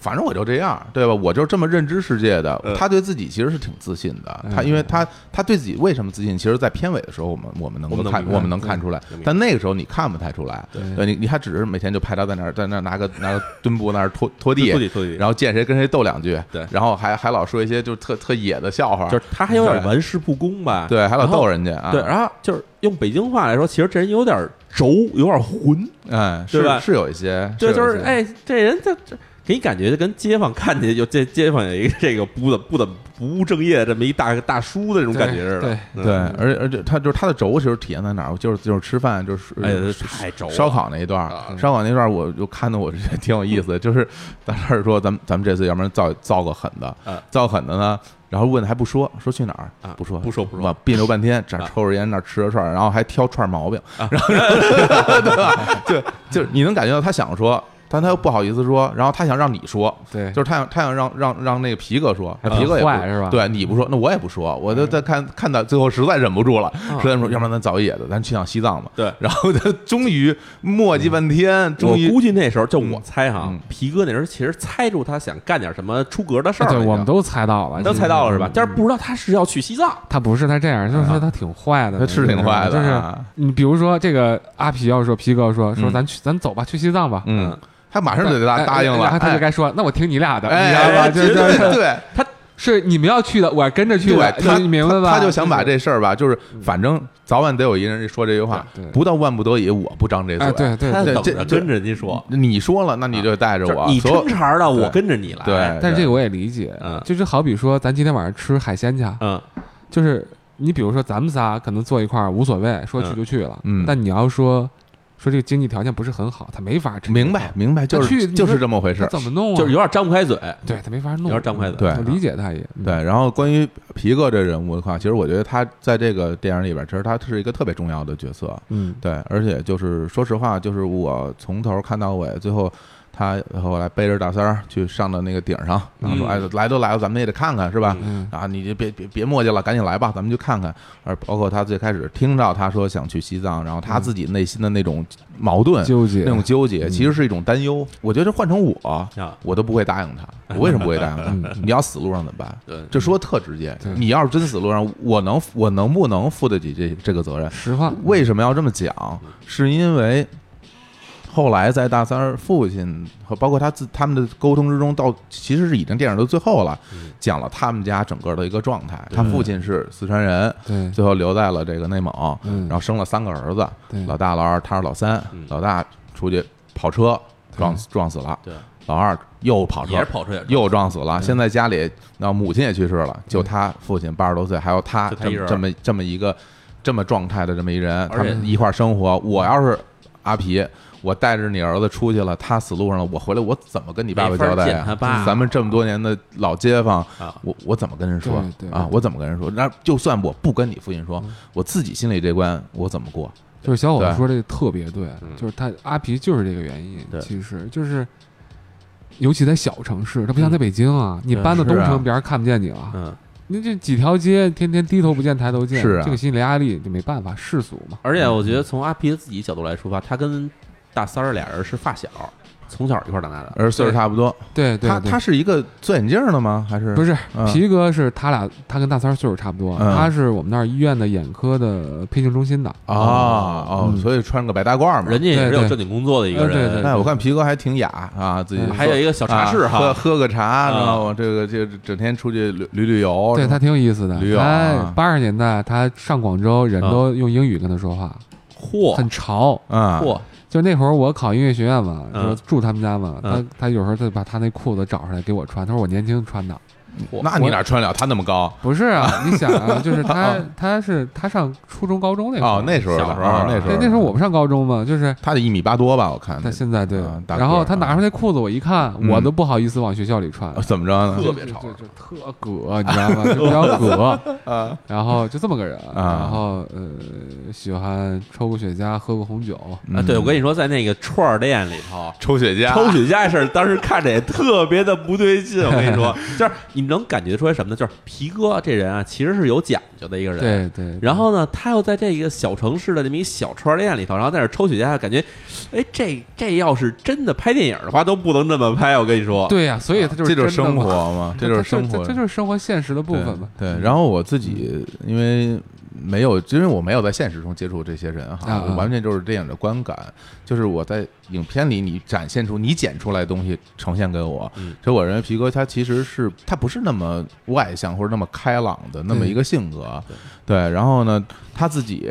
反正我就这样，对吧？我就这么认知世界的。嗯他对自己其实是挺自信的，嗯他因为他他对自己为什么自信？其实，在片尾的时候，我们我们能我够们能看明白我们能看出来嗯，但那个时候你看不太出来。呃对对，你你还只是每天就拍他在那儿在那儿拿个拿个墩布那儿拖拖地拖，地拖地，然后见谁跟谁斗两句，对然后还还老说一些就特特野的笑话，就是他还有点玩世不恭吧？对，还老然后逗人家啊，对，然后就是用北京话来说，其实这人有点儿轴，有点儿混，嗯，对吧是是有一些，对，就有一些，是哎，这人这这给你感觉就跟街坊看见有这街坊有一个这个不怎不怎不务正业的这么一大大叔的这种感觉似的，嗯对对，而而且他就是他的轴其实体现在哪儿？就是就是吃饭，就是哎呀，太轴了烧烤那一段儿，嗯啊烧烤那一段儿我就看的我是觉得挺有意思 的，就是在这儿说咱们咱们这次要不然造造个狠的嗯，造狠的呢，然后问还不说，说去哪儿啊不说不说不说哇，别扭半天，这儿啊抽着烟那儿吃着串儿，然后还挑串儿毛病， 然后对吧？就 就是你能感觉到他想说。但他又不好意思说，然后他想让你说，对就是他想他想让让让那个皮哥说，哎还皮哥也不坏是吧嗯对，你不说，那我也不说，我就在看看到最后实在忍不住了，实在说，要不然咱找一野的，咱去趟西藏吧。对然后他终于磨叽半嗯天，我终于估计那时候就我猜哈，嗯皮哥那时候其实猜出他想干点什么出格的事对，儿了已对经，我们都猜到了，都猜到了是吧？就但是不知道他是要去西藏，他不是他这样，就是说他挺坏的，啊他是挺坏的就是啊你比如说这个阿皮要说皮哥说说嗯咱去咱走吧，去西藏吧，嗯，他马上就得答哎答应了，然后他就哎该说那我听你俩的，你知道吧？哎，就绝对就是对。是你们要去的，我跟着去对的，他，你明白吧？嗯他就想把这事儿吧，就是反正早晚得有一人说这句话对对，不到万不得已，我不张这哎，嘴。对对他对。对啊等这着这跟着人家说，你说了，那你就带着就是我。你所有抻茬儿的，对我跟着你来，对，但是这对个我也理解嗯，就是好比说，咱今天晚上吃海鲜去，啊嗯，就是你比如说咱们仨可能坐一块儿无所谓，说去就去了，嗯但你要说说这个经济条件不是很好，他没法吃，明白明白，就他去是你就是说这么回事他儿。怎么弄啊？就是有点张不开嘴，对他没法有弄，嗯点张不开嘴，对我理解他也嗯对，然后关于皮哥这人物的话，其实我觉得他在这个电影里边，其实他是一个特别重要的角色。嗯对，而且就是说实话，就是我从头看到尾，最后他后来背着大三儿去上到那个顶上，然后说：“嗯哎，来都来了，咱们也得看看，是吧？嗯啊，你就别别别墨迹了，赶紧来吧，咱们就看看。”而包括他最开始听到他说想去西藏，然后他自己内心的那种矛盾、嗯纠结嗯那种纠结，其实是一种担忧。我觉得换成我，啊，我都不会答应他。我为什么不会答应嗯他？你要死路上怎么办？对，这说特直接。你要是真死路上，我能我能不能负得起这这个责任？实话，为什么要这么讲？是因为后来在大三儿父亲和包括他自他们的沟通之中，到其实是已经电影的最后了，讲了他们家整个的一个状态。他父亲是四川人，对最后留在了这个内蒙，嗯然后生了三个儿子对，老大、老二，他是老三，老大出去跑车撞撞死了，对，老二又跑车，也是跑车也撞死又撞死了。现在家里，然后母亲也去世了，就他父亲八十多岁，还有他嗯就他这一人么这么这么一个这么状态的这么一人，而他且们一块儿生活。我要是阿皮，我带着你儿子出去了，他死路上了，我回来我怎么跟你爸爸没法交代见他呀爸？咱们这么多年的老街坊啊，我我怎么跟人说对对啊？我怎么跟人说？那就算我不跟你父亲嗯说，我自己心里这关我怎么过？就是小伙对子说这个特别对，就是他阿皮就是这个原因对，其实就是。尤其在小城市，他不像在北京啊，你搬到是东啊城，别人看不见你了。嗯，你这几条街，天天低头不见抬头见，是啊这个心理压力就没办法，世俗嘛。而且我觉得从阿皮的自己角度来出发，他跟大三儿俩人是发小，从小一块儿长大的。而岁数差不多，对对他对，他是一个做眼镜儿的吗？还是不是？是嗯皮哥是他俩，他跟大三儿岁数差不多，嗯他是我们那儿医院的眼科的配镜中心的。啊哦，嗯所以穿个白大褂嘛，人家也是对有对正经工作的一个呃对人，对哎，我看皮哥还挺雅啊，自己嗯喝还有一个小茶室哈啊喝喝个茶，啊然后这个这整天出去旅旅旅游，嗯对是吧他挺有意思的驴，友他啊八十年代他上广州，人啊都用英语跟他说话，嚯很潮。嗯，嚯，就那会儿我考音乐学院嘛，嗯就住他们家嘛，嗯他他有时候他就把他那裤子找出来给我穿，他说我年轻穿的。那你哪穿了他那么高不是啊， 你想啊，就是他他是他上初中高中那会儿嗯哦？那时候的小时候啊那时候对那时候我们上高中嘛，就是他得一米八多吧？我看他现在对啊，大个儿然后他拿出那裤子我一看，嗯我都不好意思往学校里穿啊，怎么着呢？特别潮就就就特葛，你知道吗？就比较葛， 啊然后就这么个人，啊然后呃，喜欢抽过雪茄，喝过红酒，啊！对，我跟你说，在那个串儿店里头。抽雪茄，抽雪茄的事儿，当时看着也特别的不对劲。我跟你说，就是你能感觉出来什么呢？就是皮哥这人啊，其实是有讲究的一个人。对对，然后呢，他又在这个小城市的这么一小串儿店里头，然后在那儿抽雪茄，感觉，哎，这这要是真的拍电影的话，都不能这么拍。我跟你说，对呀，所以他就是啊这就是真的生活嘛，嘛，他这就是他生活，这这就是生活现实的部分嘛。嗯对，对然后我自己因为没有，因为我没有在现实中接触这些人啊哈啊，我完全就是电影的观感，就是我在影片里你展现出你剪出来的东西呈现给我嗯，所以我认为皮哥他其实是他不是那么外向或者那么开朗的那么一个性格，嗯对，然后呢他自己。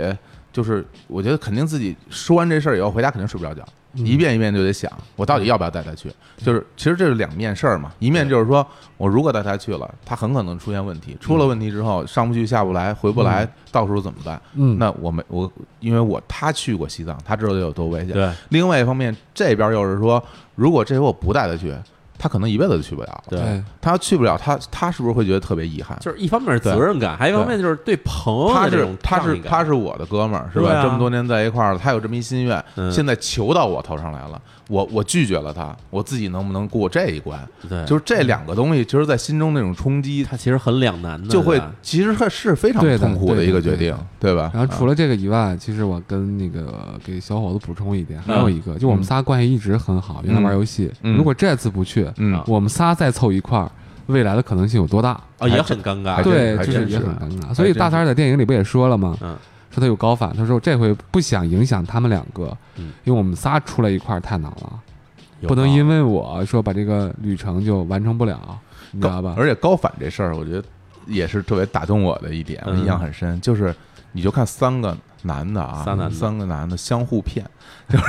就是我觉得肯定自己说完这事儿以后回家肯定睡不着觉，嗯一遍一遍就得想我到底要不要带他去。就是其实这是两面事儿嘛，一面就是说我如果带他去了，他很可能出现问嗯题，出了问题之后上不去下不来回不来，到时候怎么办？嗯，那我没我因为我他去过西藏，他知道有多危险。对，另外一方面，这边又是说，如果这回我不带他去，他可能一辈子都去不了了。对对他要去不了，他他是不是会觉得特别遗憾？就是一方面是责任感，还有一方面就是对朋哦友他的这是种他仗是义感他是我的哥们儿，是吧？对啊这么多年在一块儿了，他有这么一心愿，嗯现在求到我头上来了，我我拒绝了他，我自己能不能过这一关？嗯对，就是这两个东西，其实，在心中那种冲击，他其实很两难的，就会对吧其实它是非常嗯对的痛苦对一的个决定，对吧？然后除了了这个以外，其实我跟那个给小伙子补充一点，还嗯有一个，就我们仨关系一直很好，原来玩游戏。嗯如果这次不去，嗯，我们仨再凑一块儿，未来的可能性有多大？啊也很尴还尬，真对，还就真是也是很尴尬。所以大三儿在电影里不也说了吗？嗯说他有高反，他说我这回不想影响他们两个，嗯因为我们仨出来一块儿太难了，嗯有不能道理因为我说把这个旅程就完成不了，你知高道吧？而且高反这事儿，我觉得也是特别打动我的一点，我嗯印象很深，就是你就看三个男的啊，三男的三个男的相互骗， 就是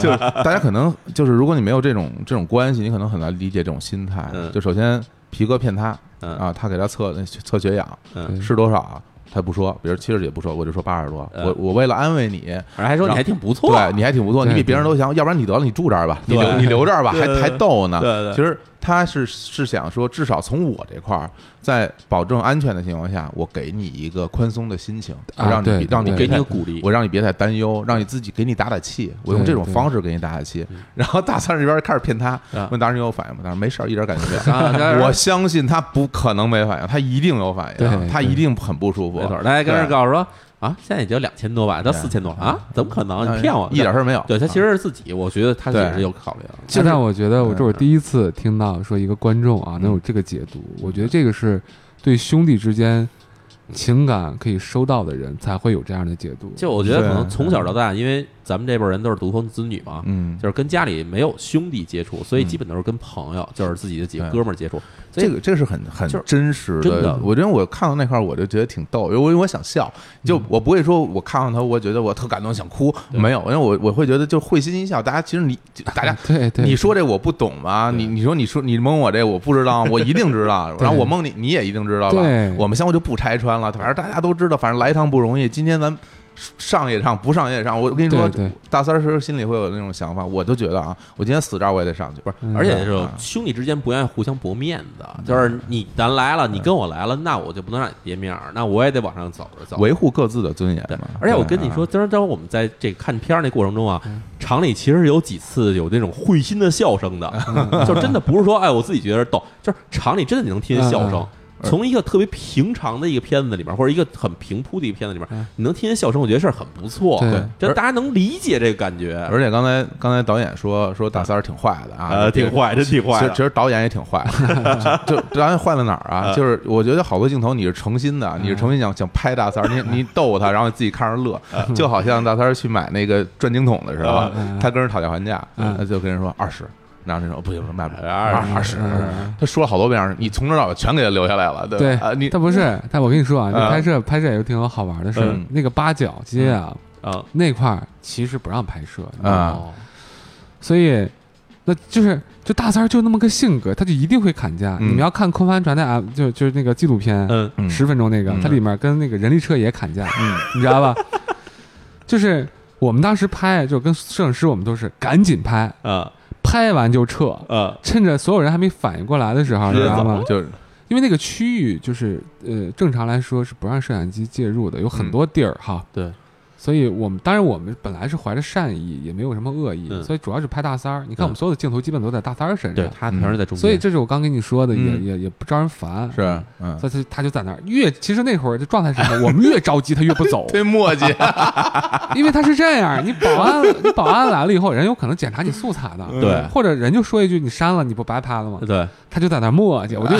就是大家可能就是如果你没有这种这种关系，你可能很难理解这种心态。嗯就首先皮哥骗他嗯啊，他给他测那测血氧嗯，是多少啊，他不说，比如七十几不说，我就说八十多，嗯我我为了安慰你。反正还说你还挺不错，啊对你还挺不错，你对比别人都强，要不然你得了，你住这儿吧，你留对你留这儿吧，对还对还逗呢。对对其实他是是想说，至少从我这块儿，在保证安全的情况下，我给你一个宽松的心情，啊让对你让你我对给别你太个鼓励，我让你别太担忧，让你自己给你打打气。我用对这种对方式给你打打气。嗯然后大三这边开始骗他啊，问大师有反应吗？大师没事儿，一点感觉没有。啊，当然 我相信他不可能没反应，他一定有反对应，啊他一定很不舒服。没错，大家跟人对告诉说啊，现在也就两千多吧，到对嗯四千多啊，怎么可能？你骗我？一点事儿没有。啊对他其实是自己，我觉得他也对是有考虑的。就是哎但我觉得我这嗯我第一次听到说一个观众啊能有这个解读，我嗯觉得这个是对兄弟之间情感可以收到的人才会有这样的解读。就我觉得可能对从小到大，因为咱们这辈儿人都是独生子女嘛，嗯，就是跟家里没有兄弟接触，所以基本都是跟朋友，就是自己的几个对哥们儿接触。所以这个这是很很就是真实真的我觉得我看到那块儿我就觉得挺逗，因为我因为我想笑，就我不会说我看到他我觉得我特感动想哭，嗯对没有，因为我我会觉得就会心一笑。大家其实你就大 家哎对对，你说这我不懂吗？对你你说你说你蒙我这我不知道，我一定知 道。然后我蒙你，你也一定知道吧对？我们相互就不拆穿了，反正大家都知道，反正来一趟不容易。今天咱们上也上，不上也上。我跟你说对对，大三儿时候心里会有那种想法，我都觉得啊，我今天死这儿我也得上去。不嗯而且就是啊兄弟之间不愿意互相驳面子，嗯就是你咱来了，你跟我来了，那我就不能让你跌面儿，那我也得往上走着走。维护各自的尊严对嘛。，而且我跟你对啊说，当然，当然，我们在这个看片儿那过程中啊，厂里其实有几次有那种会心的笑声的，就真的不是说哎，我自己觉得逗，就是厂里真的你能听见笑声嗯。从一个特别平常的一个片子里面，或者一个很平铺的一个片子里面嗯，你能听见笑声，我觉得是很不错。对这大家能理解这个感觉，而且刚才刚才导演说说大三儿挺坏的啊，呃，挺坏，真其挺坏实其的。实导演也挺坏的，就就导演坏在哪儿啊？嗯就是我觉得好多镜头你是诚心的，你是诚心想想拍大三儿，你你逗他，然后你自己看着乐，就好像大三儿去买那个转经筒的时候嗯，他跟人讨价还价，嗯他就跟人说二十。然后人说不行，卖不了二二十嗯。他说了好多遍二十，你从头到尾全给他留下来了，对吧？啊，你他不是他，我跟你说啊，啊那拍摄拍摄也有挺有好玩的事儿嗯。那个八角街啊啊那块儿其实不让拍摄，你知道吗啊哦所以那就是就大三儿就那么个性格，他就一定会砍价。嗯你们要看空帆船的啊，就就是那个纪录片，嗯，嗯十分钟那个，嗯它里面跟那个人力车也砍价，嗯你知道吧？ 就是我们当时拍，就跟摄影师我们都是赶紧拍，啊拍完就撤，啊趁着所有人还没反应过来的时候，你直知接道吗？啊就是因为那个区域就是呃，正常来说是不让摄像机介入的，有嗯很多地儿哈。对，所以我们当然我们本来是怀着善意，也没有什么恶意，嗯所以主要是拍大三儿。你看我嗯们所有的镜头基本都在大三儿身对上，他全是在中间，所以这是我刚跟你说的，也嗯也也不招人烦。是，嗯，所以他他就在那儿越，其实那会儿这状态 是什么？我们越着急，他越不走，忒墨 迹，因为他是这样，你保安 你保安来了以后，人有可能检查你素材的，对或者人就说一句你删了，你不白拍了吗？对他就在那儿磨叽，我就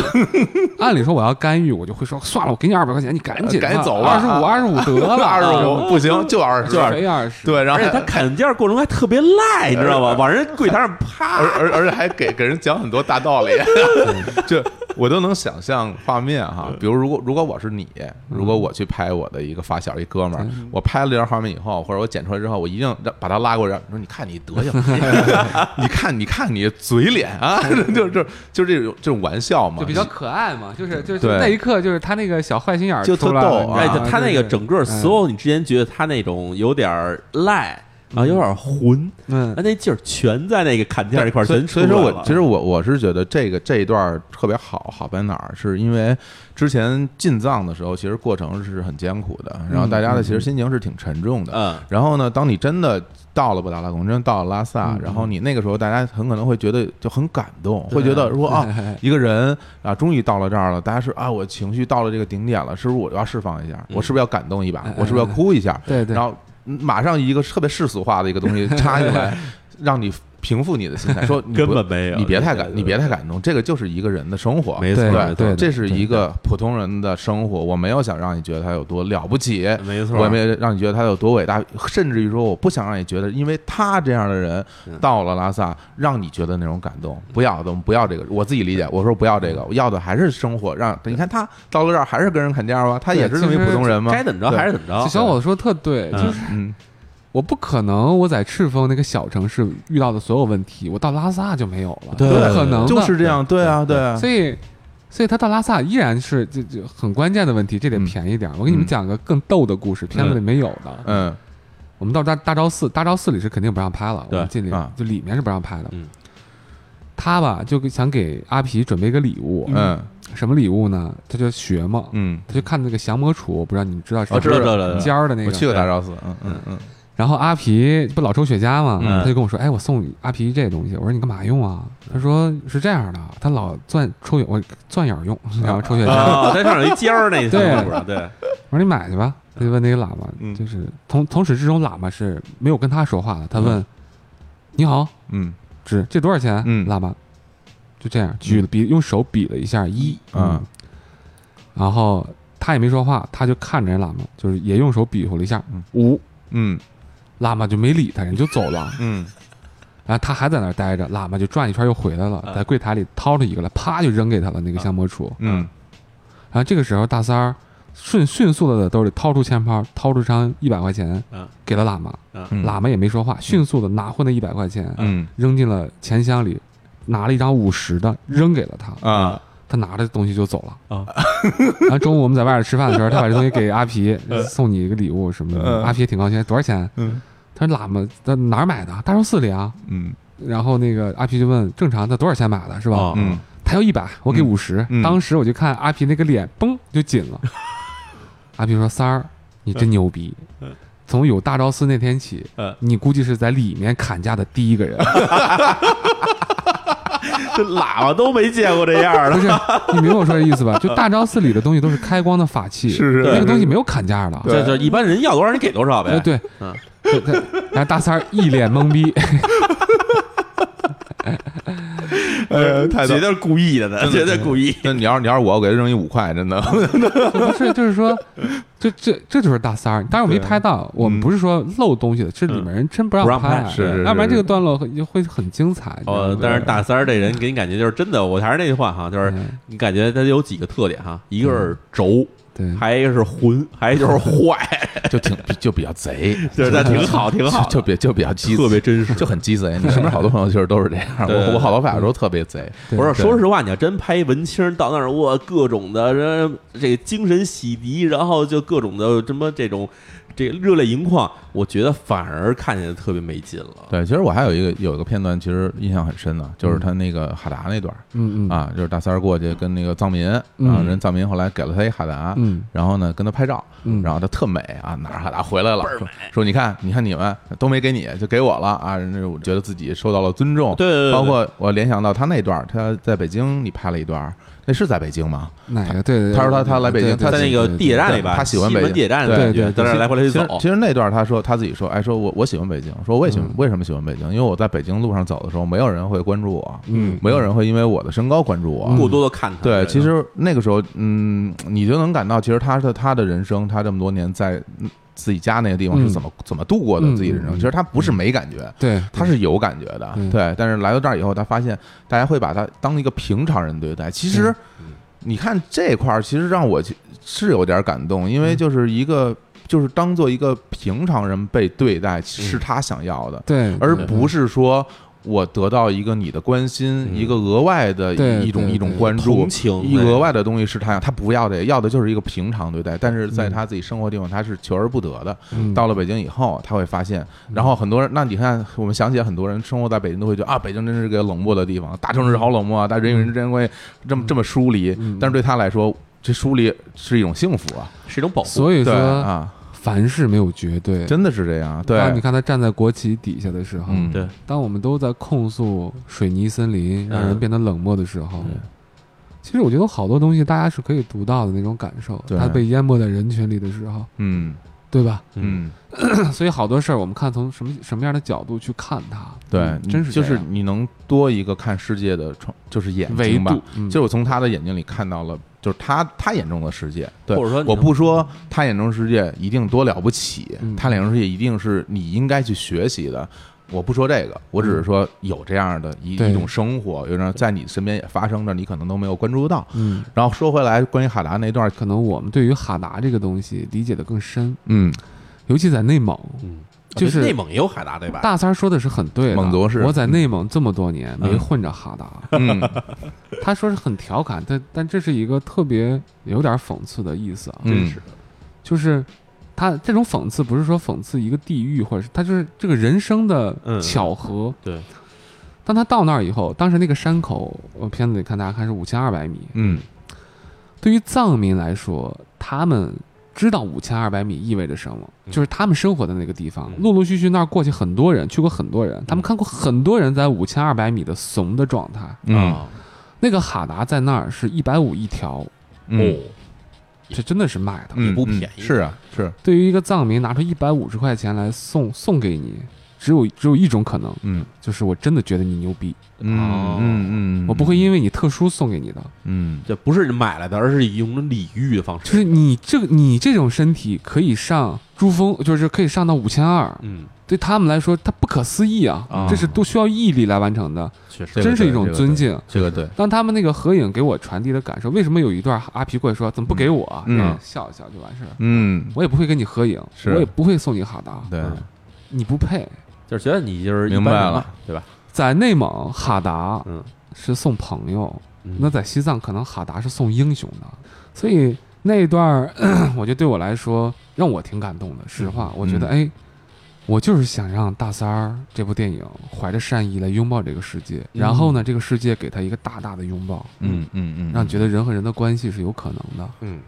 按理说我要干预，我就会说算了，我给你二百块钱，你赶紧啊赶紧走吧二十五二十五得 了，二十五不行，就二十，非二十，对，然而后且还他砍价过程还特别赖，你知道吗？往人柜台上啪而而而且还给给人讲很多大道理， 就我都能想象画面哈。比如，如果如果我是你，如果我去拍我的一个发小一哥们儿，我拍了这张画面以后，或者我剪出来之后，我一定让把他拉过来，说你看你德行，啊 你看你看你嘴脸啊， 就就就这种这种玩笑嘛，就比较可爱嘛，就是就是对那一刻，就是他那个小坏心眼儿就出特来逗了，啊哎，你知道他吗他那个就是整个所有你之前觉得他那种有点儿赖啊，有点儿混，嗯 他那劲儿全在那个砍价这块儿所以全出所来以了。说我其实我我是觉得这个这一段儿特别好，好在哪儿？是因为之前进藏的时候，其实过程是很艰苦的，然后大家的其实心情是挺沉重的。嗯然后呢，当你真的到了布达拉宫，真的到了拉萨，然后你那个时候，大家很可能会觉得就很感动，会觉得说啊，一个人啊，终于到了这儿了，大家是啊，我情绪到了这个顶点了，是不是我要释放一下？我是不是要感动一把嗯？我是不是要哭一下？ 对对然后嗯马上一个特别世俗化的一个东西插进来，让你平复你的心态，说你根不本没有你别太感对，对你别太感动，这个就是一个人的生活，没错对没错对这是一个普通人的生活，我没有想让你觉得他有多了不起，没错我也没有让你觉得他有多伟大，甚至于说我不想让你觉得，因为他这样的人嗯到了拉萨，让你觉得那种感动。不要的，我们不要这个，我自己理解。我说不要这个，嗯我要的还是生活。让你看他到了这儿还是跟人砍价吗？他也是这么一普通人吗？该怎么着对还是怎么这着。小伙子说得特对，嗯就是嗯，我不可能我在赤峰那个小城市遇到的所有问题，我到拉萨就没有了，对不可能的，就是这样，对啊，对啊，所以，所以他到拉萨依然是这这很关键的问题，这得嗯便宜点儿。我给你们嗯讲个更逗的故事，片子里没有的。嗯我们到大大昭寺，大昭寺里是肯定不让拍了，对我们进里啊就里面是不想拍的。嗯他吧就想给阿皮准备一个礼物，嗯什么礼物呢？他就学嘛，嗯，他就看那个降魔杵，我不知道你知道是哦，吧知道知道知道知尖道，儿的那我个。去过达昭寺，嗯嗯嗯，然后阿皮不老抽雪茄嘛，嗯他就跟我说：“哎，我送你阿皮这东西。”我说：“你干嘛用啊？”他说：“是这样的，他老钻抽我钻眼儿用， 然后抽雪茄。啊，它上有一尖儿那一层对是不是对，我说：“你买去吧。”他就问那个喇啊嘛，嗯就是从从始至终喇嘛是没有跟他说话的。他问：“你好，嗯纸这多少钱？”嗯喇嘛就这样举了比用手比了一下一，嗯，然后他也没说话，他就看着人喇嘛，就是也用手比划了一下嗯五，嗯喇嘛就没理他，人就走了。嗯然后他还在那儿待着，喇嘛就转一圈又回来了，嗯在柜台里掏出一个来，啪就扔给他了那个嗯降魔杵。嗯然后这个时候大三儿迅迅速的在兜里掏出钱包，掏出张一百块钱嗯给了喇嘛，嗯，喇嘛也没说话，迅速的拿回那一百块钱，嗯扔进了钱箱里，拿了一张五十的扔给了他，啊，他拿着东西就走了。哦啊， 然后中午我们在外边吃饭的时候，他把这东西给阿皮，呃送你一个礼物什么的，嗯阿皮也挺高兴，多少钱？嗯他说喇嘛在哪儿买的？大昭寺里啊。嗯然后那个阿皮就问：“正常的多少钱买的是吧？”哦嗯他要一百，我给五十、嗯当时我就看阿皮那个脸，嘣就紧 了。阿皮说：“三儿，你真牛逼！嗯从有大昭寺那天起嗯，你估计是在里面砍价的第一个人。 这喇嘛都没见过这样儿不的，是，你明白我说的意思 吧？就大昭寺里的东西都是开光的法器，嗯是是那是个东西没有砍价的。这这一般人要多少你给多少呃呗，对，嗯对对然后大三儿一脸懵逼，哎，太绝对是故意的呢，绝对故意，那你要是你要是我，我给他扔一五块，真的，不是，就是 说，这这这就是大三儿。当然我没对拍到，我们嗯不是说漏东西的，是里面人真不不让让拍拍，啊是是要不然是这个段落会会很精彩。哦，但是大三儿这人给你感觉就是真的，我还是那句话哈，就是嗯你感觉他有几个特点哈，一个是轴，嗯对还有一个 是混，还有一个就是坏， 就挺就比较贼，就是他挺好，挺好的，就比就比较鸡，特别真实。就很鸡贼。你身边好多朋友其实都是这样，对我我好多发小都特别贼，对不是，对说实话，你要真拍文青到那儿，哇，各种的呃这个精神洗涤，然后就各种的什么这种这个热泪盈眶，我觉得反而看起来特别没劲了。对，其实我还有一个有一个片段，其实印象很深的，就是他那个哈达那段儿嗯嗯啊，就是大三儿过去跟那个藏民啊，嗯人藏民后来给了他一哈达，嗯然后呢跟他拍照，嗯然后他特美啊，拿着哈达回来了，说说你看你看你们都没给你，就给我了啊，人家我觉得自己受到了尊重，对对对对包括我联想到他那段儿，他在北京你拍了一段儿，那是在北京吗？哪个？对对，他说他他来北京对对他在对那个对地铁站里对吧，他喜欢西北门京地铁站里对感觉对在那儿来回来去其实走嗯其，实那段他说他自己说，哎，说我我喜欢北京，说我也喜欢，为什么喜欢北京？因为我在北京路上走的时候，没有人会关注我，嗯没有人会因为我的身高关注我。过多的看他。嗯对，其实那个时候，嗯，你就能感到，其实他的他的人生，他这么多年在嗯自己家那个地方是嗯怎么怎么度过的嗯自己人生。嗯其实他不是没感觉，对，他是有感觉的，嗯对。但是来到这儿以后，他发现大家会把他当一个平常人对待。其实，嗯你看这块儿，其实让我其是有点感动，因为嗯就是一个就是当做一个平常人被对嗯待，是他想要的，对，而不是说。我得到一个你的关心，一个额外的对一一种对一种对关注同，情哎一对额外的东西是他要，他不要这个，要的就是一个平常对待。但是在他自己生活地方，他是求而不得的。嗯到了北京以后，他会发现，然后很多人，那你看，我们想起来很多人生活在北京都会觉得啊，北京真是个冷漠的地方，大城市好冷漠啊，但人与人之间关系这嗯么这么疏离。但是对他来说，这疏离是一种幸福啊，嗯是一种保护。所以对说啊，凡事没有绝对。真的是这样。对，当你看他站在国旗底下的时候，嗯，对，当我们都在控诉水泥森林让人变得冷漠的时候，嗯其实我觉得好多东西大家是可以读到的那种感受。对他被淹没在人群里的时候，嗯对吧？嗯，所以好多事儿我们看从什么什么样的角度去看它，对嗯，真是就这是样你能多一个看世界的窗，就是眼维睛吧度。，嗯其实我从他的眼睛里看到了，就是他他眼中的世界。对，或者说你我不说他眼中世界一定多了不起，嗯他眼中世界一定是你应该去学习的。我不说这个，我只是说有这样的一、嗯对一种生活，有人在你身边也发生着，你可能都没有关注到。嗯，然后说回来，关于哈达那段，可能我们对于哈达这个东西理解的更深，嗯，尤其在内蒙，嗯，就是内蒙也有海达对吧？大三儿说的是很对的。蒙族是我在内蒙这么多年嗯没混着哈达，嗯 他说是很调侃，但但这是一个特别有点讽刺的意思啊，嗯真是的就是他这种讽刺不是说讽刺一个地域，或者是他就是这个人生的嗯巧合。对，当他到那儿以后，当时那个山口，我片子里看大家看是五千二百米，嗯对于藏民来说，他们知道五千二百米意味着什么，嗯就是他们生活的那个地方，嗯陆陆续续那儿过去很多人，去过很多人，他们看过很多人在五千二百米的怂的状态。嗯啊那个哈达在那儿是一百五一条，嗯，哦这真的是卖的。嗯也不嗯便宜是啊，是，对于一个藏民拿出一百五十块钱来送送给你，只有只有一种可能，嗯就是我真的觉得你牛逼，嗯哦嗯嗯，我不会因为你特殊送给你的。嗯，这不是买来的，而是以一种礼遇的方式。就是你这个你这种身体可以上珠峰，就是可以上到五千二，嗯，对他们来说，它不可思议啊！啊这是都需要毅力来完成的，确实对真是一这种个尊敬。这个对，当他们那个合影给我传递的感受，为什么有一段阿皮过来说怎么不给我啊？嗯然后笑一笑就完事儿。嗯，我也不会跟你合影，是我也不会送你哈达，对，嗯你不配。就是觉得你就是一明般白人了嘛，对吧？在内蒙，哈达嗯，是送朋友，嗯那在西藏可能哈达是送英雄的，所以那一段儿， 我觉得对我来说让我挺感动的。实话，嗯我觉得哎，我就是想让《大三儿》这部电影怀着善意来拥抱这个世界，嗯然后呢，这个世界给他一个大大的拥抱，嗯嗯嗯，让觉得人和人的关系是有可能的。嗯，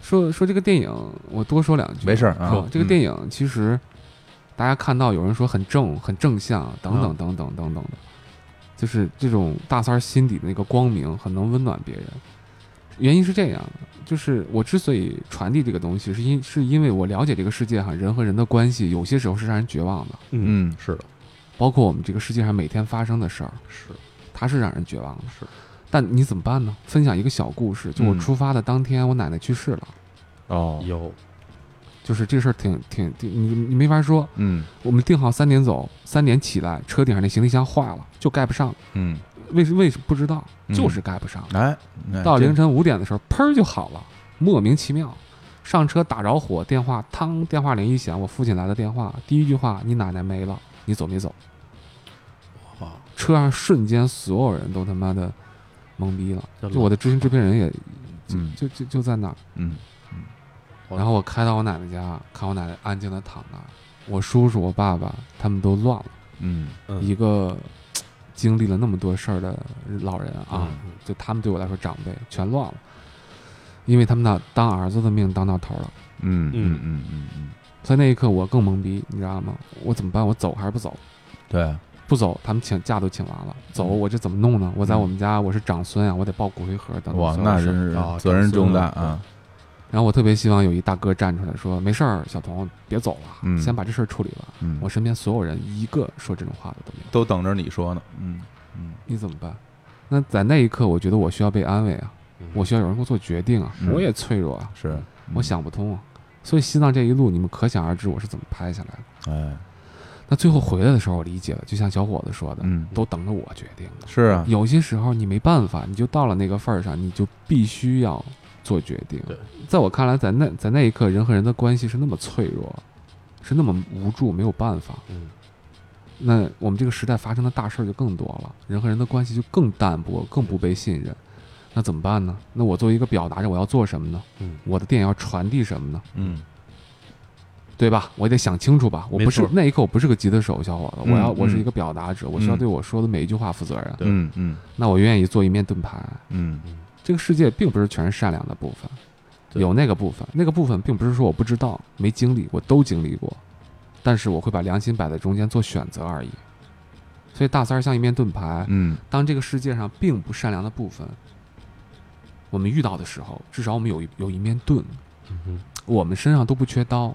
说说这个电影，我多说两句，没事儿啊说这个嗯电影其实大家看到有人说很正、很正向，等嗯等等等等等的，就是这种大三儿心底的那个光明，很能温暖别人。原因是这样的，就是我之所以传递这个东西，是因是因为我了解这个世界上人和人的关系，有些时候是让人绝望的，嗯，嗯是的，包括我们这个世界上每天发生的事儿，是它是让人绝望的。是，但你怎么办呢？分享一个小故事，就我嗯出发的当天，我奶奶去世了。哦，有就是这事儿挺挺挺，你你没法说。嗯我们定好三点走，三点起来，车顶上那行李箱坏了，就盖不上了。嗯，为什为什么不知道？嗯就是盖不上了。哎，哎到这凌晨五点的时候，砰儿就好了，莫名其妙。上车打着火，电话嘡，电话铃一响，我父亲来的电话，第一句话：“你奶奶没了，你走没走哇，？”车上瞬间所有人都他妈的懵逼了，就就我的知行制片人也就嗯就就就在那儿。嗯我然后我开到我奶奶家，看我奶奶安静的躺那儿，我叔叔、我爸爸他们都乱了。嗯嗯一个嘖经历了那么多事儿的老人啊，嗯嗯就他们对我来说长辈全乱了，因为他们那当儿子的命当到头了，嗯嗯嗯嗯嗯，所以那一刻我更懵逼，你知道吗？我怎么办？我走还是不走？对，不走，他们请假都请完了，走嗯我这怎么弄呢？我在我们家我是长孙啊，我得抱骨灰盒等等哇，所有那事真儿是啊责任重大长孙啊，然后我特别希望有一大哥站出来说：“没事儿，小童别走了，嗯先把这事儿处理了。”嗯，我身边所有人一个说这种话的都没有，都等着你说呢，嗯嗯，你怎么办？那在那一刻，我觉得我需要被安慰啊，我需要有人给我做决定啊，嗯我也脆弱啊，是，嗯我，想不通啊。所以西藏这一路，你们可想而知我是怎么拍下来的。哎，那最后回来的时候，我理解了，就像小伙子说的，嗯，都等着我决定的。是啊，有些时候你没办法，你就到了那个份儿上，你就必须要做决定对。在我看来，在那在那一刻，人和人的关系是那么脆弱，是那么无助，没有办法。嗯那我们这个时代发生的大事儿就更多了，人和人的关系就更淡薄，更不被信任。那怎么办呢？那我作为一个表达者，我要做什么呢？嗯我的电影要传递什么呢？嗯对吧？我得想清楚吧。我不是没错那一刻，我不是个吉他手，小伙子，嗯我要我是嗯一个表达者，我需要嗯对我说的每一句话负责任。对嗯嗯那我愿意做一面盾牌。嗯这个世界并不是全是善良的部分，对有那个部分，那个部分并不是说我不知道、没经历，我都经历过，但是我会把良心摆在中间做选择而已。所以大三儿像一面盾牌，嗯当这个世界上并不善良的部分，我们遇到的时候，至少我们有一有一面盾，嗯我们身上都不缺刀，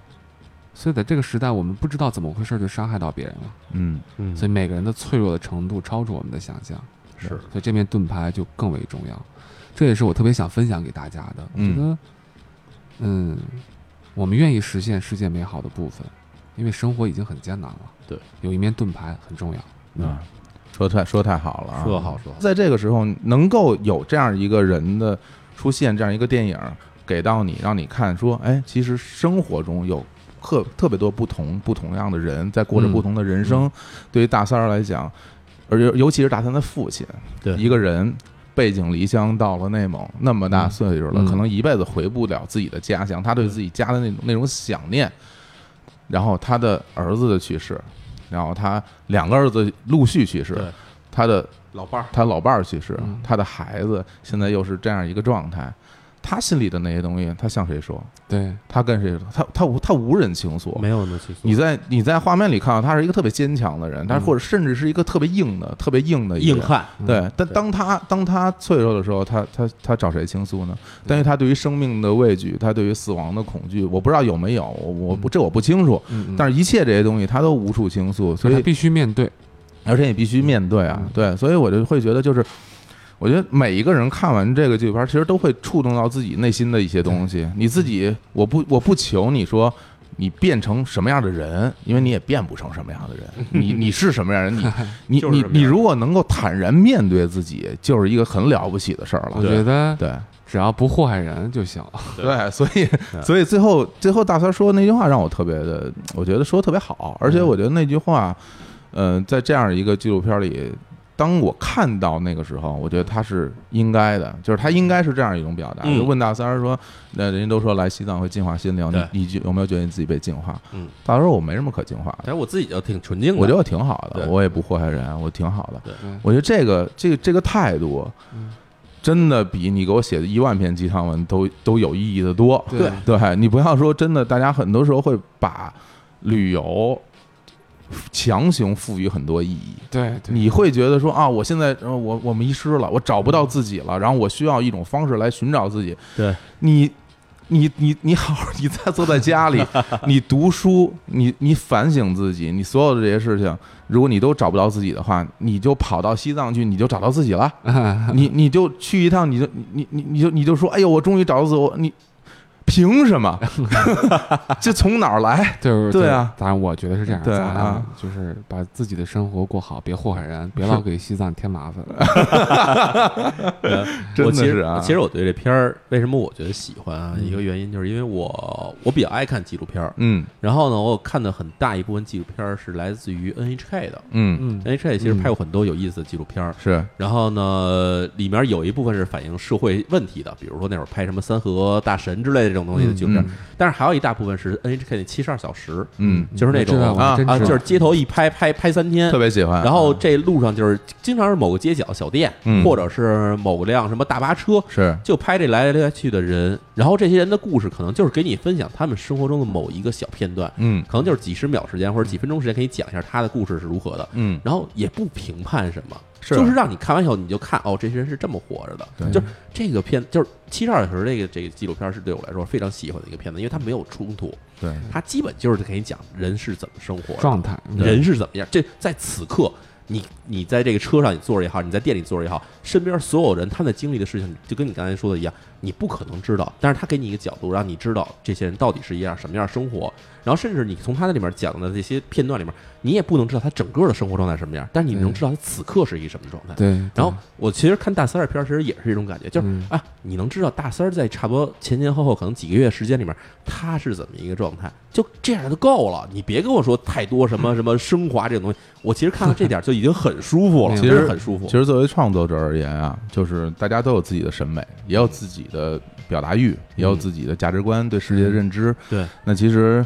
所以在这个时代，我们不知道怎么回事就伤害到别人了。嗯，嗯，所以每个人的脆弱的程度超出我们的想象，是所以这面盾牌就更为重要。这也是我特别想分享给大家的。我觉得，嗯，我们愿意实现世界美好的部分，因为生活已经很艰难了。对，有一面盾牌很重要。啊，说太说太好了啊，说嗯好说好，在这个时候能够有这样一个人的出现，这样一个电影给到你，让你看说，哎，其实生活中有。特特别多不同不同样的人在过着嗯不同的人生，对于大三儿来讲，而尤尤其是大三的父亲，对一个人背井离乡到了内蒙，那么大岁数了，嗯可能一辈子回不了自己的家乡，他对自己家的那种那种想念，然后他的儿子的去世，然后他两个儿子陆续去世对，他的老伴儿，他老伴儿去世嗯，他的孩子现在又是这样一个状态，他心里的那些东西，他向谁说？对，他跟谁说？他他无他无人倾诉。没有呢，其实你在你在画面里看到他是一个特别坚强的人，他嗯或者甚至是一个特别硬的、特别硬的一个硬人。汉，嗯对，但对当他当他脆弱的时候，他他他找谁倾诉呢？但是他对于生命的畏惧，他对于死亡的恐惧，我不知道有没有，我我不这我不清楚。嗯，嗯但是一切这些东西他都无处倾诉，所所以他以必须面对，而且也必须面对啊嗯，对，所以我就会觉得就是。我觉得每一个人看完这个纪录片，其实都会触动到自己内心的一些东西。你自己，嗯我不，我不求你说你变成什么样的人，因为你也变不成什么样的 人。你你是什么样的人，你就是你什你么样你如果能够坦然面对自己，就是一个很了不起的事儿我了。觉得对只要不祸害人就行。对嗯对，所以所以最后最后大三说的那句话让我特别的，我觉得说的特别好，而且我觉得那句话，嗯，在这样一个纪录片里，当我看到那个时候，我觉得他是应该的，就是他应该是这样一种表达。嗯就问大三儿说，那人家都说来西藏会净化心灵，对你你觉有没有觉得你自己被净化？嗯，大三说我没什么可净化的，但是哎我自己就挺纯净 的，我觉得我挺好的，对我也不祸害人，我挺好的。对我觉得这个这个这个态度嗯，真的比你给我写的一万篇鸡汤文都都有意义的多。对对你不要说真的，大家很多时候会把旅游强行赋予很多意义。对，对你会觉得说啊，我现在呃我我迷失了，我找不到自己了，然后我需要一种方式来寻找自己。对你，你你你好好，你再坐在家 里，你读书，你你反省自己，你所有的这些事情，如果你都找不到自己的话，你就跑到西藏去，你就找到自己 了。你你就去一趟，你就你你你就你就说，哎呦，我终于找到自我，你凭什么？ 这从哪儿来？就是对啊当然我觉得是这样，对咱俩啊就是把自己的生活过好，别祸害人，别老给西藏添麻烦。呃 真我的其实是啊其实我对这片儿为什么我觉得喜欢啊？一个原因就是因为我我比较爱看纪录片儿，嗯然后呢，我看的很大一部分纪录片儿是来自于 NHK 的嗯，嗯， ，NHK 其实拍过很多有意思的纪录片儿。是然后呢，里面有一部分是反映社会问题的，比如说那会儿拍什么三河大神之类的这种东西的纪录片儿，嗯但是还有一大部分是 NHK 那七十二小时，嗯，就是那种我知道我还啊真啊，知道就是街头一拍拍拍三天，特别喜欢。啊然后这路上就是经常是某个街角小店，嗯或者是某辆什么大巴车，是就拍这来来去的人，然后这些人的故事可能就是给你分享他们生活中的某一个小片段，嗯可能就是几十秒时间或者几分钟时间，给你讲一下他的故事是如何的。嗯然后也不评判什么，是啊就是让你看完以后你就看哦，这些人是这么活着的。对就是这个片，就是《七十二小时》这个这个纪录片是对我来说非常喜欢的一个片子，因为它没有冲突，对它基本就是给你讲人是怎么生活的，状态，嗯人是怎么样？这在此刻，你你在这个车上你坐着也好，你在店里坐着也好，身边所有人他们在经历的事情，就跟你刚才说的一样，你不可能知道，但是他给你一个角度，让你知道这些人到底是一样什么样的生活。然后，甚至你从他那里面讲的这些片段里面，你也不能知道他整个的生活状态是什么样，但是你能嗯知道他此刻是一个什么状态。对，然嗯后我其实看大三儿的片儿，其实也是这种感觉，就是、嗯啊，你能知道大三儿在差不多前前后后可能几个月时间里面，他是怎么一个状态，就这样就够了。你别跟我说太多什么什么升华这种东西，我其实看到这点儿就已经很舒服了，其真实是很舒服嗯其。实作为创作者而言啊，就是大家都有自己的审美，也有自己的表达欲，也嗯有自己的价值观、对世界的认知。对，那其实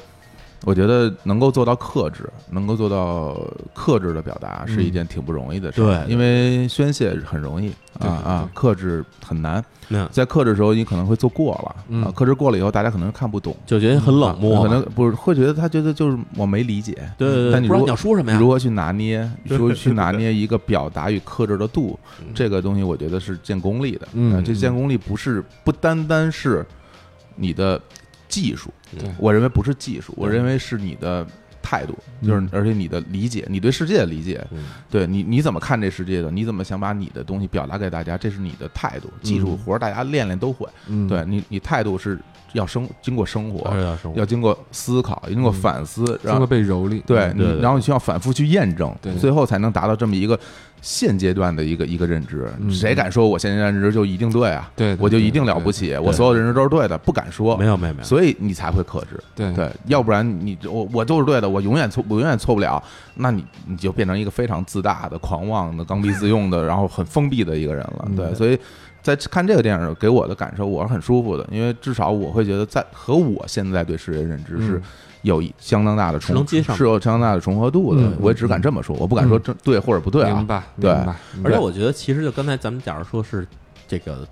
我觉得能够做到克制，能够做到克制的表达，是一件挺不容易的事儿。嗯对对因为宣泄很容易啊对啊，克制很难。那在克制的时候，你可能会做过了嗯啊，克制过了以后，大家可能看不懂。就觉得很冷漠嗯可嘛，能不是会觉得他觉得就是我没理解，对对对，但你不知如果道你要说什么哎呀如？何去拿捏，如何去拿捏一个表达与克制的度，这个东西我觉得是见功力的。嗯呃这见功力不是不单单是你的技术，对我认为不是技术，我对认为是你的态度，就是嗯而且你的理解，你对世界的理解，嗯对你你怎么看这世界的，你怎么想把你的东西表达给大家，这是你的态度。技术嗯活儿大家练练都会，嗯对你你态度是要生经过生活，还是要生活要经过思考，要经过嗯反思，然经后过被蹂躏，对，你对对然后你需要反复去验证嗯对，最后才能达到这么一个现阶段的一个一个认知。嗯谁敢说我现阶段认知就一定对啊？对对我就一定了不起，我所有认知都是对的，不敢说没，有没有没有，所以你才会克制。对对，要不然你我我就是对的，我永远错，我永远错不了。那你你就变成一个非常自大的、狂妄的、刚愎自用的，然后很封闭的一个人嗯了。对，所以在看这个电影的时候给我的感受，我是很舒服的，因为至少我会觉得在和我现在对世界认知是嗯有一相当大的重能接上是有相当大的重合度的嗯。我也只敢这么说，我不敢说嗯这对或者不对啊明。白，对明白，而且对我觉得，其实就刚才咱们假如说是这个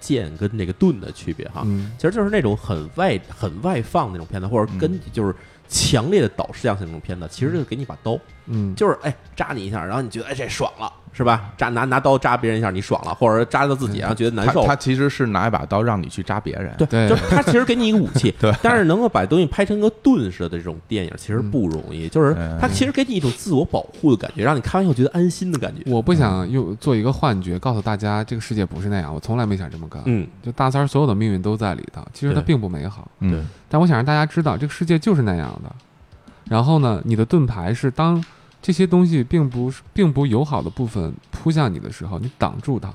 剑跟这个盾的区别哈。嗯其实就是那种很外很外放那种片子，或者跟就是强烈的导视向性那种片子，其实就是给你把刀，嗯，就是哎扎你一下，然后你觉得哎这爽了是吧？扎拿拿刀扎别人一下你爽了，或者扎到自嗯己然后觉得难他受。他其实是拿一把刀让你去扎别人，，对，对就是他其实给你一个武 器对但是能够把东西拍成个盾似的这种电影，其实不容易。就是嗯他其实给你一种自我保护的感觉，让你看完以后觉得安心的感觉。我不想又做一个幻觉，告诉大家这个世界不是那样，我从来没想这么干。嗯，就大三儿所有的命运都在里头，其实它对并不美好，嗯，但我想让大家知道，这个世界就是那样的。然后呢，你的盾牌是当这些东西并不是并不友好的部分扑向你的时候，你挡住它，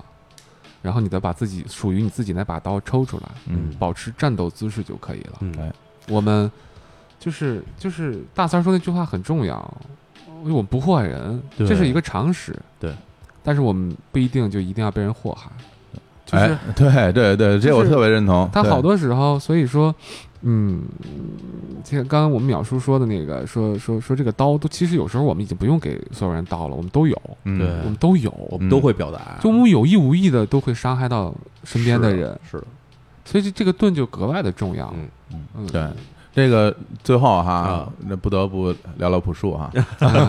然后你再把自己属于你自己那把刀抽出来，嗯保持战斗姿势就可以了。嗯哎我们就是就是大三儿说那句话很重要，因为我们不祸害人，对这是一个常识。对，但是我们不一定就一定要被人祸害，就是哎，对对对，这我就是特别认同。他对好多时候，所以说，嗯，这个刚刚我们淼叔说的那个，说说说这个刀都，其实有时候我们已经不用给所有人刀了，我们都有，嗯对我们都有，我们都会表达，嗯就我们有意无意的都会伤害到身边的人，是的，所以这这个盾就格外的重要。嗯嗯，对这个最后哈啊，那不得不聊聊朴树哈， 嗯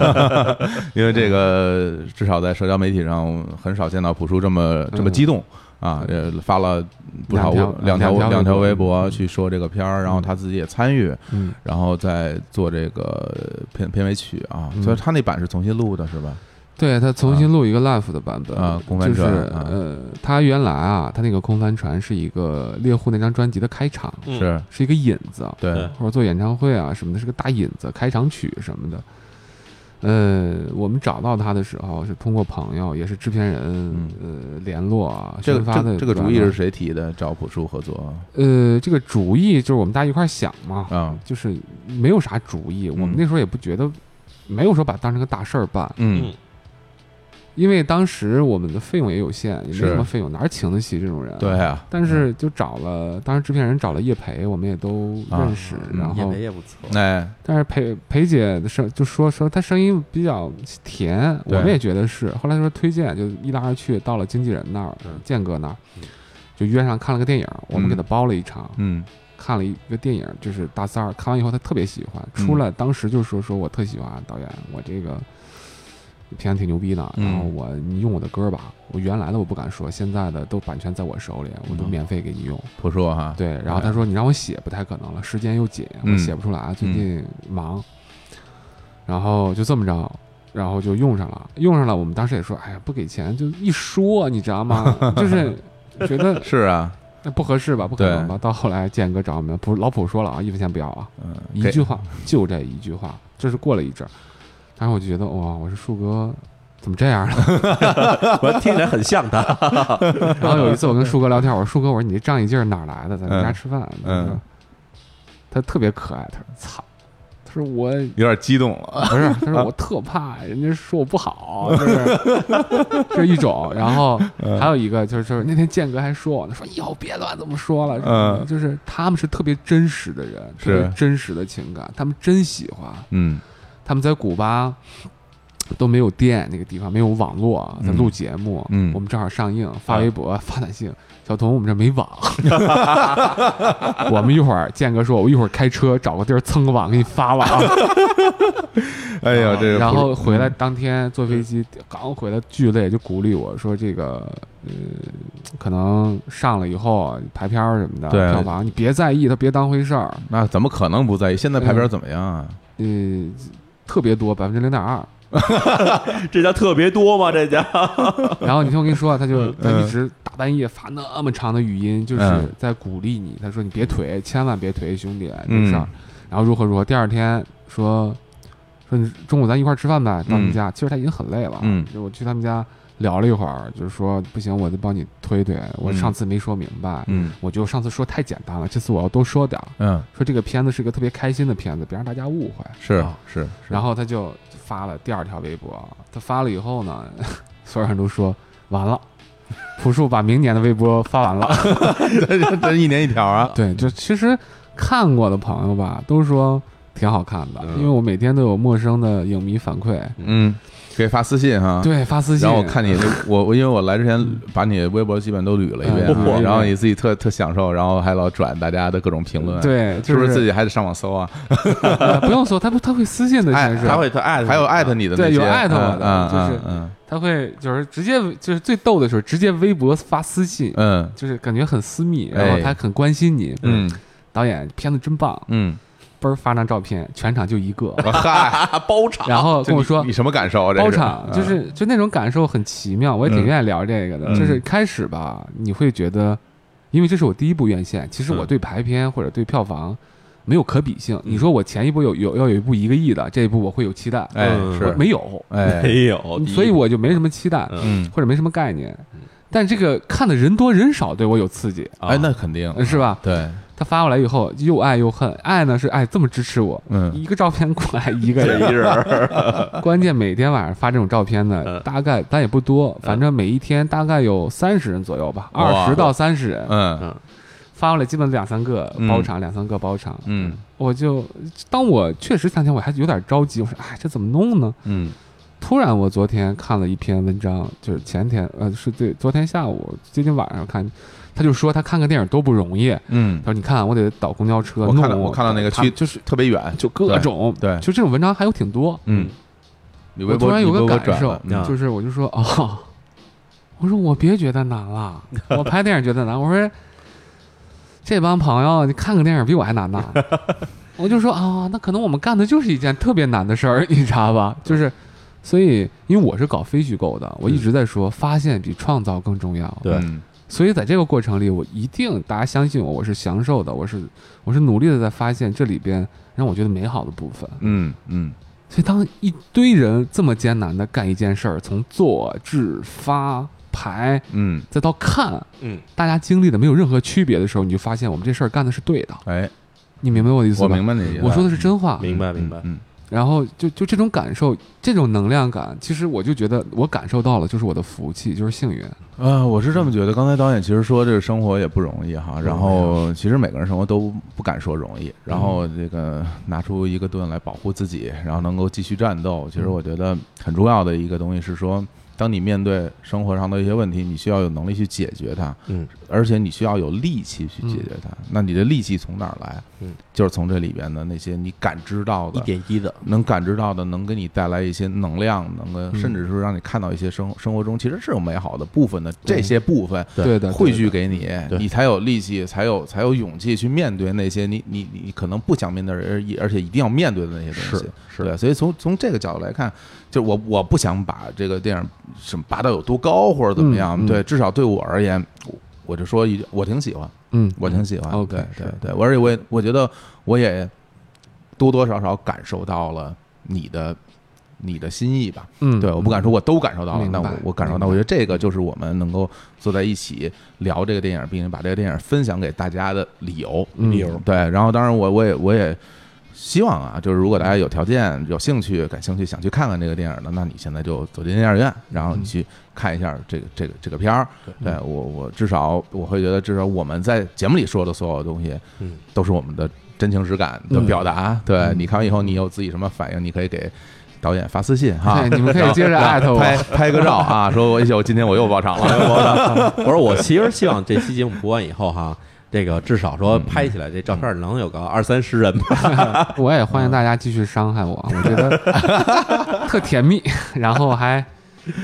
因为这个至少在社交媒体上我很少见到朴树这么这么激动啊，呃，发了不少嗯两条条两条两微微博博去说这个片儿，然后他自己也参与，嗯，然后再做这个片片尾曲啊，嗯所以他那版是重新录的是吧？对他重新录一个 live 的版本啊空帆船就是啊呃，他原来啊，他那个空帆船是一个猎户那张专辑的开场，嗯是，是一个引子，对对，或者做演唱会啊什么的，是个大引子，开场曲什么的。呃，我们找到他的时候是通过朋友，也是制片人、呃联络啊，嗯这宣个发这的个这个软主意件是谁提的？找朴树合 作呃，这个主意就是我们大家一块儿想嘛，嗯啊，就是没有啥主意，我们那时候也不觉得，没有说把它当成个大事儿办，嗯，因为当时我们的费用也有限，也没是什么费用，哪儿请得起这种人？对。啊，但是就找了，当时制片人找了叶培，我们也都啊认识，嗯然叶后培也不错，哎，但是裴裴姐的声就说说她声音比较甜，我对们也觉得是。后来说推荐，就一来二去到了经纪人那儿嗯，建哥那儿嗯，就约上看了个电影，我们嗯给他包了一场，嗯看了一个电影，就是大三儿。看完以后他特别喜欢，嗯出来当时就说说我特喜欢导演，我这个片子挺牛逼的，嗯然后我你用我的歌吧，我原来的我不敢说，现在的都版权在我手里，我都嗯免费给你用。朴树哈，对，然后他说你让我写不太可能了，时间又紧，我嗯写不出来，最近忙。然后就这么着，然后就用上了，用上了。我们当时也说，哎呀，不给钱就一说，你知道 吗？就是觉得是啊，那不合适吧，不可能对吧。到后来建哥找我们，不是老普说了啊，一分钱不要啊，嗯，一给句话，就这一句话。这是过了一阵儿，当时我就觉得哇，我说树哥怎么这样了？我听起来很像他， 然后有一次我跟树哥聊天，我说树哥，我说你这仗义劲儿哪儿来的？在咱们家嗯吃饭，他嗯说他特别可爱，他说操，他说我有点激动了，不是，他啊说我特怕人家说我不好，就是 这是一种。然后嗯还有一个就是就是那天建哥还说我呢，说以后别乱这么说了，嗯就是他们是特别真实的人，特别是真实的情感，他们真喜欢，嗯他们在古巴。都没有电，那个地方没有网络，在录节目。嗯我们正好上映，发微博、 发短信，小童，我们这没 网。我们一会儿建哥说，我一会儿开车找个地儿蹭个网给你发网。哎呀，这个嗯啊然朴后回来当天坐飞机，刚回来巨累，就鼓励我说：“这个，呃，可能上了以后啊排片儿什么的，对票房你别在意，他别当回事儿。那怎么可能不在意？现在拍片怎么样啊？呃，特别多，百分之零点二。这叫特别多吗？这叫 然后你听我跟你说，他就他嗯一直大半夜发那么长的语音，就是嗯在鼓励你。他说：你别颓，千万别颓，兄弟，嗯没事儿。然后如何如何。第二天说说你中午咱一块儿吃饭呗，到你嗯家。其实他已经很累了，嗯就我去他们家聊了一会儿，就是说不行，我得帮你推推。我嗯上次没说明白，嗯我觉得我上次说太简单了，这次我要多说点儿。嗯，说这个片子是一个特别开心的片子，别让大家误会。是啊是，然后他就发了第二条微博，他发了以后呢， 所有人都说完了，朴树把明年的微博发完了。 这 这一年一条啊，对，就其实看过的朋友吧，都说挺好看的，嗯因为我每天都有陌生的影迷反馈，嗯可以发私信哈。。对，发私信。然后我看你，我我因为我来之前把你微博基本都捋了一遍嗯啊，嗯然后你自己特特享受，然后还老转大家的各种评论，，对，就是不是自己还得上网搜啊？呃不用说，他不他会私信的，哎先是他会他艾特，还有艾特你的那些，对有艾特我的嗯就是嗯他会就是直接就是最逗的时候，直接微博发私信，嗯就是感觉很私密，哎然后他很关心你。嗯，导演片子真棒， 嗯嘣儿发张照片，全场就一个，嗯，嗨，啊包场，然后跟我就说你你什么感受啊？这包是场，就，是就那种感受很奇妙，我也挺愿意聊这个的。嗯就是开始吧，你会觉得，因为这是我第一部院线，其实我嗯对排片或者对票房没有可比性。嗯你说我前一部有有要有一部一个亿的，这一部我会有期待，哎嗯是，没有，嗯哎没有，第一所以我就没什么期待，嗯嗯或者没什么概念。但这个看的人多人少对我有刺激，啊哎那肯定是吧？对，他发过来以后又爱又恨，爱呢是爱这么支持我，嗯一个照片过来一个这人，一人儿 关键每天晚上发这种照片呢，嗯大概但也不多，反正每一天大概有三十人左右吧，嗯哇二十到三十人嗯发过来，基本两三个嗯包场，两三个包场。嗯我就当我确实想想，我还有点着急，我说哎，这怎么弄呢？嗯突然我昨天看了一篇文章，就是前天呃是对，昨天下午接近晚上看，他就说他看个电影多不容易，嗯他，说你看啊我得倒公交车，我看到弄我看到那个他去就是特别远，就各种对对就这种文章还有挺多，嗯，你微我博突然有你个微博感转受了嗯，就是我就说哦，我说我别觉得难 了，我拍电影觉得难，我说这帮朋友你看个电影比我还难 呢，我就说啊、那可能我们干的就是一件特别难的事儿，你知道吧？就是。所以，因为我是搞非虚构的，我一直在说，发现比创造更重要。 对嗯所以在这个过程里，我一定大家相信我，我是享受的，我是我是努力的在发现这里边让我觉得美好的部分。嗯嗯所以当一堆人这么艰难的干一件事儿，从做至发排嗯，再到看，嗯，大家经历的没有任何区别的时候，你就发现我们这事儿干的是对的。哎，你明白我的意思我吧？明白你意思，我说的是真话。明白嗯明白，嗯然后就就这种感受，这种能量感，其实我就觉得我感受到了，就是我的福气，就是幸运。啊，我是这么觉得。刚才导演其实说这个生活也不容易哈，然后其实每个人生活都不敢说容易，然后这个拿出一个盾来保护自己，然后能够继续战斗。其实我觉得很重要的一个东西是说，当你面对生活上的一些问题，你需要有能力去解决它，嗯，而且你需要有力气去解决它。那你的力气从哪儿来？嗯，就是从这里边的那些你感知到的一点一 的，能感知到的，能给你带来一些能量，能够嗯甚至是让你看到一些生生活中其实是有美好的部分的，这些部分对嗯对的，汇对的聚给你，对你才有力气，才有才有勇气去面对那些你你你可能不想面对而而且一定要面对的那些东西。是对，所以从从这个角度来看，就我我不想把这个电影什么拔到有多高或者怎么样，嗯嗯对，至少对我而言，我我就说一句，我挺喜欢。嗯，我挺喜欢。 OK，对是对对，而且我也我觉得我也多多少少感受到了你的你的心意吧。嗯，对，我不敢说我都感受到了，明那白我我感受到，明白我觉得这个就是我们能够坐在一起聊这个电影，并且把这个电影分享给大家的理由。嗯理由对，然后当然我我也我也。希望啊，就是如果大家有条件、有兴趣、感兴趣、想去看看这个电影的，那你现在就走进电影院，然后你去看一下这个这个这个片儿。对我我至少我会觉得，至少我们在节目里说的所有东西，嗯，都是我们的真情实感的表嗯达。对你看完以后，你有自己什么反应，你可以给导演发私信哈对，。你们可以 接着艾特我。拍拍个照啊，说我我今天我又包场了。我说我其实希望这期节目播完以后哈，这个至少说拍起来这照片能有个二三十人吧，我也欢迎大家继续伤害我，我觉得特甜蜜，然后还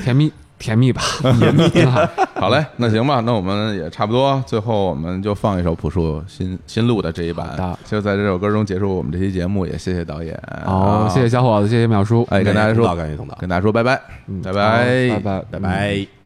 甜蜜甜蜜吧，甜蜜 挺好。好嘞，那行吧，那我们也差不多，最后我们就放一首朴树新新录的这一版好的，就在这首歌中结束我们这期节目，也谢谢导演。好，啊谢谢，小伙子，谢谢淼叔，哎，跟大家同道说，感谢同道，跟大家说拜拜，嗯拜好拜拜拜拜。